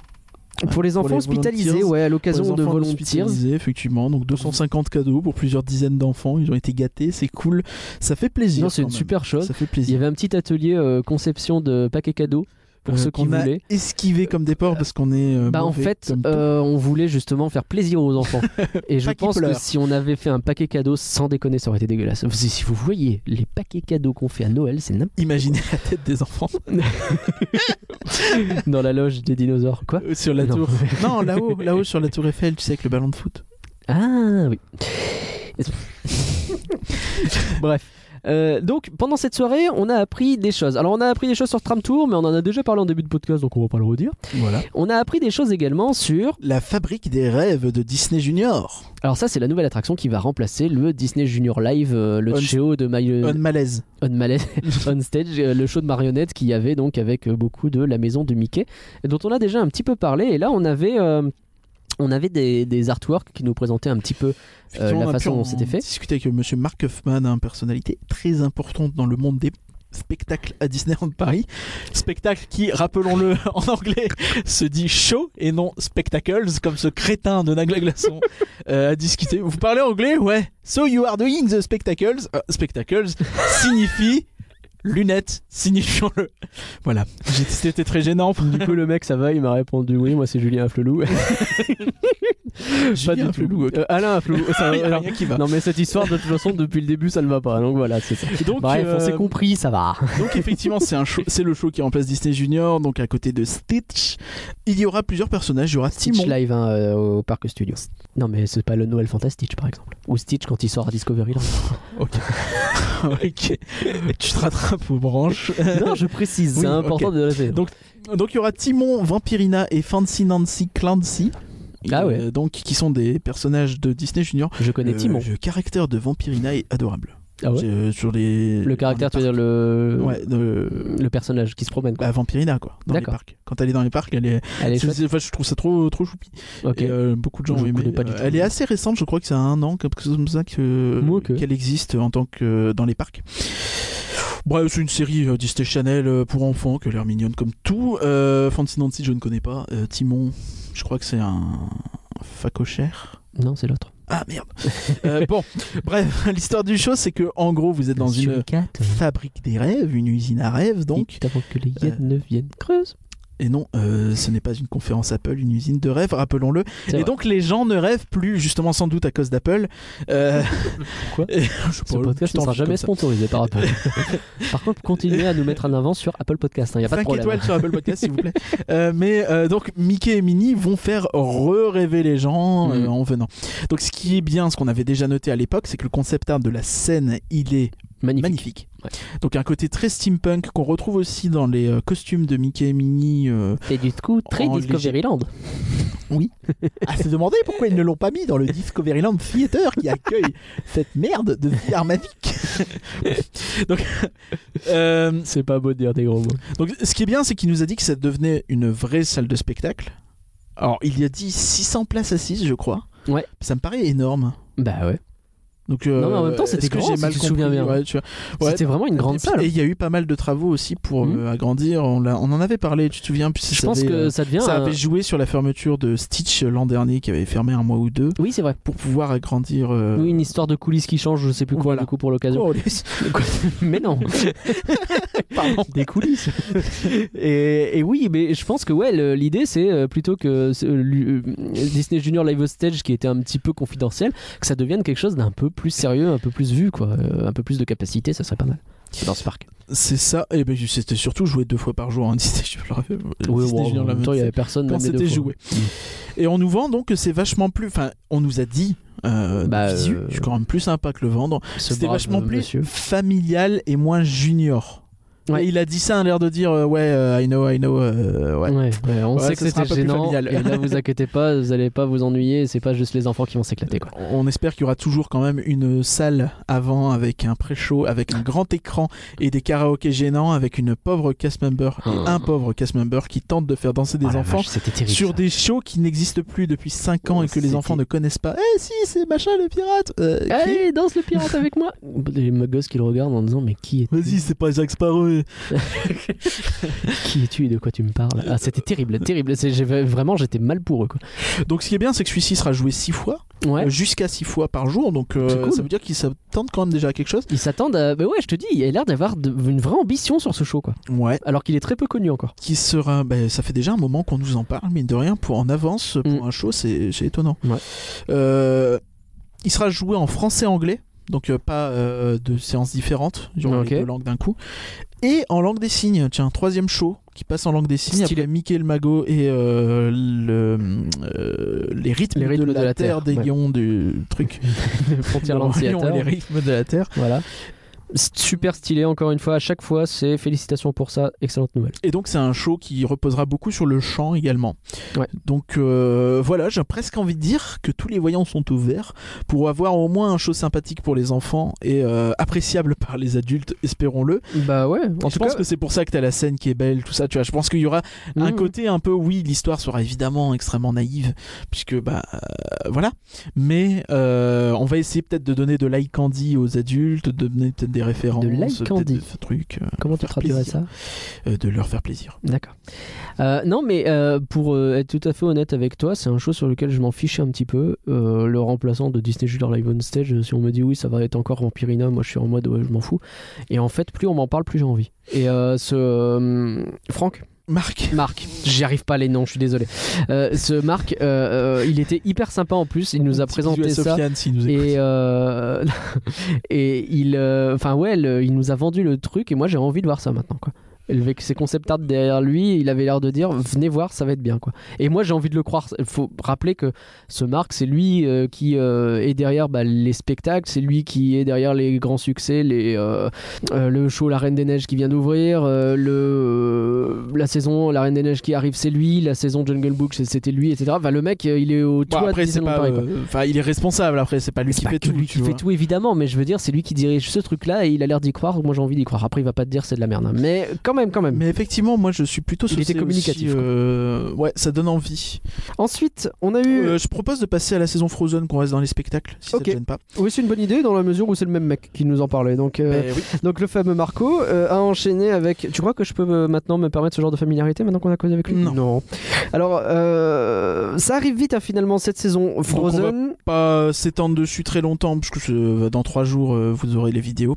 Pour les Ah, Pour les enfants hospitalisés, volunteers, ouais, à Pour les l'occasion de enfants Volunteers. hospitalisés, Effectivement, donc 250 cadeaux pour plusieurs dizaines d'enfants. Ils ont été gâtés, c'est cool. Ça fait plaisir. Non, c'est quand une même. super chose. Ça fait Il y plaisir. avait un petit atelier euh, conception de paquets cadeaux pour Euh, ceux qui qu'on a voulaient. esquivé comme des porcs parce qu'on est. euh, Bah en mauvais fait, comme tout. euh, on voulait justement faire plaisir aux enfants. Et je Pas qu'ils pense que pleurent. si on avait fait un paquet cadeau, sans déconner, ça aurait été dégueulasse. Vous- Si vous voyez les paquets cadeaux qu'on fait à Noël, c'est n'importe Imaginez la tête des enfants dans la loge des dinosaures, quoi. euh, sur la Non. tour. Non, là-haut, là-haut sur la tour Eiffel, tu sais, avec le ballon de foot. Ah oui. Bref. Euh, donc pendant cette soirée, on a appris des choses. Alors on a appris des choses sur Tram Tour, mais on en a déjà parlé en début de podcast, donc on va pas le redire. Voilà. On a appris des choses également sur. La fabrique des rêves de Disney Junior. Alors ça, c'est la nouvelle attraction qui va remplacer le Disney Junior Live, euh, le On- show de My- Un malaise. on, Malais- on stage, euh, le show de marionnettes qu'il y avait donc avec euh, beaucoup de la maison de Mickey, dont on a déjà un petit peu parlé. Et là, on avait, euh, on avait des, des artworks qui nous présentaient un petit peu Effectivement, Euh, la on a pu façon dont en c'était fait. discuter avec monsieur Mark Huffman, une personnalité très importante dans le monde des spectacles à Disneyland Paris. Spectacle qui, rappelons-le en anglais, se dit show et non spectacles, comme ce crétin de Nagla Glaçon euh, a discuté. Vous parlez anglais Ouais. So you are doing the spectacles. Euh, spectacles signifie lunettes, signifions-le. Voilà. J'ai- C'était très gênant. Du coup, le mec, ça va, il m'a répondu oui, moi c'est Julien Afflelou. Julien tout. Afflelou, ok. Ah Euh, Alain Afflelou. ça- euh, Il y a rien qui va. Non, mais cette histoire, de toute façon, depuis le début, ça ne va pas. Donc voilà, c'est ça. Donc, Bref, on euh, s'est compris, ça va. Donc effectivement, c'est un show- c'est le show qui remplace Disney Junior. Donc à côté de Stitch, il y aura plusieurs personnages. Il y aura Stitch Timon. Live hein, euh, au Parc Studio. Non, mais c'est pas le Noël Fantastic, par exemple. Ou Stitch quand il sort à Discovery Land. ok. Tu te rattrapes aux branches. non, je précise, c'est Oui, important ok. de le faire. Donc, Donc il y aura Timon, Vampirina et Fancy Nancy Clancy. Ah ouais. Euh, donc qui sont des personnages de Disney Junior. je connais Le- Timon. Le caractère de Vampirina est adorable. Ah ouais C'est- sur les Le caractère, tu dans veux les dire le... parcs. Ouais. de- le personnage qui se promène, quoi. Bah, Vampirina quoi. Dans les D'accord. parcs. Quand elle est dans les parcs, elle est. Elle est Ah, c'est- chouette. c'est- enfin, je trouve ça trop trop choupi. Ok. Et, euh, beaucoup de gens Je ont aimé. connais pas du Euh, tout. Elle est assez récente, je crois que c'est à un an, quelque chose comme ça, que, Moi, ok. qu'elle existe en tant que euh, dans les parcs. Bref, c'est une série euh, Disney Channel euh, pour enfants qui a l'air mignonne comme tout. Euh, Fancy Nancy, je ne connais pas. Euh, Timon, je crois que c'est un facochère. Non, c'est l'autre. Ah merde. Euh, bon, bref, l'histoire du show, c'est que en gros, vous êtes dans une cate. fabrique des rêves, une usine à rêves, donc. euh, Dites avant que les hyènes ne viennent creuse. Et non, euh, ce n'est pas une conférence Apple, une usine de rêve, rappelons-le. Et C'est vrai. donc les gens ne rêvent plus, justement sans doute à cause d'Apple. Euh, Pourquoi et- je sais Ce pas, je podcast ne t'en sera fous comme jamais ça. sponsorisé par Apple. par contre, continuez à nous mettre en avant sur Apple Podcast. Il n'y a pas de Cinq problème. étoiles sur Apple Podcast, s'il vous plaît. Euh, mais euh, donc, Mickey et Minnie vont faire re-rêver les gens euh, Mhm. en venant. Donc, ce qui est bien, ce qu'on avait déjà noté à l'époque, c'est que le concept art de la scène, il est Magnifique. magnifique. Donc, un côté très steampunk qu'on retrouve aussi dans les euh, costumes de Mickey et Minnie. euh, Et du coup, très En Discovery Land. À se demander pourquoi ils ne l'ont pas mis dans le Discoveryland Theater qui accueille cette merde de vie armatique. euh, C'est pas beau de dire des gros mots. Donc, ce qui est bien, c'est qu'il nous a dit que ça devenait une vraie salle de spectacle. Alors, il y a dit 600 places assises, je crois. Ouais. Ça me paraît énorme. Bah ouais. Donc, euh, Non, mais en même temps, c'était est-ce que grand, j'ai si mal tu te souviens compris bien. Ouais, tu vois. Ouais. C'était vraiment une grande Et puis- salle. Et il y a eu pas mal de travaux aussi pour Mhm. euh, agrandir. On, l'a- on en avait parlé, tu te souviens puis Je ça pense avait, que euh, ça devient. ça un- avait joué sur la fermeture de Stitch euh, l'an dernier, qui avait fermé un mois ou deux, Oui, c'est vrai. pour pouvoir agrandir. euh, Oui, une histoire de coulisses qui change, je sais plus quoi Voilà. du coup pour l'occasion. oh, mais non. Pardon. Des coulisses. et, et oui, mais je pense que ouais, le- l'idée c'est euh, plutôt que ce- lu- euh, Disney Junior Live Stage qui était un petit peu confidentiel, que ça devienne quelque chose d'un peu plus sérieux, un peu plus vu, quoi, euh, un peu plus de capacité, ça serait pas mal. Dans ce parc. C'est ça. Et ben, c'était surtout joué deux fois par jour. hein, Disney, je leur avais- Oui, Disney Junior bon, en même l'avait temps, il y fait. avait personne. quand même les deux c'était fois. joué. Mm. Et on nous vend donc que c'est vachement plus. Enfin, on nous a dit. Euh, Bah, de visu, euh, c'est quand même plus sympa que le vendre. Ce C'était brave vachement plus monsieur. familial et moins junior. Ouais. Et il a dit ça, à l'air de dire euh, ouais, euh, I know, I know. euh, ouais. Ouais, ouais, on Ouais, sait que ce sera un peu plus c'était gênant. Et familial. là, vous inquiétez pas, vous allez pas vous ennuyer. C'est pas juste les enfants qui vont s'éclater, quoi. On espère qu'il y aura toujours quand même une salle avant avec un pré-show, avec un grand écran et des karaokés gênants, avec une pauvre cast member et Oh. un pauvre cast member qui tente de faire danser des Oh la enfants. vache, C'était terrible. sur ça. des shows qui n'existent plus depuis 5 ans Oh, et que les enfants c'était- ne connaissent pas. Eh si, c'est machin le pirate euh, qui- Allez, danse le pirate avec moi Les mecs gosses qui le regardent en disant Mais qui est Vas-y, c'est pas Jacques Sparrow, euh, Qui es-tu et de quoi tu me parles Ah, c'était terrible, terrible. C'est- j'ai- Vraiment, j'étais mal pour eux. Quoi. Donc ce qui est bien, c'est que celui-ci sera joué 6 fois, Ouais. euh, jusqu'à 6 fois par jour. Donc euh, C'est cool. ça veut dire qu'ils s'attendent quand même déjà à quelque chose. Ils s'attendent à. Mais ouais, je te dis, il a l'air d'avoir de- une vraie ambition sur ce show, quoi. Ouais. Alors qu'il est très peu connu encore. Qui sera, ben, ça fait déjà un moment qu'on nous en parle, mine de rien, pour en avance pour un show, c'est c'est étonnant. Mm. Ouais. Euh, il sera joué en français-anglais, donc euh, pas euh, de séances différentes, genre Ok. les deux langues d'un coup, et en langue des signes. Tiens, troisième show qui passe en langue des signes Stylé. après Mickey le Mago et euh, le, euh, les, rythmes Les rythmes de, la, terre, des ouais. lions du truc. Frontierland Le lion et Theater. les rythmes de la terre. hein, Voilà. Super stylé, encore une fois. À chaque fois, c'est félicitations pour ça. Excellente nouvelle. Et donc c'est un show qui reposera beaucoup sur le chant également. Ouais. Donc euh, voilà, j'ai presque envie de dire que tous les voyants sont ouverts pour avoir au moins un show sympathique pour les enfants et euh, appréciable par les adultes, espérons-le. Bah ouais, en Et Je tout pense cas. que c'est pour ça que t'as la scène qui est belle, tout ça. Tu vois, je pense qu'il y aura un mmh. côté un peu, oui, l'histoire sera évidemment extrêmement naïve puisque bah euh, voilà. Mais euh, on va essayer peut-être de donner de l'eye candy aux adultes, de donner peut-être des références, l'eye peut-être candy. de ce truc, euh, Comment tu faire traduirais ça plaisir. euh, de leur faire plaisir. D'accord. Euh, non, mais euh, pour euh, être tout à fait honnête avec toi, c'est un show sur lequel je m'en fichais un petit peu. Euh, le remplaçant de Disney Junior Live on Stage, euh, si on me dit oui, ça va être encore Vampirina, moi je suis en mode ouais, je m'en fous. Et en fait, plus on m'en parle, plus j'ai envie. Et euh, ce. euh, Franck Marc. Marc, j'y arrive pas les noms, je suis désolé. Euh, ce Marc, euh, euh, il était hyper sympa en plus, il nous a présenté ça. Et, euh, et il, euh, enfin ouais, le- il nous a vendu le truc et moi j'ai envie de voir ça maintenant quoi. Avec ses concept art derrière lui, il avait l'air de dire venez voir, ça va être bien quoi. Et moi j'ai envie de le croire. Il faut rappeler que ce Marc, c'est lui euh, qui euh, est derrière bah, les spectacles, c'est lui qui est derrière les grands succès, les euh, euh, le show La Reine des Neiges qui vient d'ouvrir, euh, le euh, la saison La Reine des Neiges qui arrive, c'est lui, la saison Jungle Book, c'est- c'était lui, etc. Enfin, le mec, euh, il est au Bon, toit de Bah, après, c'est Disneyland pas. Paris, quoi. euh, Enfin, il est responsable. Après, c'est pas lui C'est qui pas fait que tout. lui tu qui fait vois. tout évidemment, mais je veux dire, c'est lui qui dirige ce truc-là et il a l'air d'y croire. Moi, j'ai envie d'y croire. Après, il va pas te dire c'est de la merde, hein. mais quand même, quand même. Mais effectivement, moi, je suis plutôt. Il saucé était aussi, communicatif, hein. quoi. euh, Ouais, ça donne envie. Ensuite, on a eu. Euh, je propose de passer à la saison Frozen, qu'on reste dans les spectacles, si Ok. ça te gêne pas. Oui, c'est euh, une bonne idée dans la mesure où c'est le même mec qui nous en parlait. Donc, euh, Mais Eh oui. donc le fameux Marco euh, a enchaîné avec. Tu crois que je peux me- maintenant me permettre ce genre de familiarité maintenant qu'on a causé avec lui Non. Alors, euh, ça arrive vite hein, finalement cette saison Frozen. Pas s'étendre dessus très longtemps, parce que euh, dans trois jours, euh, vous aurez les vidéos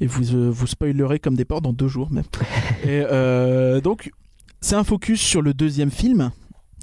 et vous euh, vous spoilerez comme des porcs dans deux jours même. et euh, donc, c'est un focus sur le deuxième film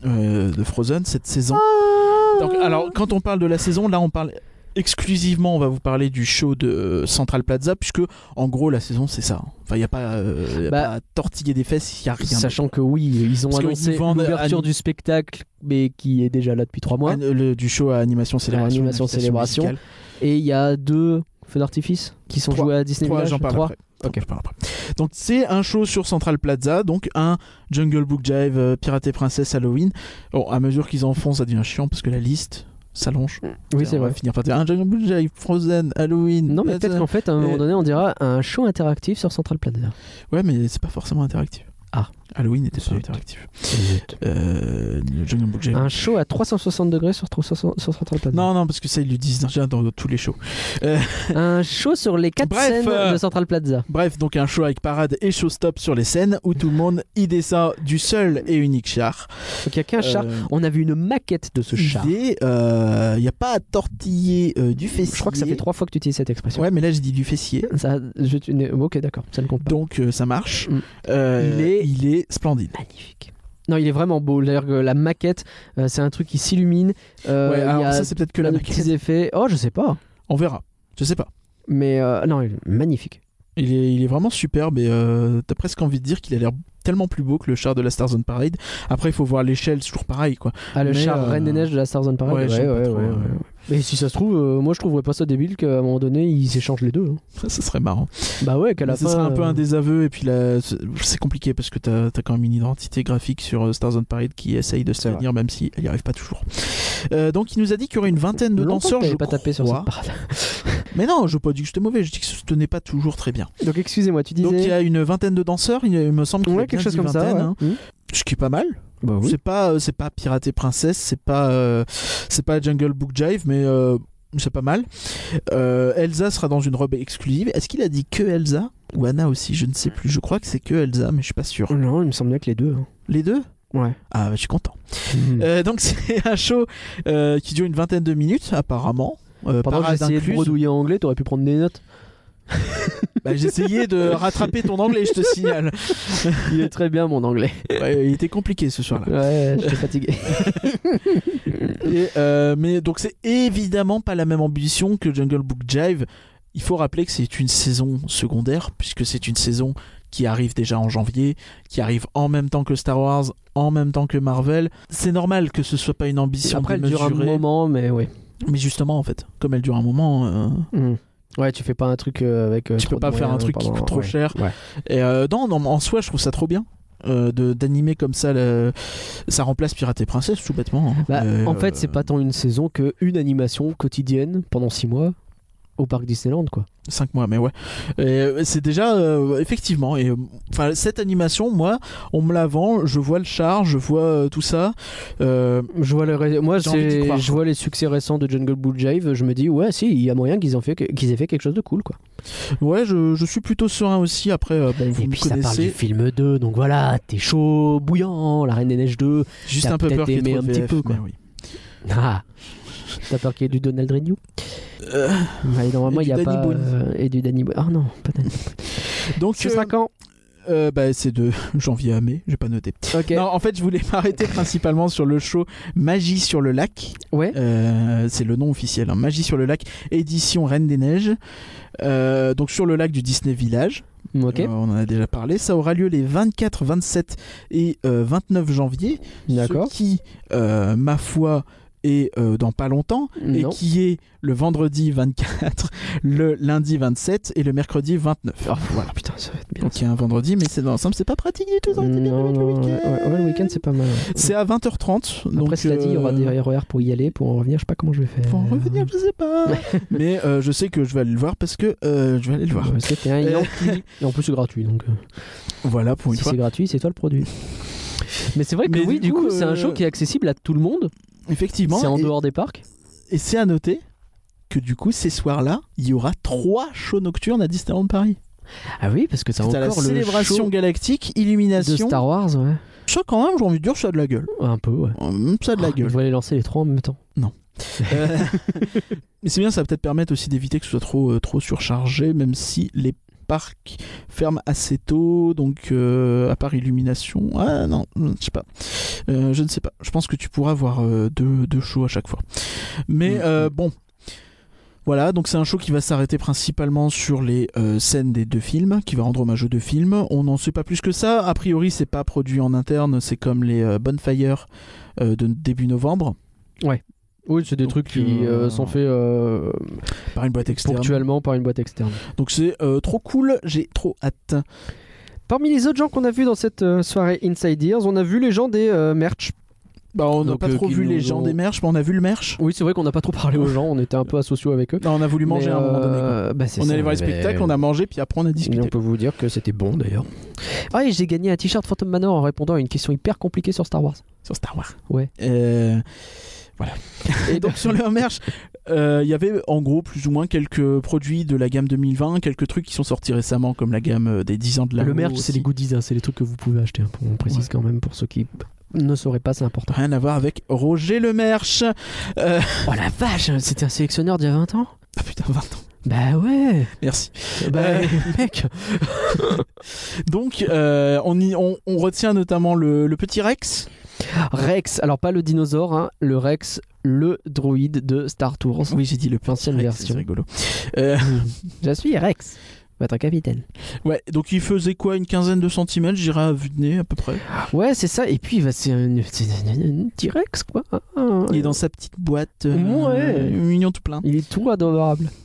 euh, de Frozen cette saison. Ah Donc, Oh. alors, quand on parle de la saison, là, on parle exclusivement, on va vous parler du show de euh, Central Plaza, puisque en gros, la saison, c'est ça. hein. Enfin, il n'y a pas, euh, y a Bah, pas à tortiller des fesses, il n'y a rien. Sachant que oui, ils ont Parce qu'ils annoncé vendent à- l'ouverture du spectacle, mais qui est déjà là depuis trois mois. An- Euh, le- du show à animation célébration. Animation invitation Célébration. musicale. Et il y a deux feux d'artifice qui sont Trois. joués à Disney Trois, Village. j'en parle Trois. après. J'en parle après. Donc c'est un show sur Central Plaza, donc un Jungle Book Jive, euh, Pirate et Princesse, Halloween. Bon, à mesure qu'ils en font, ça devient chiant parce que la liste s'allonge. Oui, c'est On va vrai. finir par dire un Jungle Book Jive, Frozen, Halloween. Non, mais Plaza. peut-être qu'en fait, à un Et- moment donné, on dira un show interactif sur Central Plaza. Ouais, mais c'est pas forcément interactif. Ah. Halloween était pas Zut. interactif. Euh, le Jungle Book Jive. Un show à 360 degrés sur, 360 sur Central Plaza. Non, non, parce que ça, ils le disent déjà dans, dans tous les shows. Un show sur les 4 Bref, scènes euh, de Central Plaza. Bref, donc un show avec parade et showstop sur les scènes où tout le monde y descend du seul et unique char. Donc il n'y a qu'un char. Euh, On a vu une maquette de ce char. Il n'y a pas à tortiller euh, du fessier. Je crois que ça fait trois fois que tu utilises cette expression. Ouais, mais là, je dis du fessier. Ça, je, tu- ne- ok, d'accord, ça ne compte pas. Donc, euh, ça marche. Mm. Euh, Il est- il est splendide. Magnifique. Non, il est vraiment beau. D'ailleurs, que la maquette, euh, c'est un truc qui s'illumine. Euh, ouais, il y alors a ça, c'est peut-être que plein la de maquette. petits effets. Oh, je sais pas. On verra. Je sais pas. Mais euh, non, il est magnifique. Il est, il est vraiment superbe et euh, t'as presque envie de dire qu'il a l'air tellement plus beau que le char de la Star Zone Parade. Après, il faut voir l'échelle, c'est toujours pareil quoi. Ah, le Mais, char euh, Reine des Neiges de la Star Zone Parade. ouais, j'aime pas trop, hein. euh. Et si ça se trouve, euh, moi je trouverais pas ça débile qu'à un moment donné ils s'échangent les deux. hein. Ça, ça serait marrant. Bah ouais, qu'à la Mais ça fin. serait un peu euh, un désaveu et puis là, c'est- c'est compliqué parce que t'as as quand même une identité graphique sur euh, Star Zone Parade qui essaye de se C'est vrai. tenir même si elle y arrive pas toujours. Euh, donc, il nous a dit qu'il y aurait une vingtaine de longtemps danseurs. que t'avais Je pas tapé sur crois. cette parade. Mais non, je n'ai pas dit que c'était mauvais, je dis que ça se tenait pas toujours très bien. Donc excusez-moi, tu disais. Donc il y a une vingtaine de danseurs, il il me semble qu'il y a ouais, bien quelque chose dit comme ça. vingtaine, ouais. Bah hein. Mmh. ce qui est pas mal. C'est pas euh, c'est pas Pirate et Princesse, c'est pas euh, c'est pas Jungle Book Jive, mais euh, c'est pas mal. Euh, Elsa sera dans une robe exclusive. Est-ce qu'il a dit que Elsa ou Anna aussi Je ne sais plus. Je crois que c'est que Elsa, mais je suis pas sûr. Non, il me semble bien que les deux. hein. Les deux Mm. Ouais. Ah, bah, je suis content. Mhm. Euh, donc c'est un show euh, qui dure une vingtaine de minutes apparemment. Euh, Pendant que parade j'essayais de incluse. bredouiller en anglais, t'aurais pu prendre des notes. Bah, J'essayais de rattraper ton anglais, je te signale. Il est très bien mon anglais. Ouais, il était compliqué ce soir-là. Ouais, j'étais fatigué. Et, euh, mais donc c'est évidemment pas la même ambition que Jungle Book Jive. Il faut rappeler que c'est une saison secondaire, puisque c'est une saison qui arrive déjà en janvier, qui arrive en même temps que Star Wars, en même temps que Marvel. C'est normal que ce soit pas une ambition Après, elle dure un démesurée. moment, mais ouais. Mais justement, en fait, comme elle dure un moment, euh, Mhm. Ouais, tu fais pas un truc euh, avec. euh, tu trop peux pas de faire un moyens truc qui pendant- coûte trop ouais. cher. Ouais. Et euh, non, non, en soi, je trouve ça trop bien. euh, de d'animer comme ça le- ça remplace Pirate et Princesse tout bêtement hein. Bah, Euh, en fait, c'est pas tant une saison que une animation quotidienne pendant 6 mois au parc Disneyland, quoi. 5 mois, mais ouais. Et, euh, c'est déjà, euh, effectivement, et euh, enfin cette animation, moi, on me la vend, je vois le char, je vois euh, tout ça. Euh, Je vois les ré- moi, J'ai envie d'y c'est- croire, je quoi. vois les succès récents de Jungle Bull Jive, je me dis ouais, si, il y a moyen qu'ils en fait que- qu'ils aient fait quelque chose de cool, quoi. ouais, je, je suis plutôt serein aussi. Après, euh, bon, vous Et me puis ça parle du connaissez. film 2, donc voilà, t'es chaud, bouillant, La Reine des Neiges 2. Juste t'as un peu peur peut-être qu'il y ait aimé trop un de petit VF, peu, quoi. mais oui. Ah, t'as peur qu'il y ait du Donald Renew Euh, Allez, normalement, Et il du y a Danny pas Boone. euh, et du Danny Boone. Ah non, pas Danny. donc, Ce euh, sera quand euh, bah, c'est de janvier à mai, j'ai pas noté. Ok. Non, en fait, je voulais m'arrêter principalement sur le show Magie sur le lac. Ouais. Euh, c'est le nom officiel. hein. Magie sur le lac, édition Reine des Neiges. Euh, donc sur le lac du Disney Village. Ok. Euh, on en a déjà parlé. Ça aura lieu les 24, 27 et euh, 29 janvier. D'accord. Ce qui, euh, ma foi, est euh, dans pas longtemps. Et Non. qui est le vendredi 24, le lundi 27 et le mercredi 29. Oh, voilà, putain, ça va être bien. Donc il y a un vendredi, mais c'est dans l'ensemble, c'est pas pratique du tout. ça aurait été bien Non, avec le non, ouais, week-end. ouais, le week-end c'est pas mal. ouais. C'est à 20h30. donc, Après, cela dit, il y aura euh, des RER pour y aller, pour en revenir, je sais pas comment je vais faire. Pour en revenir, je sais pas. Mais euh, je sais que je vais aller le voir parce que euh, je vais aller le voir. Parce que t'es un Euh, Yankee. Et en plus, c'est gratuit, donc euh, Voilà pour une si fois. c'est gratuit, c'est toi le produit. Mais c'est vrai que Mais oui, du coup, c'est euh, un show qui est accessible à tout le monde. Effectivement. C'est en et- dehors des parcs. Et c'est à noter que du coup, ces soirs-là, il y aura trois shows nocturnes à Disneyland Paris. Ah oui, parce que t'as T'as la encore le célébration show galactique, de illumination. Star Wars, ouais. Ça, quand même, j'ai envie de dire, ça a de la gueule. Ouais, Un peu, ouais. Hum, Ça a de la Ah, Je gueule. voulais les lancer les trois en même temps. Euh, Mais c'est bien, ça va peut-être permettre aussi d'éviter que ce soit trop, euh, trop surchargé, même si les parcs ferment assez tôt, donc euh, à part illumination. Ah non, je sais pas. Euh, je ne sais pas. Je pense que tu pourras voir euh, deux, deux shows à chaque fois. Mais Mhm. euh, bon. Voilà, donc c'est un show qui va s'arrêter principalement sur les euh, scènes des deux films, qui va rendre hommage aux deux films. On n'en sait pas plus que ça. A priori, c'est pas produit en interne, c'est comme les euh, Bonfire euh, de début novembre, Oui, c'est des Donc, trucs qui euh, euh, sont faits euh, par une boîte externe. ponctuellement par une boîte externe. Donc c'est euh, trop cool, j'ai trop hâte. Parmi les autres gens qu'on a vus dans cette euh, soirée Inside Ears, on a vu les gens des euh, merch. Bah on n'a Donc, pas euh, trop qu'ils vu les nous gens ont- des merch, mais on a vu le merch. Oui, c'est vrai qu'on n'a pas trop parlé aux gens, on était un peu asociaux avec eux. Non, on a voulu manger Mais, à un moment donné. quoi. euh, bah, c'est On est ça, allé voir les mais- spectacles, on a mangé, puis après on a Et discuté. on peut vous dire que c'était bon d'ailleurs. Ah, et j'ai gagné un t-shirt Phantom Manor en répondant à une question hyper compliquée sur Star Wars. Sur Star Wars. Ouais. Euh, Voilà. Et donc sur le merch, euh, il y avait en gros plus ou moins quelques produits de la gamme 2020, quelques trucs qui sont sortis récemment, comme la gamme euh, des 10 ans de la le merch, c'est les goodies, hein, c'est les trucs que vous pouvez acheter. hein, pour- on précise Ouais. quand même pour ceux qui ne sauraient pas, c'est important. Rien à voir avec Roger le merch. Euh, Oh la vache, c'était un sélectionneur d'il y a 20 ans Ah putain, 20 ans. Bah ouais Merci. Bah Euh, mec Donc euh, on, y- on, on retient notamment le, le petit Rex. Rex, alors pas le dinosaure, hein, le Rex, le droïde de Star Tours. Oui, j'ai dit le petit Ancienne Rex, version. C'est rigolo. Euh, Je suis Rex, votre capitaine. Ouais, donc il faisait quoi Une quinzaine de centimètres, j'irais à vue de nez à peu près. Ouais, c'est ça, et puis bah, c'est un, c'est un- un petit Rex quoi. Ah, ah, Il est dans sa petite boîte, euh, Ouais. mignon tout plein. il est tout adorable. Oh,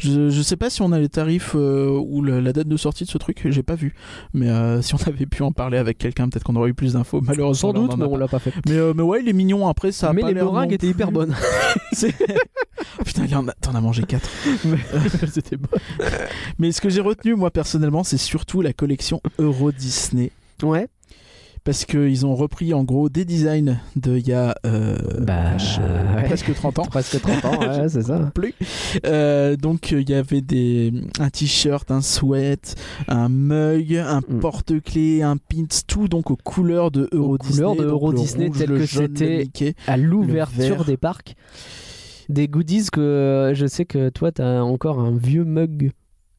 Je, je sais pas si on a les tarifs euh, ou le- la date de sortie de ce truc, j'ai pas vu. Mais euh, si on avait pu en parler avec quelqu'un, peut-être qu'on aurait eu plus d'infos. Malheureusement, Sans là, on doute, en a mais on pas. l'a pas fait. mais, euh, mais ouais, il est mignon. Après, ça. a mais pas les l'air non meringues étaient hyper plus- bonnes. C'est- Putain, il en a- t'en as mangé 4 C'était bon. Mais ce que j'ai retenu moi personnellement, c'est surtout la collection Euro Disney. Ouais. parce qu'ils ont repris en gros des designs de il y a euh, Bah, euh, ouais. presque 30 ans. Presque 30 ans, ouais, c'est ça. plus. Euh, donc euh, il y avait des un t-shirt, un sweat, un mug, un Mm. porte-clés, un pins, tout donc aux couleurs de Euro Disney, couleurs de donc Euro le Disney rouge, tel le que jaune, le c'était. Mickey. À Le l'ouverture vert. des parcs, des goodies que euh, je sais que toi, t'as encore un vieux mug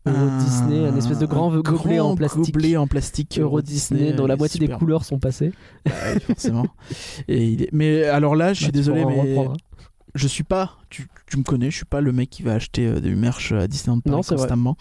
Euro Disney, un espèce de grand, un gobelet grand en plastique. gobelet en plastique Euro Disney, dont la il est moitié des super couleurs sont passées. beau. Ouais, forcément. Et il est- Mais alors là, je suis Bah, tu désolé, pourras en mais reprendre, hein. je suis pas, tu, tu me connais, je suis pas le mec qui va acheter euh, du merch à Disneyland Paris Non, c'est vrai. constamment.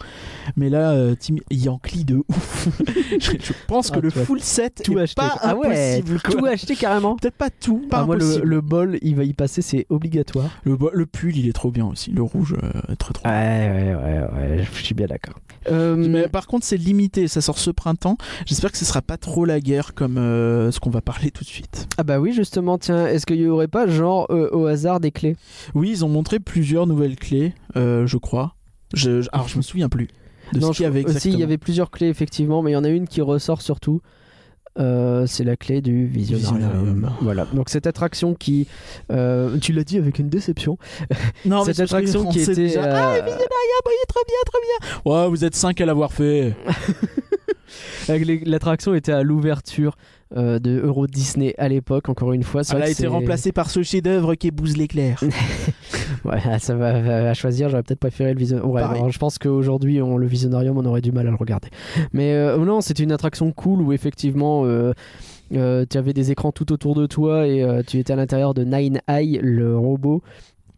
Mais là, euh, Tim Yankee de ouf. je, je pense que Ah, le tu as full set tout est acheté, pas quoi. Ah ouais, impossible. quoi. Tout acheté carrément. Peut-être pas tout, pas Ah, moi, le, impossible. le bol, il va y passer, c'est obligatoire. Le, bo- le pull, il est trop bien aussi. Le rouge, euh, très trop. Ouais, ouais, ouais, ouais, je suis bien Mm. d'accord. Euh, Mais par contre, c'est limité. Ça sort ce printemps. J'espère que ce sera pas trop la guerre comme euh, ce qu'on va parler tout de suite. ah bah oui, justement, tiens, est-ce qu'il y aurait pas, genre, euh, au hasard des clés Oui, ils ont montré plusieurs nouvelles clés, euh, je crois. Je, je- alors, je me souviens plus de Non, ce qu'il y je- avait Aussi, exactement. il y avait plusieurs clés, effectivement, mais il y en a une qui ressort surtout. Euh, c'est la clé du visionarium. Visionarium. Voilà. Donc cette attraction qui, euh, tu l'as dit avec une déception. Non, mais c'est parce cette que les attraction qui Français était, déjà, euh, Ah, Visionarium, oui, trop bien, trop bien. Ah, Ouais, vous êtes 5 à l'avoir fait. avec les- l'attraction était à l'ouverture euh, de Euro Disney à l'époque. Encore une fois, c'est Elle vrai a que été c'est- remplacée par ce chef-d'œuvre qui est Bouze l'éclair. Ouais, ça va, va- à choisir. J'aurais peut-être préféré le visionarium. Pareil. je pense qu'aujourd'hui, on, le visionarium, on aurait du mal à le regarder. Mais euh, non, c'était une attraction cool où effectivement, euh, euh, tu avais des écrans tout autour de toi et euh, tu étais à l'intérieur de Nine Eye, le robot.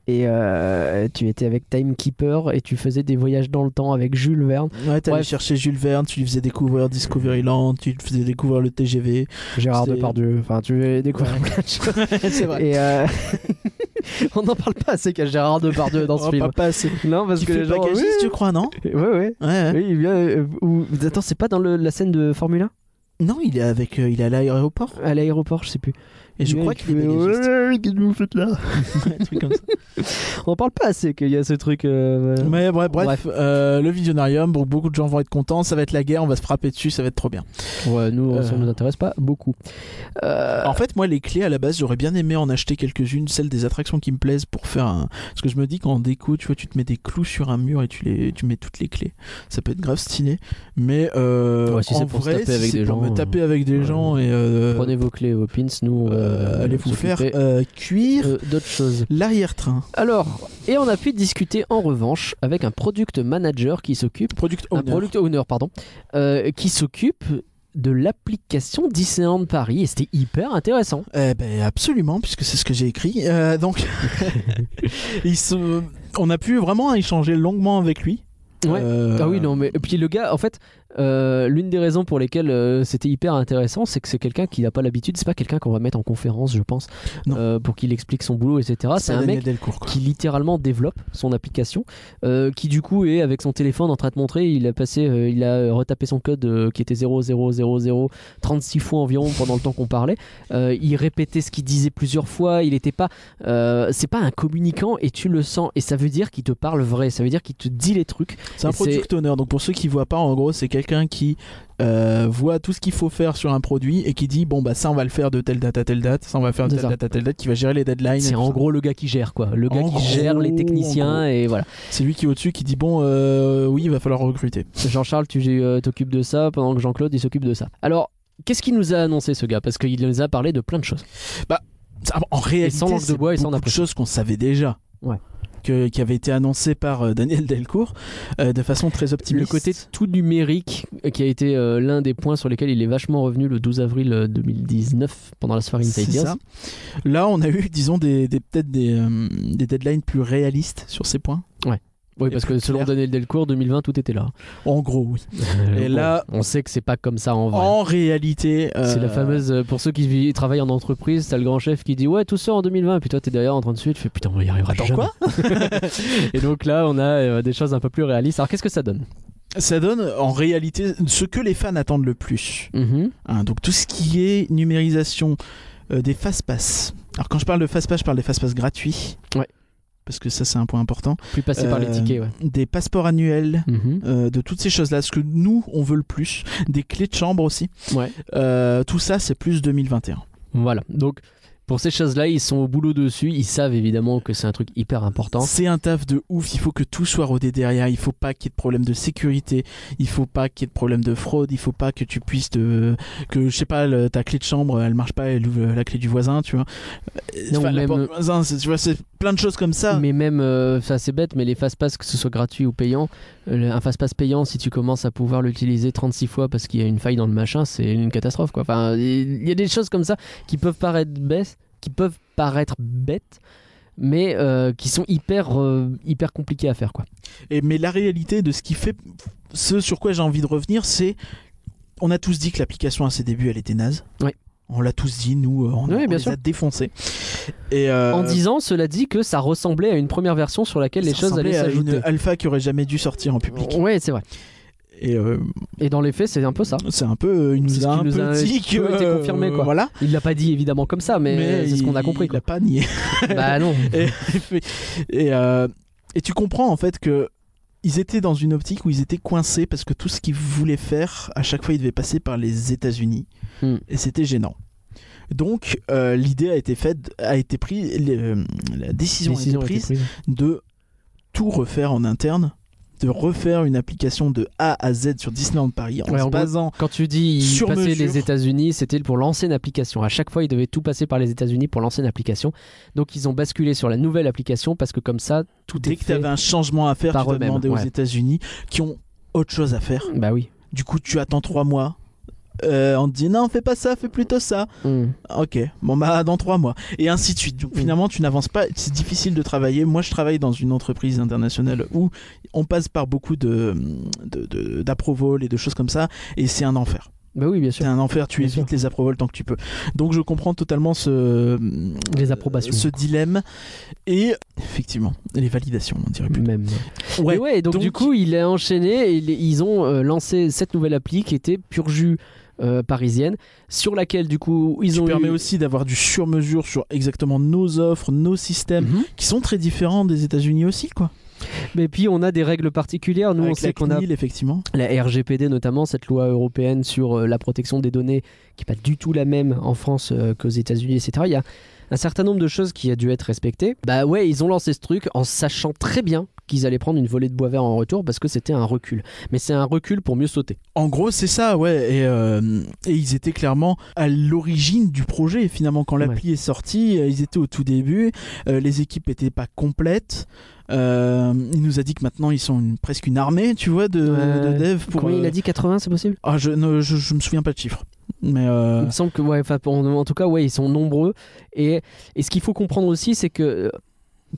Et euh, tu étais avec Timekeeper et tu faisais des voyages dans le temps avec Jules Verne, Ouais, t'allais Ouais. chercher Jules Verne, tu lui faisais découvrir Discoveryland, tu lui faisais découvrir le TGV. Gérard C'est- Depardieu. Enfin, tu avais découvert plein de choses. c'est vrai. euh, Et euh, on n'en parle pas assez qu'à Gérard Depardieu dans ce Oh, film. papa, c'est Non, parce Tu que fais les gens. bagagiste, Oui, tu crois, non ouais, ouais. ouais, ouais. Oui, il vient. euh, ou- Attends, c'est pas dans le- la scène de Formule 1 Non, il est avec, euh, il est à l'aéroport. À l'aéroport, je sais plus. Et je Oui, crois il qu'il est fait, bagagiste. Ouais, qu'est-ce que vous faites là un truc comme ça. On parle pas assez qu'il y a ce truc. euh, Mais ouais, bref, Bref. euh, le visionarium, bon, beaucoup de gens vont être contents, ça va être la guerre, on va se frapper dessus, ça va être trop bien. Ouais, nous, Euh. ça nous intéresse pas beaucoup. Euh, En fait, moi, les clés à la base, j'aurais bien aimé en acheter quelques-unes, celles des attractions qui me plaisent pour faire un. Parce que je me dis qu'en déco, tu vois, tu te mets des clous sur un mur et tu, les... tu mets toutes les clés. Ça peut être grave stylé. Mais euh, Ouais, si en c'est pour se vrai, taper si avec c'est des pour gens, me taper avec des ouais. gens et. euh, Prenez vos clés, vos pins, nous. on va, euh, allez euh, vous faire s'occuper, euh, cuire euh, d'autres choses. l'arrière-train. Alors, et on a pu discuter en revanche avec un product manager qui s'occupe. Ah, Product Un owner. product owner, pardon. euh, qui s'occupe de l'application Disneyland Paris. Et c'était hyper intéressant. Eh ben absolument, puisque c'est ce que j'ai écrit. Euh, donc, ils se- on a pu vraiment échanger longuement avec lui. Ouais. Euh, Ah oui, non, mais et puis le gars, en fait, euh, l'une des raisons pour lesquelles euh, c'était hyper intéressant, c'est que c'est quelqu'un qui n'a pas l'habitude, c'est pas quelqu'un qu'on va mettre en conférence, je pense, Non. euh, pour qu'il explique son boulot, etc. pas Ah, C'est un Daniel mec Delcourt, quoi. qui littéralement développe son application, euh, qui du coup est avec son téléphone en train de montrer, il a passé, euh, il a euh, retapé son code euh, qui était 0000 36 fois environ pendant le temps qu'on parlait. Euh, il répétait ce qu'il disait plusieurs fois. Il n'était pas, euh, c'est pas un communicant et tu le sens et ça veut dire qu'il te parle vrai, ça veut dire qu'il te dit les trucs. C'est un Et product owner. Donc pour ceux qui voient pas, en gros, c'est quelqu'un qui euh, voit tout ce qu'il faut faire sur un produit et qui dit bon bah ça on va le faire de telle date à telle date, ça on va le faire de C'est telle ça. date à telle date, qui va gérer les deadlines. et C'est tout en ça. gros le gars qui gère quoi, le gars En qui gère les gros, en techniciens gros. et voilà. C'est lui qui est au dessus qui dit bon euh, oui il va falloir recruter. Jean-Charles, tu euh, t'occupes de ça pendant que Jean-Claude il s'occupe de ça. Alors, qu'est-ce qu'il nous a annoncé ce gars Parce qu'il nous a parlé de plein de choses. Ça, En réalité, sans langue de c'est bois et sans beaucoup de impression. choses qu'on savait déjà. Ouais. Que, qui avait été annoncé par euh, Daniel Delcourt euh, de façon très Le optimiste. côté tout numérique euh, qui a été euh, l'un des points sur lesquels il est vachement revenu le 12 avril euh, 2019 pendant la soirée C'est Inside Ears. ça. Là, on a eu, disons, des, des- peut-être des, euh, des deadlines plus réalistes sur ces points. Oui, Et parce plus que selon clair. Daniel Delcourt, 2020 tout était là. En gros, oui. Et Bon, là- on sait que c'est pas comme ça en vrai. En réalité, euh, C'est la fameuse. euh, Pour ceux qui vi- travaillent en entreprise, t'as le grand chef qui dit Ouais, tout ça en 2020. Puis toi, t'es derrière en train de suivre. Tu fais Putain, on y arrivera Attends, jamais. quoi Et donc là, on a euh, des choses un peu plus réalistes. Alors, qu'est-ce que ça donne ça donne en réalité ce que les fans attendent le plus. hein. donc tout ce qui est numérisation euh, des fast-pass. Alors quand je parle de fast-pass, je parle des fast-pass gratuits. Ouais. parce que ça c'est un point important, Plus passer par les Euh, tickets, ouais. des passeports annuels, Mhm. euh, de toutes ces choses-là, ce que nous on veut le plus, des clés de chambre aussi. Ouais. Euh, tout ça c'est plus 2021. Voilà. Donc, pour ces choses-là, ils sont au boulot dessus. Ils savent évidemment que c'est un truc hyper important. C'est un taf de ouf, il faut que tout soit rodé derrière, il faut pas qu'il y ait de problème de sécurité, il faut pas qu'il y ait de problème de fraude, il faut pas que tu puisses te que je sais pas le- ta clé de chambre, elle marche pas, elle ouvre la clé du voisin, tu vois. Euh, Non, enfin, la même- porte du voisin, c'est- tu vois, c'est plein de choses comme ça. Mais même, euh, ça c'est bête, mais les fast-pass, que ce soit gratuit ou payant, euh, le- un fast-pass payant, si tu commences à pouvoir l'utiliser 36 fois parce qu'il y a une faille dans le machin, c'est une catastrophe quoi. Enfin, il y a des choses comme ça qui peuvent paraître bêtes, qui peuvent paraître bêtes, mais euh, qui sont hyper, euh, hyper compliquées à faire quoi. Et, mais la réalité de ce qui fait ce sur quoi j'ai envie de revenir, c'est on a tous dit que l'application à ses débuts elle était naze. Oui. On l'a tous dit, nous, euh, on, Oui, on bien les sûr. a défoncés. Et euh, En disant, cela dit que ça ressemblait à une première version sur laquelle les ça choses allaient ressemblait à une s'ajouter. alpha qui aurait jamais dû sortir en public. Ouais, c'est vrai. Et euh, Et dans les faits, c'est un peu ça. C'est un peu. euh, Il C'est nous ce a qui un nous peu a- ce dit qui que. nous a été euh, confirmé, quoi. Voilà. Il l'a pas dit évidemment comme ça, mais, c'est ce qu'on a il- compris. Il Quoi. a pas nié. bah non. et, et, euh, et tu comprends en fait que. Ils étaient dans une optique où ils étaient coincés parce que tout ce qu'ils voulaient faire, à chaque fois, ils devaient passer par les États-Unis. Hmm. Et c'était gênant. Donc, euh, l'idée a été faite, a été prise, les- euh, la décision, Décision a a été été prise prise. de tout refaire en interne, de refaire une application de A à Z sur Disneyland Paris en Ouais, en se gros, basant Quand tu dis Sur passer mesure. les États-Unis, c'était pour l'ancienne application. À chaque fois, ils devaient tout passer par les États-Unis pour l'ancienne application. Donc, ils ont basculé sur la nouvelle application parce que comme ça, tout Dès est que tu fait. avais un changement à faire, par tu dois eux-mêmes, demander aux ouais. États-Unis qui ont autre chose à faire. Bah oui. Du coup, tu attends trois mois. Euh, on te dit non, fais pas ça, fais plutôt ça. Mm. Ok, bon bah dans trois mois. Et ainsi de suite. Donc finalement, tu n'avances pas. C'est difficile de travailler. Moi, je travaille dans une entreprise internationale où on passe par beaucoup de de- de- d'approval et de choses comme ça, et c'est un enfer. Bah oui, bien C'est sûr. un enfer. Tu Bien évites les approvals tant que tu peux. Donc je comprends totalement ce Les approbations. ce dilemme et effectivement les validations. On dirait plus. Même. Ouais, Et ouais, donc, donc- du coup, il a enchaîné et il- ils ont euh, lancé cette nouvelle appli qui était pur jus euh, parisienne, sur laquelle du coup ils qui ont permet eu- aussi d'avoir du sur-mesure sur exactement nos offres, nos systèmes, Mhm. qui sont très différents des États-Unis aussi, quoi. Mais puis on a des règles particulières. Nous, Avec on sait la qu'on a CNIL, effectivement. la RGPD notamment, cette loi européenne sur euh, la protection des données, qui n'est pas du tout la même en France euh, qu'aux États-Unis, etc. Il y a un certain nombre de choses qui a dû être respectées. Bah ouais, ils ont lancé ce truc en sachant très bien qu'ils allaient prendre une volée de bois vert en retour parce que c'était un recul. Mais c'est un recul pour mieux sauter. En gros, c'est ça, ouais. Et, euh, et ils étaient clairement à l'origine du projet, finalement, quand l'appli est sortie. euh, Ils étaient au tout début. euh, les équipes n'étaient pas complètes. Euh, il nous a dit que maintenant, ils sont une- presque une armée, tu vois, de, Euh, de devs. Pour, Combien il euh, a dit 80, c'est possible ah, je, ne, je, je me souviens pas de chiffres. Mais euh, Il me semble que, ouais, enfin, en, en tout cas, ouais, ils sont nombreux. Et, et ce qu'il faut comprendre aussi, c'est que euh,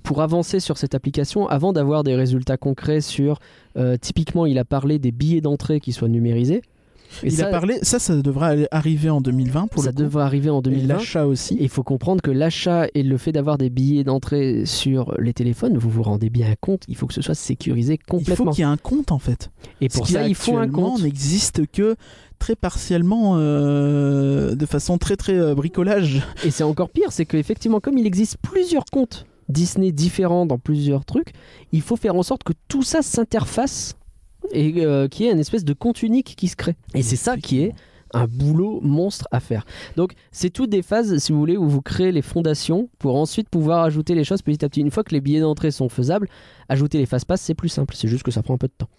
pour avancer sur cette application, avant d'avoir des résultats concrets sur, euh, typiquement, il a parlé des billets d'entrée qui soient numérisés. Et il ça, a parlé. Ça, ça devrait aller- arriver en 2020 pour ça le coup. devrait arriver en Et 2020. l'achat aussi. Et Il faut comprendre que l'achat et le fait d'avoir des billets d'entrée sur les téléphones, vous vous rendez bien compte, il faut que ce soit sécurisé Il faut complètement. qu'il y ait un compte en fait. et Ce pour qui, ça, il faut un actuellement, compte. n'existe que très partiellement, euh, de façon très très euh, bricolage. Et c'est encore pire, c'est qu'effectivement, comme il existe plusieurs comptes Disney différents dans plusieurs trucs, il faut faire en sorte que tout ça s'interface et euh, qu'il y ait une espèce de compte unique qui se crée. Et c'est ça qui est un boulot monstre à faire. Donc c'est toutes des phases, si vous voulez, où vous créez les fondations pour ensuite pouvoir ajouter les choses petit à petit. Une fois que les billets d'entrée sont faisables, ajouter les phases pass c'est plus simple. C'est juste que ça prend un peu de temps.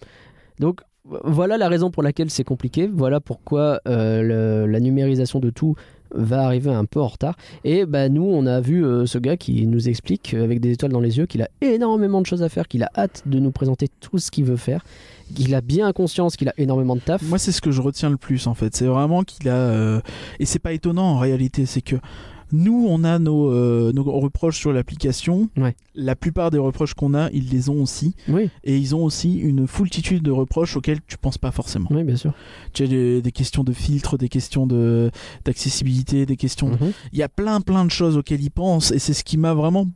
Donc voilà la raison pour laquelle c'est compliqué. Voilà pourquoi euh, le- la numérisation de tout va arriver un peu en retard. Et bah, nous, on a vu euh, ce gars qui nous explique euh, avec des étoiles dans les yeux qu'il a énormément de choses à faire, qu'il a hâte de nous présenter tout ce qu'il veut faire, qu'il a bien conscience qu'il a énormément de taf. Moi, c'est ce que je retiens le plus en fait. C'est vraiment qu'il a. euh, Et c'est pas étonnant en réalité, c'est que. Nous, on a nos, euh, nos reproches sur l'application. Ouais. La plupart des reproches qu'on a, ils les ont aussi. Oui, Et ils ont aussi une foultitude de reproches auxquels tu penses pas forcément. oui, bien sûr. Tu as des, des questions de filtre, des questions de- d'accessibilité, des questions de Mhm. il y a plein plein de choses auxquelles il pense et c'est ce qui m'a vraiment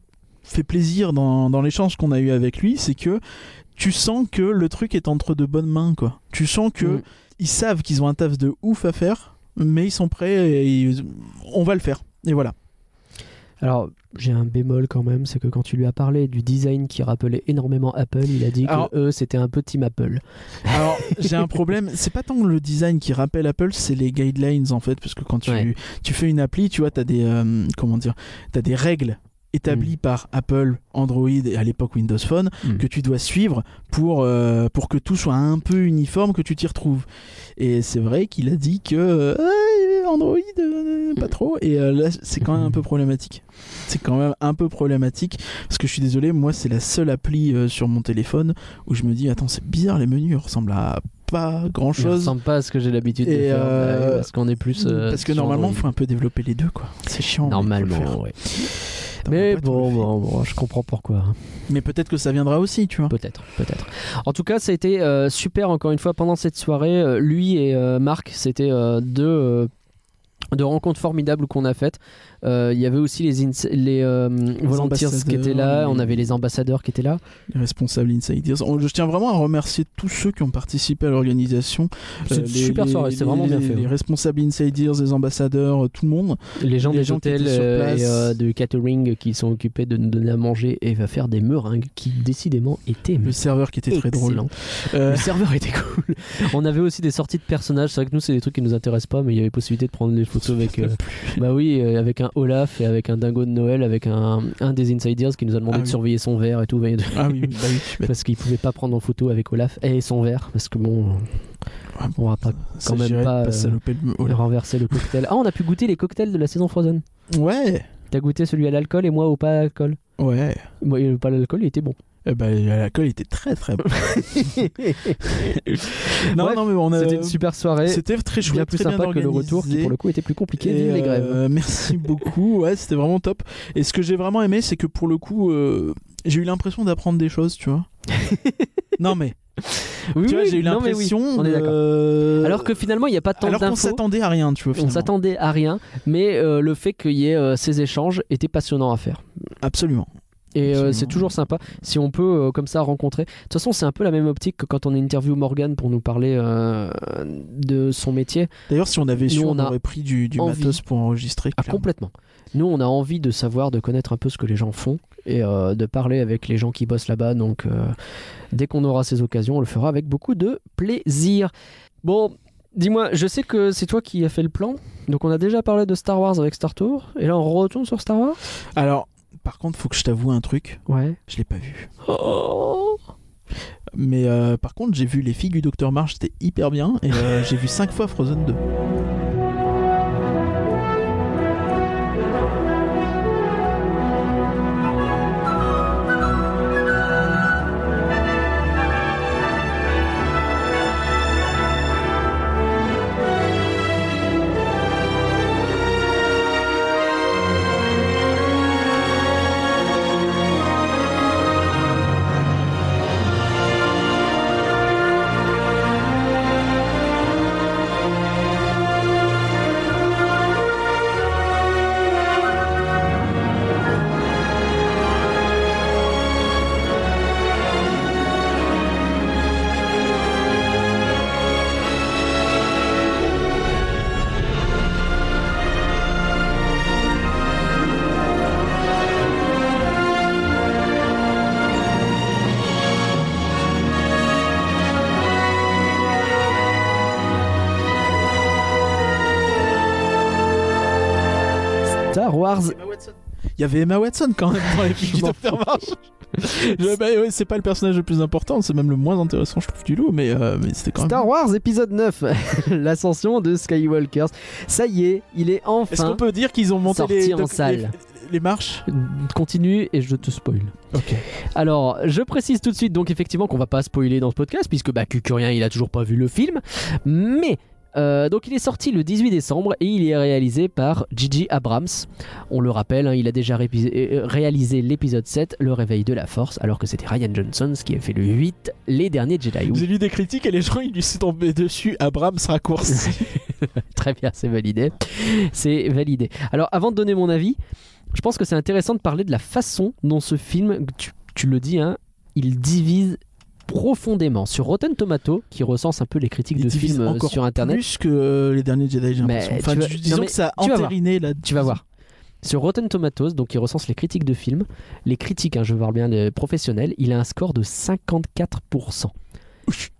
fait plaisir dans, dans l'échange qu'on a eu avec lui c'est que tu sens que le truc est entre de bonnes mains quoi tu sens que Mm. ils savent qu'ils ont un taf de ouf à faire mais ils sont prêts et ils- on va le faire et voilà Alors, j'ai un bémol quand même, c'est que quand tu lui as parlé du design qui rappelait énormément Apple, il a dit Alors- que eux, c'était un peu Team Apple. Alors, j'ai un problème. C'est pas tant le design qui rappelle Apple, c'est les guidelines en fait, parce que quand tu, Ouais. tu fais une appli, tu vois, t'as des euh, comment dire, t'as des règles établies par Apple, Android et à l'époque Windows Phone Mm. que tu dois suivre pour euh, pour que tout soit un peu uniforme, que tu t'y retrouves. Et c'est vrai qu'il a dit que euh, Ouais, Android euh, Mm. pas trop. Et euh, là, c'est quand même un peu problématique. C'est quand même un peu problématique parce que je suis désolé, moi c'est la seule appli euh, sur mon téléphone où je me dis attends c'est bizarre les menus ils ressemblent à pas grand Ça chose ressemble pas à ce que j'ai l'habitude de Et, faire, euh, bah oui, parce qu'on est plus. euh, parce que sur normalement Android. faut un peu développer les deux quoi c'est chiant mais faut le faire. Normalement, ouais. Attends, Mais on va pas tout bon, le faire. bon, bon, je comprends pourquoi. hein. mais peut-être que ça viendra aussi tu vois Peut-être, peut-être. En tout cas, ça a été euh, super encore une fois pendant cette soirée. euh, lui et euh, Marc, c'était euh, deux, euh, deux rencontres formidables qu'on a faites. Euh, Il y avait aussi les, ins- les, euh, volunteers qui étaient là, ambassadeurs, on les- avait les ambassadeurs qui étaient là. les responsables Insiders On- je tiens vraiment à remercier tous ceux qui ont participé à l'organisation euh, C'est une les- super les- soirée, c'est vraiment les- bien fait, hein. Les ouais. responsables Insiders, les ambassadeurs, euh, tout le monde. Les gens Les des gens qui hôtels étaient sur euh, place. et euh, de catering qui sont occupés de nous donner à manger et va faire des meringues qui décidément étaient Le serveur qui était très drôle. excellentes. Euh, Le serveur était cool. On avait aussi des sorties de personnages. C'est vrai que nous, c'est des trucs qui nous intéressent pas, mais il y avait possibilité de prendre des photos avec. euh, bah oui, euh, avec un Olaf et avec un dingo de Noël, avec un, un des insiders qui nous a demandé Ah de oui. surveiller son verre et tout. veiller de- ah oui, oui, bah oui, je suis bête. Parce qu'il pouvait pas prendre en photo avec Olaf et son verre, parce que bon, Ouais, on va pas quand même S'agirait de pas, euh, saloper le- oh là. renverser le cocktail. Ah, on a pu goûter les cocktails de la saison Frozen. Ouais, T'as goûté celui à l'alcool et moi au pas alcool. ouais. Moi, euh, pas l'alcool, il était bon. Eh ben, la colle était très très bonne. non, Bref, non, mais on a. C'était une super soirée. C'était très Bien chouette, plus très sympa bien que le organisé. retour qui pour le coup était plus compliqué Et, vive les grèves. euh, merci beaucoup. Ouais, c'était vraiment top. Et ce que j'ai vraiment aimé, c'est que pour le coup, euh, j'ai eu l'impression d'apprendre des choses, tu vois. non mais, Oui, tu vois, oui, j'ai eu non, mais oui, l'impression. on est d'accord. euh, Alors que finalement, il n'y a pas tant alors qu'on d'infos. s'attendait à rien, tu vois. On Finalement. s'attendait à rien, mais euh, le fait qu'il y ait euh, ces échanges était passionnant à faire. Absolument. Et euh, Absolument. c'est toujours sympa si on peut euh, comme ça rencontrer. De toute façon, c'est un peu la même optique que quand on interview Morgan pour nous parler euh, de son métier. D'ailleurs, si on avait su, Nous, on, on a aurait pris du, du envie. matos pour enregistrer. Ah, clairement. complètement. Nous, on a envie de savoir, de connaître un peu ce que les gens font et euh, de parler avec les gens qui bossent là-bas. Donc, euh, dès qu'on aura ces occasions, on le fera avec beaucoup de plaisir. Bon, dis-moi, je sais que c'est toi qui as fait le plan. Donc, on a déjà parlé de Star Wars avec Star Tour. Et là, on retourne sur Star Wars Alors, par contre, faut que je t'avoue un truc. Ouais. Je l'ai pas vu. Oh Mais euh, par contre, j'ai vu les filles du Docteur March, c'était hyper bien. Et euh, j'ai vu 5 fois Frozen 2. Star Wars. Il y avait Emma Watson quand même dans les filles du Docteur March. Je- bah ouais, c'est pas le personnage le plus important, c'est même le moins intéressant, je trouve, du lot, mais, euh, mais c'était quand même. Star Wars épisode 9, l'ascension de Skywalker. Ça y est, il est Est-ce qu'on enfin peut dire qu'ils ont monté sorti les, en doc- salle. les, les marches Continue et je te spoil. Ok. Alors, je précise tout de suite, donc effectivement, qu'on va pas spoiler dans ce podcast, puisque bah, Cucurien, il a toujours pas vu le film. Mais, euh, donc il est sorti le 18 décembre et il est réalisé par Gigi Abrams. On le rappelle, hein, il a déjà répi- euh, réalisé l'épisode 7, Le réveil de la force, alors que c'était Ryan Johnson qui a fait le 8, Les derniers Jedi. Oui, J'ai lu des critiques et les gens ils lui sont tombés dessus. Abrams raccourci. Très bien, c'est validé. C'est validé. Alors, avant de donner mon avis, je pense que c'est intéressant de parler de la façon dont ce film, tu, tu le dis, hein, il divise profondément sur Rotten Tomato qui recense un peu les critiques Il de divise films euh, encore sur internet Plus que euh, les derniers Jedi, j'ai Mais l'impression. Enfin, tu vas- dis- non, disons mais que ça a tu vas voir. entériné la. tu vas voir Sur Rotten Tomatoes, donc qui recense les critiques de films, les critiques, hein, je parle bien des professionnels, il a un score de 54%.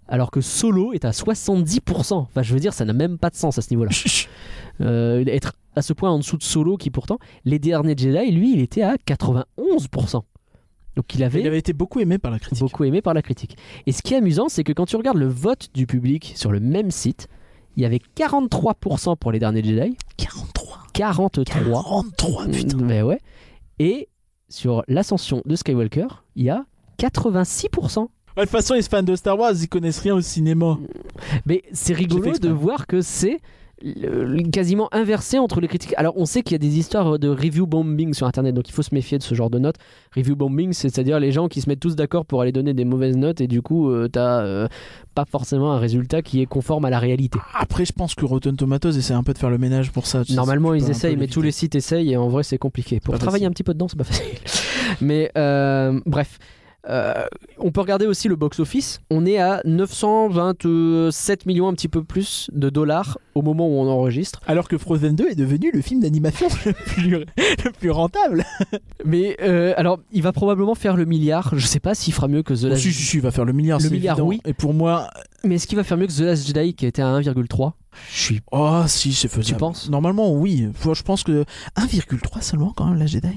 Alors que Solo est à 70%. Enfin, je veux dire, ça n'a même pas de sens à ce niveau-là. Euh, être à ce point en dessous de Solo, qui pourtant, les derniers Jedi, lui, il était à 91%. Donc il avait Il avait été beaucoup aimé par la critique. beaucoup aimé par la critique. Et ce qui est amusant, c'est que quand tu regardes le vote du public sur le même site, il y avait 43% pour les derniers Jedi, 43. 43 43, Oh, putain. Mm, Mais ouais. Et sur l'ascension de Skywalker, il y a 86%. Ouais, Bah, de toute façon, les fans de Star Wars, ils connaissent rien au cinéma. Mm. Mais c'est J'ai fait rigolo de exprès. voir que c'est le- le- quasiment inversé entre les critiques. Alors on sait qu'il y a des histoires de review bombing sur internet, donc il faut se méfier de ce genre de notes. Review bombing, c'est- c'est-à-dire les gens qui se mettent tous d'accord pour aller donner des mauvaises notes et du coup euh, t'as euh, pas forcément un résultat qui est conforme à la réalité. Après, je pense que Rotten Tomatoes essaie un peu de faire le ménage pour ça. Tu sais, Normalement, tu ils peux un essayent, peu mais tous les l'éviter. sites essayent et en vrai, c'est compliqué. Pour Pas travailler facile. un petit peu dedans, c'est pas facile. mais euh, bref. Euh, on peut regarder aussi le box-office. On est à 927 millions, un petit peu plus, de dollars au moment où on enregistre. Alors que Frozen 2 est devenu le film d'animation le plus, le plus rentable. Mais euh, alors, il va probablement faire le milliard. Je sais pas s'il fera mieux que The Oh, Last si, si, si, il va faire le milliard. Le c'est milliard, évident. oui. Et pour moi, Mais est-ce qu'il va faire mieux que The Last Jedi qui était à 1,3 Je suis. oh, si, c'est faisable. Tu penses Normalement, oui. Faut- je pense que 1,3 seulement, quand même, la Jedi.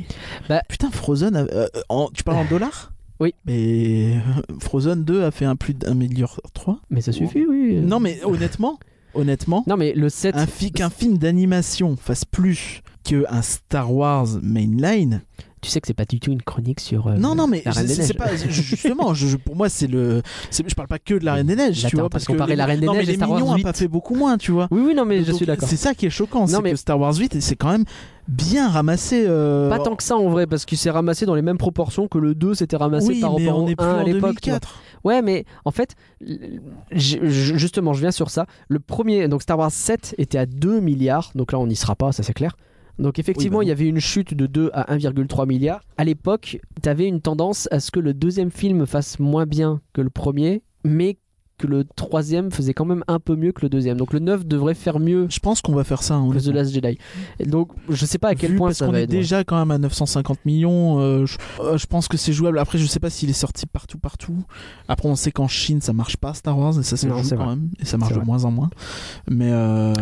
Bah- Putain, Frozen. euh, euh, en- tu parles en dollars Oui. Mais euh, Frozen 2 a fait un plus d'un milliard 3. Mais ça suffit, oui. Non, mais honnêtement, honnêtement. Non, mais le 7. un fi- qu'un film d'animation fasse plus qu'un Star Wars mainline. Tu sais que c'est pas du tout une chronique sur. euh, non, non, mais La Reine c'est- des c'est Neiges. pas je- justement. je- je- pour moi, c'est le. c'est- Je parle pas que de la Reine des Neiges, Là, tu t'es en vois, train parce de que comparer les- La Reine des non, mais Neiges et les Star Wars Minions a 8. pas fait beaucoup moins, tu vois. Oui, oui, non, mais je Donc, suis d'accord. C'est ça qui est choquant, c'est mais- que Star Wars 8, c'est quand même bien ramassé. euh, Pas tant que ça en vrai, parce qu'il s'est ramassé dans les mêmes proportions que le 2 s'était ramassé oui, par mais rapport on au est plus 1 à en l'époque. tu vois. 2004. Ouais, mais en fait, l- j- j- justement, je viens sur ça. Le premier, donc Star Wars 7 était à 2 milliards, donc là on n'y sera pas, ça c'est clair. Donc effectivement, Oui, bah il y avait une chute de 2 à 1,3 milliard. À l'époque, t'avais une tendance à ce que le deuxième film fasse moins bien que le premier, mais que le troisième faisait quand même un peu mieux que le deuxième. Donc le 9 devrait faire mieux Je pense qu'on va faire ça. hein, que The honnêtement. Last Jedi. Et donc je sais pas à quel Vu- point parce ça qu'on va est être. ouais. déjà quand même à 950 millions euh, je, euh, je pense que c'est jouable après je sais pas s'il est sorti partout partout après on sait qu'en Chine ça marche pas Star Wars et ça ça Non, joue c'est quand vrai. même et ça marche C'est de vrai. moins en moins mais euh,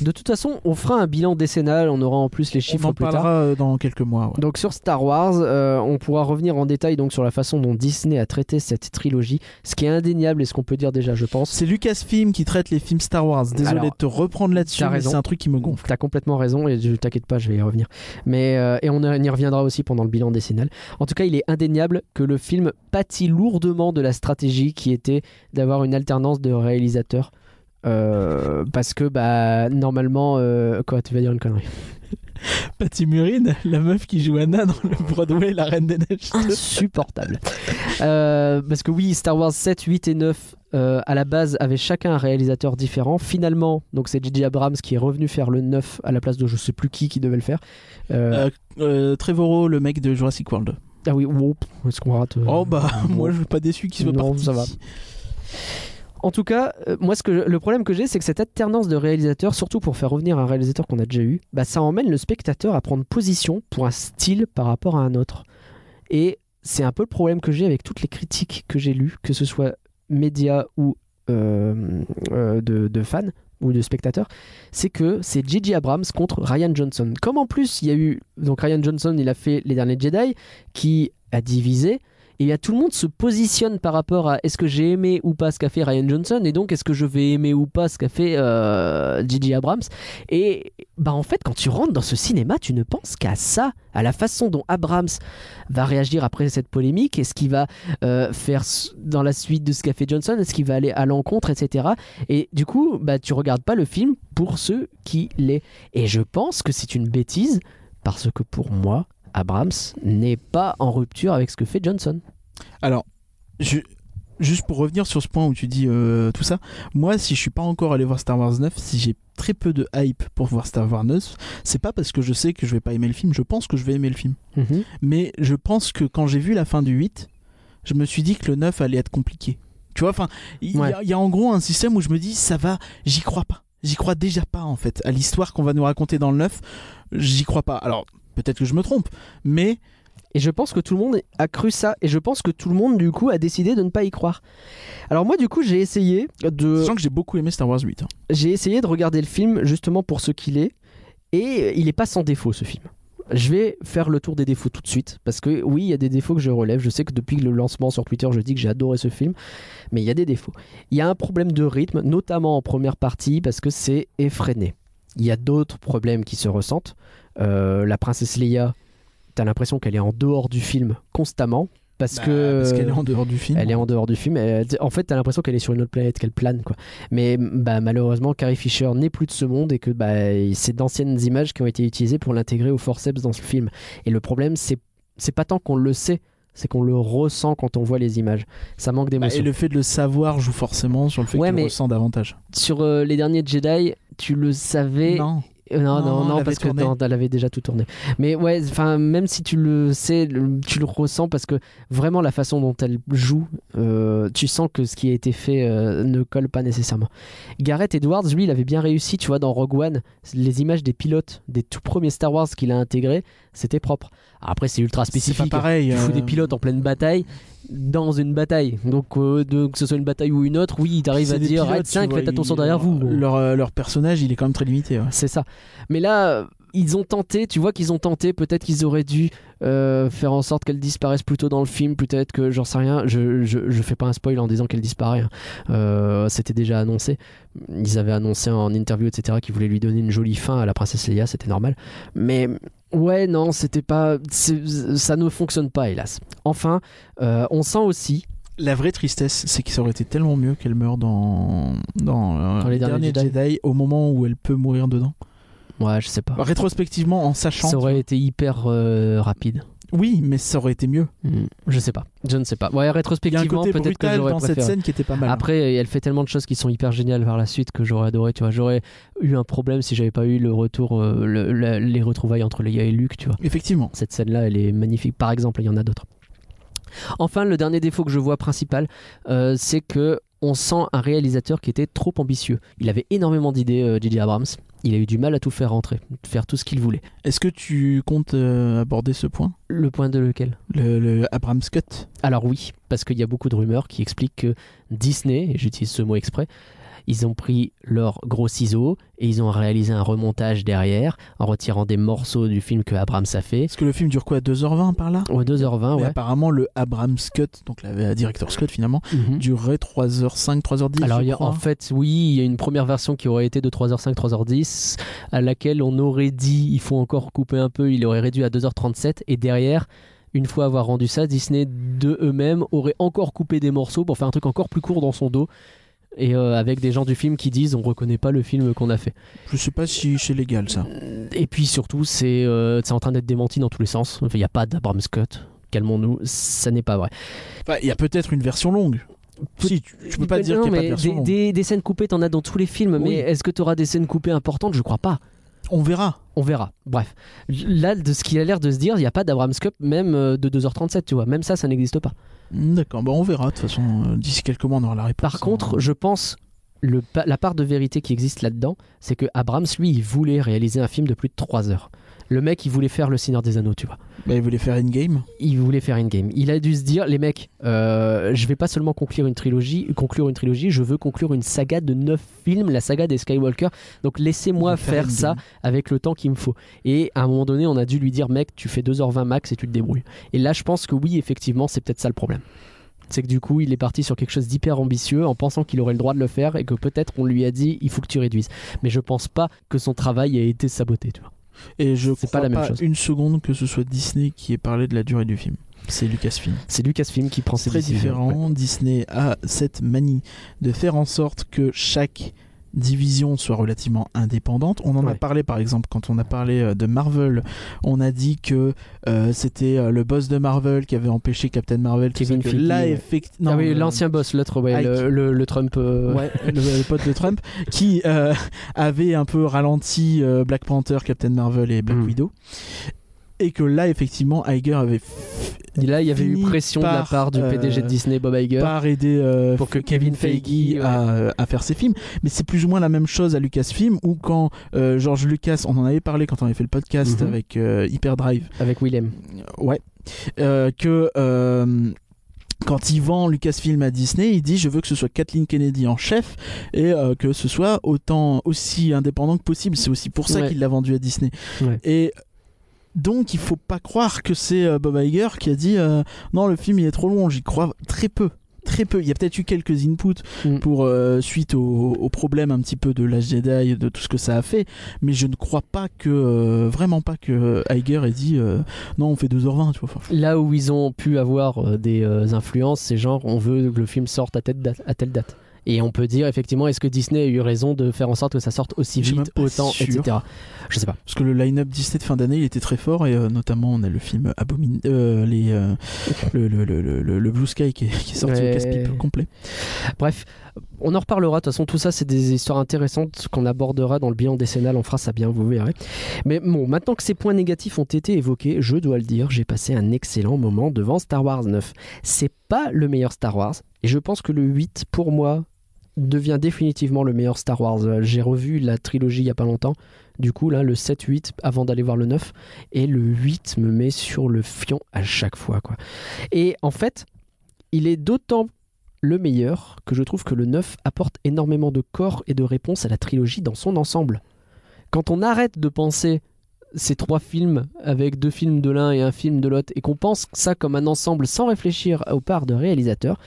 De toute façon, on fera un bilan décennal, on aura en plus les on chiffres en plus tard. parlera euh, dans quelques mois ouais. Donc sur Star Wars, euh, on pourra revenir en détail donc sur la façon dont Disney a traité cette trilogie, ce qui est indéniable et ce qu'on peut dire déjà, je pense. c'est Lucasfilm qui traite les films Star Wars désolé Alors, de te reprendre là-dessus t'as mais raison. c'est un truc qui me gonfle T'as complètement raison et je t'inquiète pas, je vais y revenir. Mais euh, et on y reviendra aussi pendant le bilan décennal. En tout cas, il est indéniable que le film pâtit lourdement de la stratégie qui était d'avoir une alternance de réalisateurs. Euh, parce que bah normalement euh, quoi tu vas dire une connerie Patty Murine la meuf qui joue Anna dans le Broadway La Reine des Neiges insupportable. Euh, parce que oui, Star Wars 7, 8 et 9, euh, à la base, avaient chacun un réalisateur différent. Finalement, donc c'est J.J. Abrams qui est revenu faire le 9 à la place de je sais plus qui qui devait le faire. Euh, Euh, euh, Trevorrow le mec de Jurassic World Ah oui, wow, est-ce qu'on rate euh, oh bah bon. moi je suis pas déçu qu'il soit Non, parti ça va. En tout cas, euh, moi, ce que le problème que j'ai, c'est que cette alternance de réalisateurs, surtout pour faire revenir un réalisateur qu'on a déjà eu, bah, ça emmène le spectateur à prendre position pour un style par rapport à un autre. Et c'est un peu le problème que j'ai avec toutes les critiques que j'ai lues, que ce soit médias ou euh, euh, de, de fans ou de spectateurs, c'est que c'est J.J. Abrams contre Ryan Johnson. Comme en plus, il y a eu. Donc Ryan Johnson, il a fait Les Derniers Jedi, qui a divisé. Et là, tout le monde se positionne par rapport à est-ce que j'ai aimé ou pas ce qu'a fait Ryan Johnson, et donc est-ce que je vais aimer ou pas ce qu'a fait euh, J.J. Abrams. Et bah en fait, quand tu rentres dans ce cinéma, tu ne penses qu'à ça, à la façon dont Abrams va réagir après cette polémique, est-ce qu'il va euh, faire s- dans la suite de ce qu'a fait Johnson, est-ce qu'il va aller à l'encontre, etc. Et du coup, bah tu regardes pas le film pour ce qu'il est. Et je pense que c'est une bêtise parce que pour moi. Abrams n'est pas en rupture avec ce que fait Johnson. Alors, je- juste pour revenir sur ce point où tu dis euh, tout ça, moi, si je suis pas encore allé voir Star Wars 9, si j'ai très peu de hype pour voir Star Wars 9, c'est pas parce que je sais que je vais pas aimer le film, je pense que je vais aimer le film. Mhm. Mais je pense que quand j'ai vu la fin du 8, je me suis dit que le 9 allait être compliqué. Tu vois, enfin, il y a- Ouais. il y, a en gros un système où je me dis, ça va, j'y crois pas. J'y crois déjà pas, en fait, à l'histoire qu'on va nous raconter dans le 9. J'y crois pas. Alors, Peut-être que je me trompe, mais Et je pense que tout le monde a cru ça. Et je pense que tout le monde, du coup, a décidé de ne pas y croire. Alors moi, du coup, j'ai essayé de, sachant que j'ai beaucoup aimé Star Wars 8. hein. j'ai essayé de regarder le film justement pour ce qu'il est. Et il n'est pas sans défaut, ce film. Je vais faire le tour des défauts tout de suite. Parce que oui, il y a des défauts que je relève. Je sais que depuis le lancement sur Twitter, je dis que j'ai adoré ce film. Mais il y a des défauts. Il y a un problème de rythme, notamment en première partie, parce que c'est effréné. Il y a d'autres problèmes qui se ressentent. Euh, la princesse Leia, t'as l'impression qu'elle est en dehors du film constamment. Parce Bah, que. parce qu'elle est en dehors du film. Elle est en dehors du film. Elle- en fait, t'as l'impression qu'elle est sur une autre planète, qu'elle plane, quoi. Mais bah, malheureusement, Carrie Fisher n'est plus de ce monde et que bah, c'est d'anciennes images qui ont été utilisées pour l'intégrer au forceps dans ce film. Et le problème, c'est c'est pas tant qu'on le sait, c'est qu'on le ressent quand on voit les images. Ça manque Bah, d'émotion. et le fait de le savoir joue forcément sur le fait Ouais, que tu mais- le ressens davantage. Sur euh, les derniers Jedi, tu le savais. Non. Euh, Non, Non, non, elle non, avait parce que tourné. non, elle avait déjà tout tourné. Mais ouais, enfin, même si tu le sais, le- tu le ressens parce que vraiment la façon dont elle joue, euh, tu sens que ce qui a été fait euh, ne colle pas nécessairement. Gareth Edwards, lui, il avait bien réussi, tu vois, dans Rogue One, les images des pilotes des tout premiers Star Wars qu'il a intégrés, c'était propre. Après, c'est ultra C'est spécifique. pas pareil. Tu fous des euh, pilotes en pleine bataille, dans une bataille. Donc, euh, de- que ce soit une bataille ou une autre, oui, t'arrives c'est à des dire, "Ah, pilotes, Raid tu 5, vois, faites attention ils- derrière vous. Leur, euh, leur personnage, il est quand même très limité. ouais. C'est ça. Mais là, euh, ils ont tenté, tu vois qu'ils ont tenté, peut-être qu'ils auraient dû euh, faire en sorte qu'elle disparaisse plus tôt dans le film, peut-être que j'en sais rien, je, je, je fais pas un spoil en disant qu'elle disparaît, hein. Euh, c'était déjà annoncé, ils avaient annoncé en interview, etc., qu'ils voulaient lui donner une jolie fin à la princesse Leia, c'était normal. Mais ouais, non, c'était pas... c'est- Ça ne fonctionne pas, hélas. Enfin, euh, on sent aussi, La vraie tristesse, c'est que ça aurait été tellement mieux qu'elle meure dans, dans, euh, Dans les derniers Jedi. au moment où elle peut mourir dedans. ouais, je sais pas, Rétrospectivement, en sachant. Ah. ça aurait été hyper euh, rapide. Oui, mais ça aurait été mieux. Hmm, Je sais pas, je ne sais pas. Ouais, Il y a un rétrospectivement, côté peut-être que brutal j'aurais dans préféré. cette scène qui était pas mal. hein. Après, euh, elle fait tellement de choses qui sont hyper géniales par la suite que j'aurais adoré. Tu vois, j'aurais eu un problème si j'avais pas eu le retour, euh, le- la- les retrouvailles entre Leia et Luke. Tu vois, Effectivement. cette scène-là, elle est magnifique. Par exemple, il y en a d'autres. Enfin, le dernier défaut que je vois principal, euh, c'est que on sent un réalisateur qui était trop ambitieux. Il avait énormément d'idées, euh, J.J. Abrams. Il a eu du mal à tout faire rentrer, faire tout ce qu'il voulait. Est-ce que tu comptes euh, aborder ce point Le point de lequel le, le Abrams Cut Alors oui, parce qu'il y a beaucoup de rumeurs qui expliquent que Disney, et j'utilise ce mot exprès, ils ont pris leur gros ciseau et ils ont réalisé un remontage derrière en retirant des morceaux du film que Abrams a fait. Parce que le film dure quoi 2h20 par là Au 2h20, Mais ouais. apparemment, le Abrams Cut, donc la Director's Cut finalement, Mhm. durerait 3h05, 3h10. Alors je il y a- crois. en fait, oui, il y a une première version qui aurait été de 3h05, 3h10, à laquelle on aurait dit il faut encore couper un peu, il aurait réduit à 2h37, et derrière, une fois avoir rendu ça, Disney de eux-mêmes aurait encore coupé des morceaux pour faire un truc encore plus court dans son dos. Et euh, avec des gens du film qui disent on reconnaît pas le film qu'on a fait. Je sais pas si c'est légal ça. Euh, Et puis surtout, c'est euh, c'est en train d'être démenti dans tous les sens. Enfin, Il n'y a pas d'Abrams Cut. Calmons-nous, ça n'est pas vrai. Enfin, il y a peut-être une version longue. Peut- Si, tu, tu peux pas dire Euh, Non, qu'il n'y a pas de mais version des, longue. des- des scènes coupées, t'en as dans tous les films, Oui. mais est-ce que tu auras des scènes coupées importantes Je crois pas. On verra. On verra. Bref. Là, de ce qu'il a l'air de se dire, il n'y a pas d'Abrams Cup, même euh, de 2h37, tu vois. Même ça, ça n'existe pas. Mm, D'accord, bah on verra. De toute façon, euh, d'ici quelques mois, on aura la réponse. Par contre, je pense. Le, pa- la part de vérité qui existe là-dedans, c'est que Abrams, lui, il voulait réaliser un film de plus de 3 heures. Le mec, il voulait faire Le Seigneur des Anneaux, tu vois. Bah, il voulait faire in-game. Il voulait faire Endgame. Il a dû se dire, les mecs, euh, je vais pas seulement conclure une trilogie, conclure une trilogie, je veux conclure une saga de 9 films, la saga des Skywalker. Donc laissez-moi Il voulait faire ça Endgame. avec le temps qu'il me faut. Et à un moment donné, on a dû lui dire, mec, tu fais 2h20 max et tu te débrouilles. Et là, je pense que oui, effectivement, c'est peut-être ça le problème. C'est que du coup, il est parti sur quelque chose d'hyper ambitieux en pensant qu'il aurait le droit de le faire et que peut-être on lui a dit, il faut que tu réduises. Mais je pense pas que son travail ait été saboté, tu vois. Et je C'est crois pas la même chose. une seconde que ce soit Disney qui ait parlé de la durée du film. C'est Lucasfilm. C'est Lucasfilm qui prend ses C'est très décisions. Ouais. différent. Disney a cette manie de faire en sorte que chaque division soit relativement indépendante. On en a Ouais. parlé par exemple quand on a parlé euh, de Marvel, on a dit que euh, c'était euh, le boss de Marvel qui avait empêché Captain Marvel. tout Kevin ça, que Feige, là ouais. effectivement, ah oui, l'ancien boss, l'autre, ouais, euh, Ike. le, le- le Trump. euh, Ouais, le, le pote de Trump, qui euh, avait un peu ralenti euh, Black Panther, Captain Marvel et Black Mm. Widow. Et que là, effectivement, Iger avait f- Et là, il y avait eu Fini pression de la par, part du euh, PDG de Disney, Bob Iger. par aider euh, Pour que Kevin Kevin Feige Feige, à, euh, à faire ses films. Mais c'est plus ou moins la même chose à Lucasfilm où quand euh, George Lucas, on en avait parlé quand on avait fait le podcast Mhm. avec euh, Hyperdrive, Avec Willem. ouais, Euh, que euh, quand il vend Lucasfilm à Disney, il dit je veux que ce soit Kathleen Kennedy en chef et euh, que ce soit autant aussi indépendant que possible. C'est aussi pour ça Ouais. qu'il l'a vendu à Disney. Ouais. Et donc il faut pas croire que c'est euh, Bob Iger qui a dit euh, non le film il est trop long. J'y crois très peu. Très peu. Il y a peut-être eu quelques inputs Mm. pour euh, suite au, au problème un petit peu de la Jedi, de tout ce que ça a fait, mais je ne crois pas que euh, vraiment pas que euh, Iger ait dit euh, non on fait 2h20 tu vois. Enfin, Là où ils ont pu avoir euh, des euh, influences, c'est genre on veut que le film sorte à telle date. À telle date. Et on peut dire effectivement, est-ce que Disney a eu raison de faire en sorte que ça sorte aussi Je suis vite, même pas autant, sûr. etc. Je sais pas. Parce que le line-up Disney de fin d'année, il était très fort, et euh, notamment, on a le film Abomin... euh, les, euh, le, le, le, le- le Blue Sky qui est, qui est sorti Ouais. au casse-pipe complet. Bref, on en reparlera. De toute façon, tout ça, c'est des histoires intéressantes qu'on abordera dans le bilan décennal. On fera ça bien, vous verrez. Mais bon, maintenant que ces points négatifs ont été évoqués, je dois le dire, j'ai passé un excellent moment devant Star Wars 9. C'est pas le meilleur Star Wars. Et je pense que le 8, pour moi, devient définitivement le meilleur Star Wars. Euh, J'ai revu la trilogie il y a pas longtemps. Du coup, là, le 7-8 avant d'aller voir le 9. Et le 8 me met sur le fion à chaque fois. Quoi. Et en fait, il est d'autant le meilleur que je trouve que le 9 apporte énormément de corps et de réponses à la trilogie dans son ensemble. Quand on arrête de penser ces trois films avec deux films de l'un et un film de l'autre et qu'on pense ça comme un ensemble sans réfléchir aux parts de réalisateurs,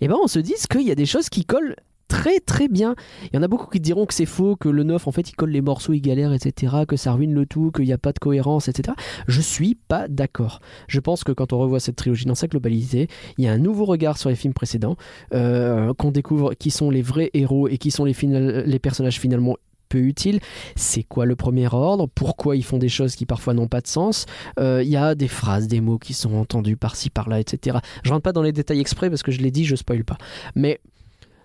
eh ben on se dit qu'il y a des choses qui collent très très bien. Il y en a beaucoup qui diront que c'est faux, que le 9 en fait il colle les morceaux, il galère, etc., que ça ruine le tout, qu'il n'y a pas de cohérence, etc. Je suis pas d'accord. Je pense que quand on revoit cette trilogie dans sa globalité, il y a un nouveau regard sur les films précédents euh, qu'on découvre qui sont les vrais héros et qui sont les, final- les personnages finalement peu utiles. C'est quoi le premier ordre Pourquoi ils font des choses qui parfois n'ont pas de sens Euh, Il y a des phrases, des mots qui sont entendus par-ci par-là, etc. Je rentre pas dans les détails exprès parce que je l'ai dit, je spoil pas. Mais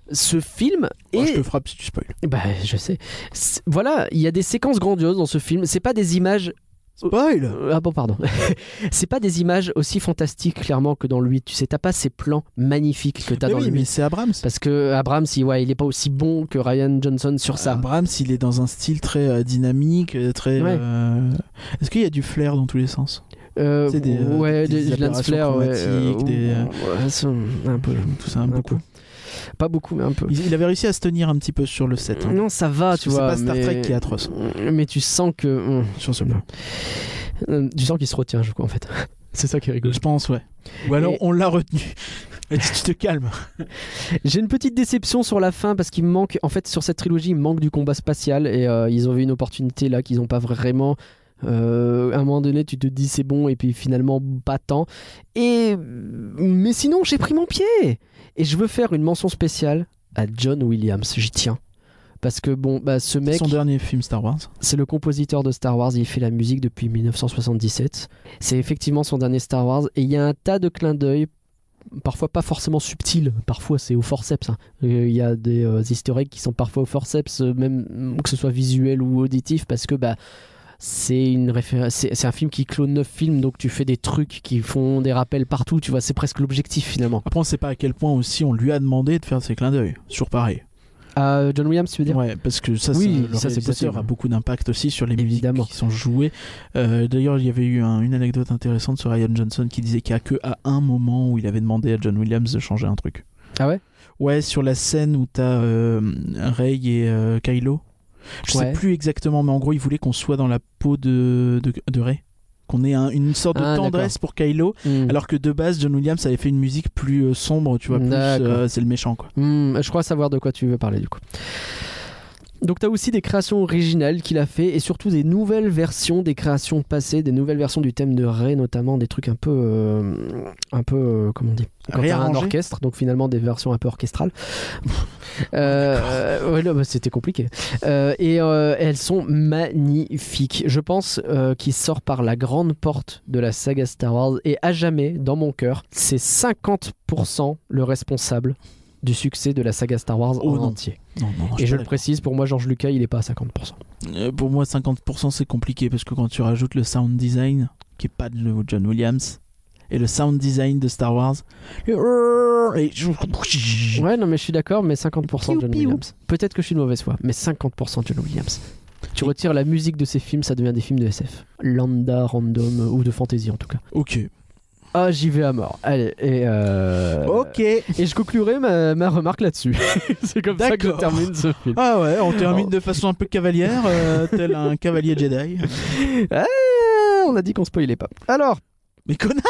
ce film Moi, est Oh, je te frappe si tu spoil. bah, je sais. C'est- Voilà, il y a des séquences grandioses dans ce film. C'est pas des images. Spoil Euh, Ah bon, pardon. c'est pas des images aussi fantastiques, clairement, que dans le 8. Tu sais, t'as pas ces plans magnifiques que t'as Mais dans oui, le 8. mais c'est Abrams. Parce que Abrams, il, ouais, il est pas aussi bon que Ryan Johnson sur ça. Abrams, il est dans un style très euh, dynamique, euh, très. Ouais. euh, Est-ce qu'il y a du flair dans tous les sens Euh, c'est des, euh, ouais, des Lance Flair, ouais, aberrations euh, traumatiques, des, euh, ouais, ça, un peu, Tout ça, un beaucoup. peu. Pas beaucoup, mais un peu. Il, il avait réussi à se tenir un petit peu sur le 7. hein. Non, ça va, Parce tu que c'est vois. pas Star mais- Trek qui est atroce. hein, Mais tu sens que. hum, Sur ce plan. hum, Tu sens qu'il se retient, je crois, en fait. C'est ça qui est rigolo. Je pense, ouais. Ou alors, Et- on l'a retenu. Elle dit, tu te calmes. J'ai une petite déception sur la fin parce qu'il me manque, en fait, sur cette trilogie, il me manque du combat spatial et euh, ils ont vu une opportunité là qu'ils n'ont pas vraiment. Euh, à un moment donné, tu te dis c'est bon et puis finalement pas tant. Et mais sinon, j'ai pris mon pied et je veux faire une mention spéciale à John Williams. J'y tiens parce que bon, bah ce mec, Son dernier film Star Wars. c'est le compositeur de Star Wars, il fait la musique depuis 1977. C'est effectivement son dernier Star Wars et il y a un tas de clins d'œil, parfois pas forcément subtils, parfois c'est au forceps. hein. Euh, Il y a des euh, easter eggs qui sont parfois au forceps, euh, même mm, que ce soit visuel ou auditif, parce que bah. C'est une référence, c'est c'est un film qui clone neuf films, donc tu fais des trucs qui font des rappels partout, tu vois, c'est presque l'objectif finalement. Après, on sait pas à quel point aussi on lui a demandé de faire ses clins d'œil. Sur pareil. Euh, John Williams, tu veux dire Ouais, parce que ça, Oui, c'est, le ça, c'est réalisateur possible. a beaucoup d'impact aussi sur les Évidemment. musiques qui sont jouées. Euh, d'ailleurs, il y avait eu un- une anecdote intéressante sur Ryan Johnson qui disait qu'il n'y a que à un moment où il avait demandé à John Williams de changer un truc. Ah ouais Ouais, sur la scène où t'as euh, Rey et euh, Kylo. Je Ouais. sais plus exactement, mais en gros, il voulait qu'on soit dans la peau de, de, de Rey. Qu'on ait un- une sorte de Ah, tendresse pour Kylo, Hmm. alors que de base, John Williams avait fait une musique plus euh, sombre, tu vois, plus D'accord. euh, c'est le méchant, quoi. Hmm, je crois savoir de quoi tu veux parler du coup. Donc t'as aussi des créations originales qu'il a fait et surtout des nouvelles versions des créations passées, des nouvelles versions du thème de Ray notamment, des trucs un peu, euh, un peu, euh, comment on dit, quand t'as un Réarrangé. orchestre, donc finalement des versions un peu orchestrales. Euh, ouais, non, bah, c'était compliqué. Euh, et euh, elles sont magnifiques. Je pense euh, qu'il sort par la grande porte de la saga Star Wars et à jamais dans mon cœur, c'est 50% le responsable du succès de la saga Star Wars Oh en non. entier. Non, non, non, Et suis pas je le d'accord. précise, pour moi, George Lucas, il est pas à 50%. Euh, pour moi 50% c'est compliqué parce que quand tu rajoutes le sound design qui est pas de le John Williams et le sound design de Star Wars. Le- Et Ouais, non, mais je suis d'accord, mais 50% Piou, John piou. Williams. Peut-être que je suis de mauvaise foi, mais 50% John Williams. Tu retires la musique de ces films, ça devient des films de SF. Lambda, random, euh, ou de fantasy en tout cas. Ok. Ah, j'y vais à mort. Allez, et euh... Ok. Et je conclurai ma, ma remarque là-dessus. C'est comme ça que je D'accord. termine ce film. Ah ouais, on termine Oh. de façon un peu cavalière, euh, tel un cavalier Jedi. Ah, on a dit qu'on spoilait pas. Alors, Mais connard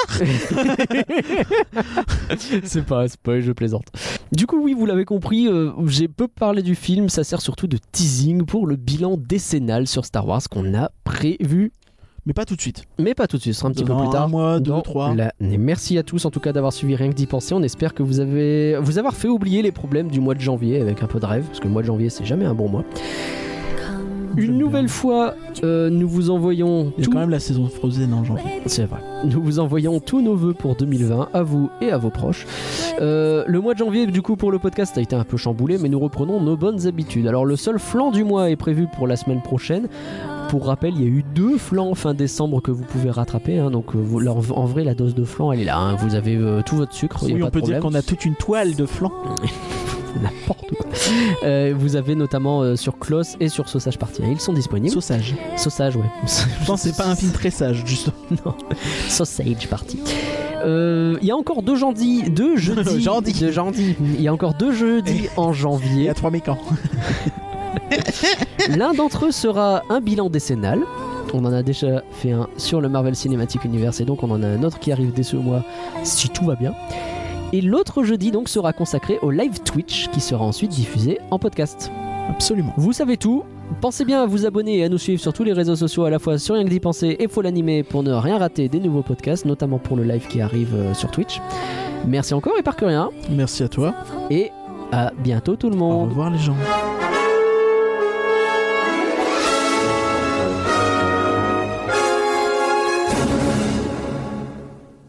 c'est pas un spoil, je plaisante. Du coup, oui, vous l'avez compris, euh, j'ai peu parlé du film, ça sert surtout de teasing pour le bilan décennal sur Star Wars qu'on a prévu. Mais pas tout de suite. Mais pas tout de suite, ce sera un petit Dans peu plus tard. Un mois, deux, dans trois. l'année. Merci à tous en tout cas d'avoir suivi Rien que d'y penser. On espère que vous avez vous avoir fait oublier les problèmes du mois de janvier avec un peu de rêve, parce que le mois de janvier c'est jamais un bon mois. Une nouvelle fois, euh, nous vous envoyons Il y a tous- quand même la saison de Frozen hein, en janvier. c'est vrai. Nous vous envoyons tous nos voeux pour 2020, à vous et à vos proches. Euh, le mois de janvier, du coup, pour le podcast a été un peu chamboulé, mais nous reprenons nos bonnes habitudes. Alors, le seul flanc du mois est prévu pour la semaine prochaine. Pour rappel, il y a eu deux flans fin décembre que vous pouvez rattraper. hein, donc, euh, vous- là, en, en vrai, la dose de flan, elle est là. hein. vous avez euh, tout votre sucre. il y a Oui, pas on de peut dire problème. qu'on a toute une toile de flanc. n'importe quoi. Euh, vous avez notamment euh, sur Klaus et sur Sausage Party. Ils sont disponibles. Sausage. Sausage, ouais. Je pense que c'est pas un film très sage, juste. Sausage Party. Euh, Il y a encore deux jeudis, deux jeudis, Jeudi. deux jeudis. Il y a encore deux jeudis en Il y janvier. a trois mécans. L'un d'entre eux sera un bilan décennal. On en a déjà fait un sur le Marvel Cinematic Universe et donc on en a un autre qui arrive dès ce mois si tout va bien. Et l'autre jeudi donc sera consacré au live Twitch qui sera ensuite diffusé en podcast. Absolument. Vous savez tout. Pensez bien à vous abonner et à nous suivre sur tous les réseaux sociaux, à la fois sur Rien que d'y penser et Faut l'animer pour ne rien rater des nouveaux podcasts, notamment pour le live qui arrive euh, sur Twitch. Merci encore et par que rien. Merci à toi. Et à bientôt tout le Au monde. revoir les gens. Thank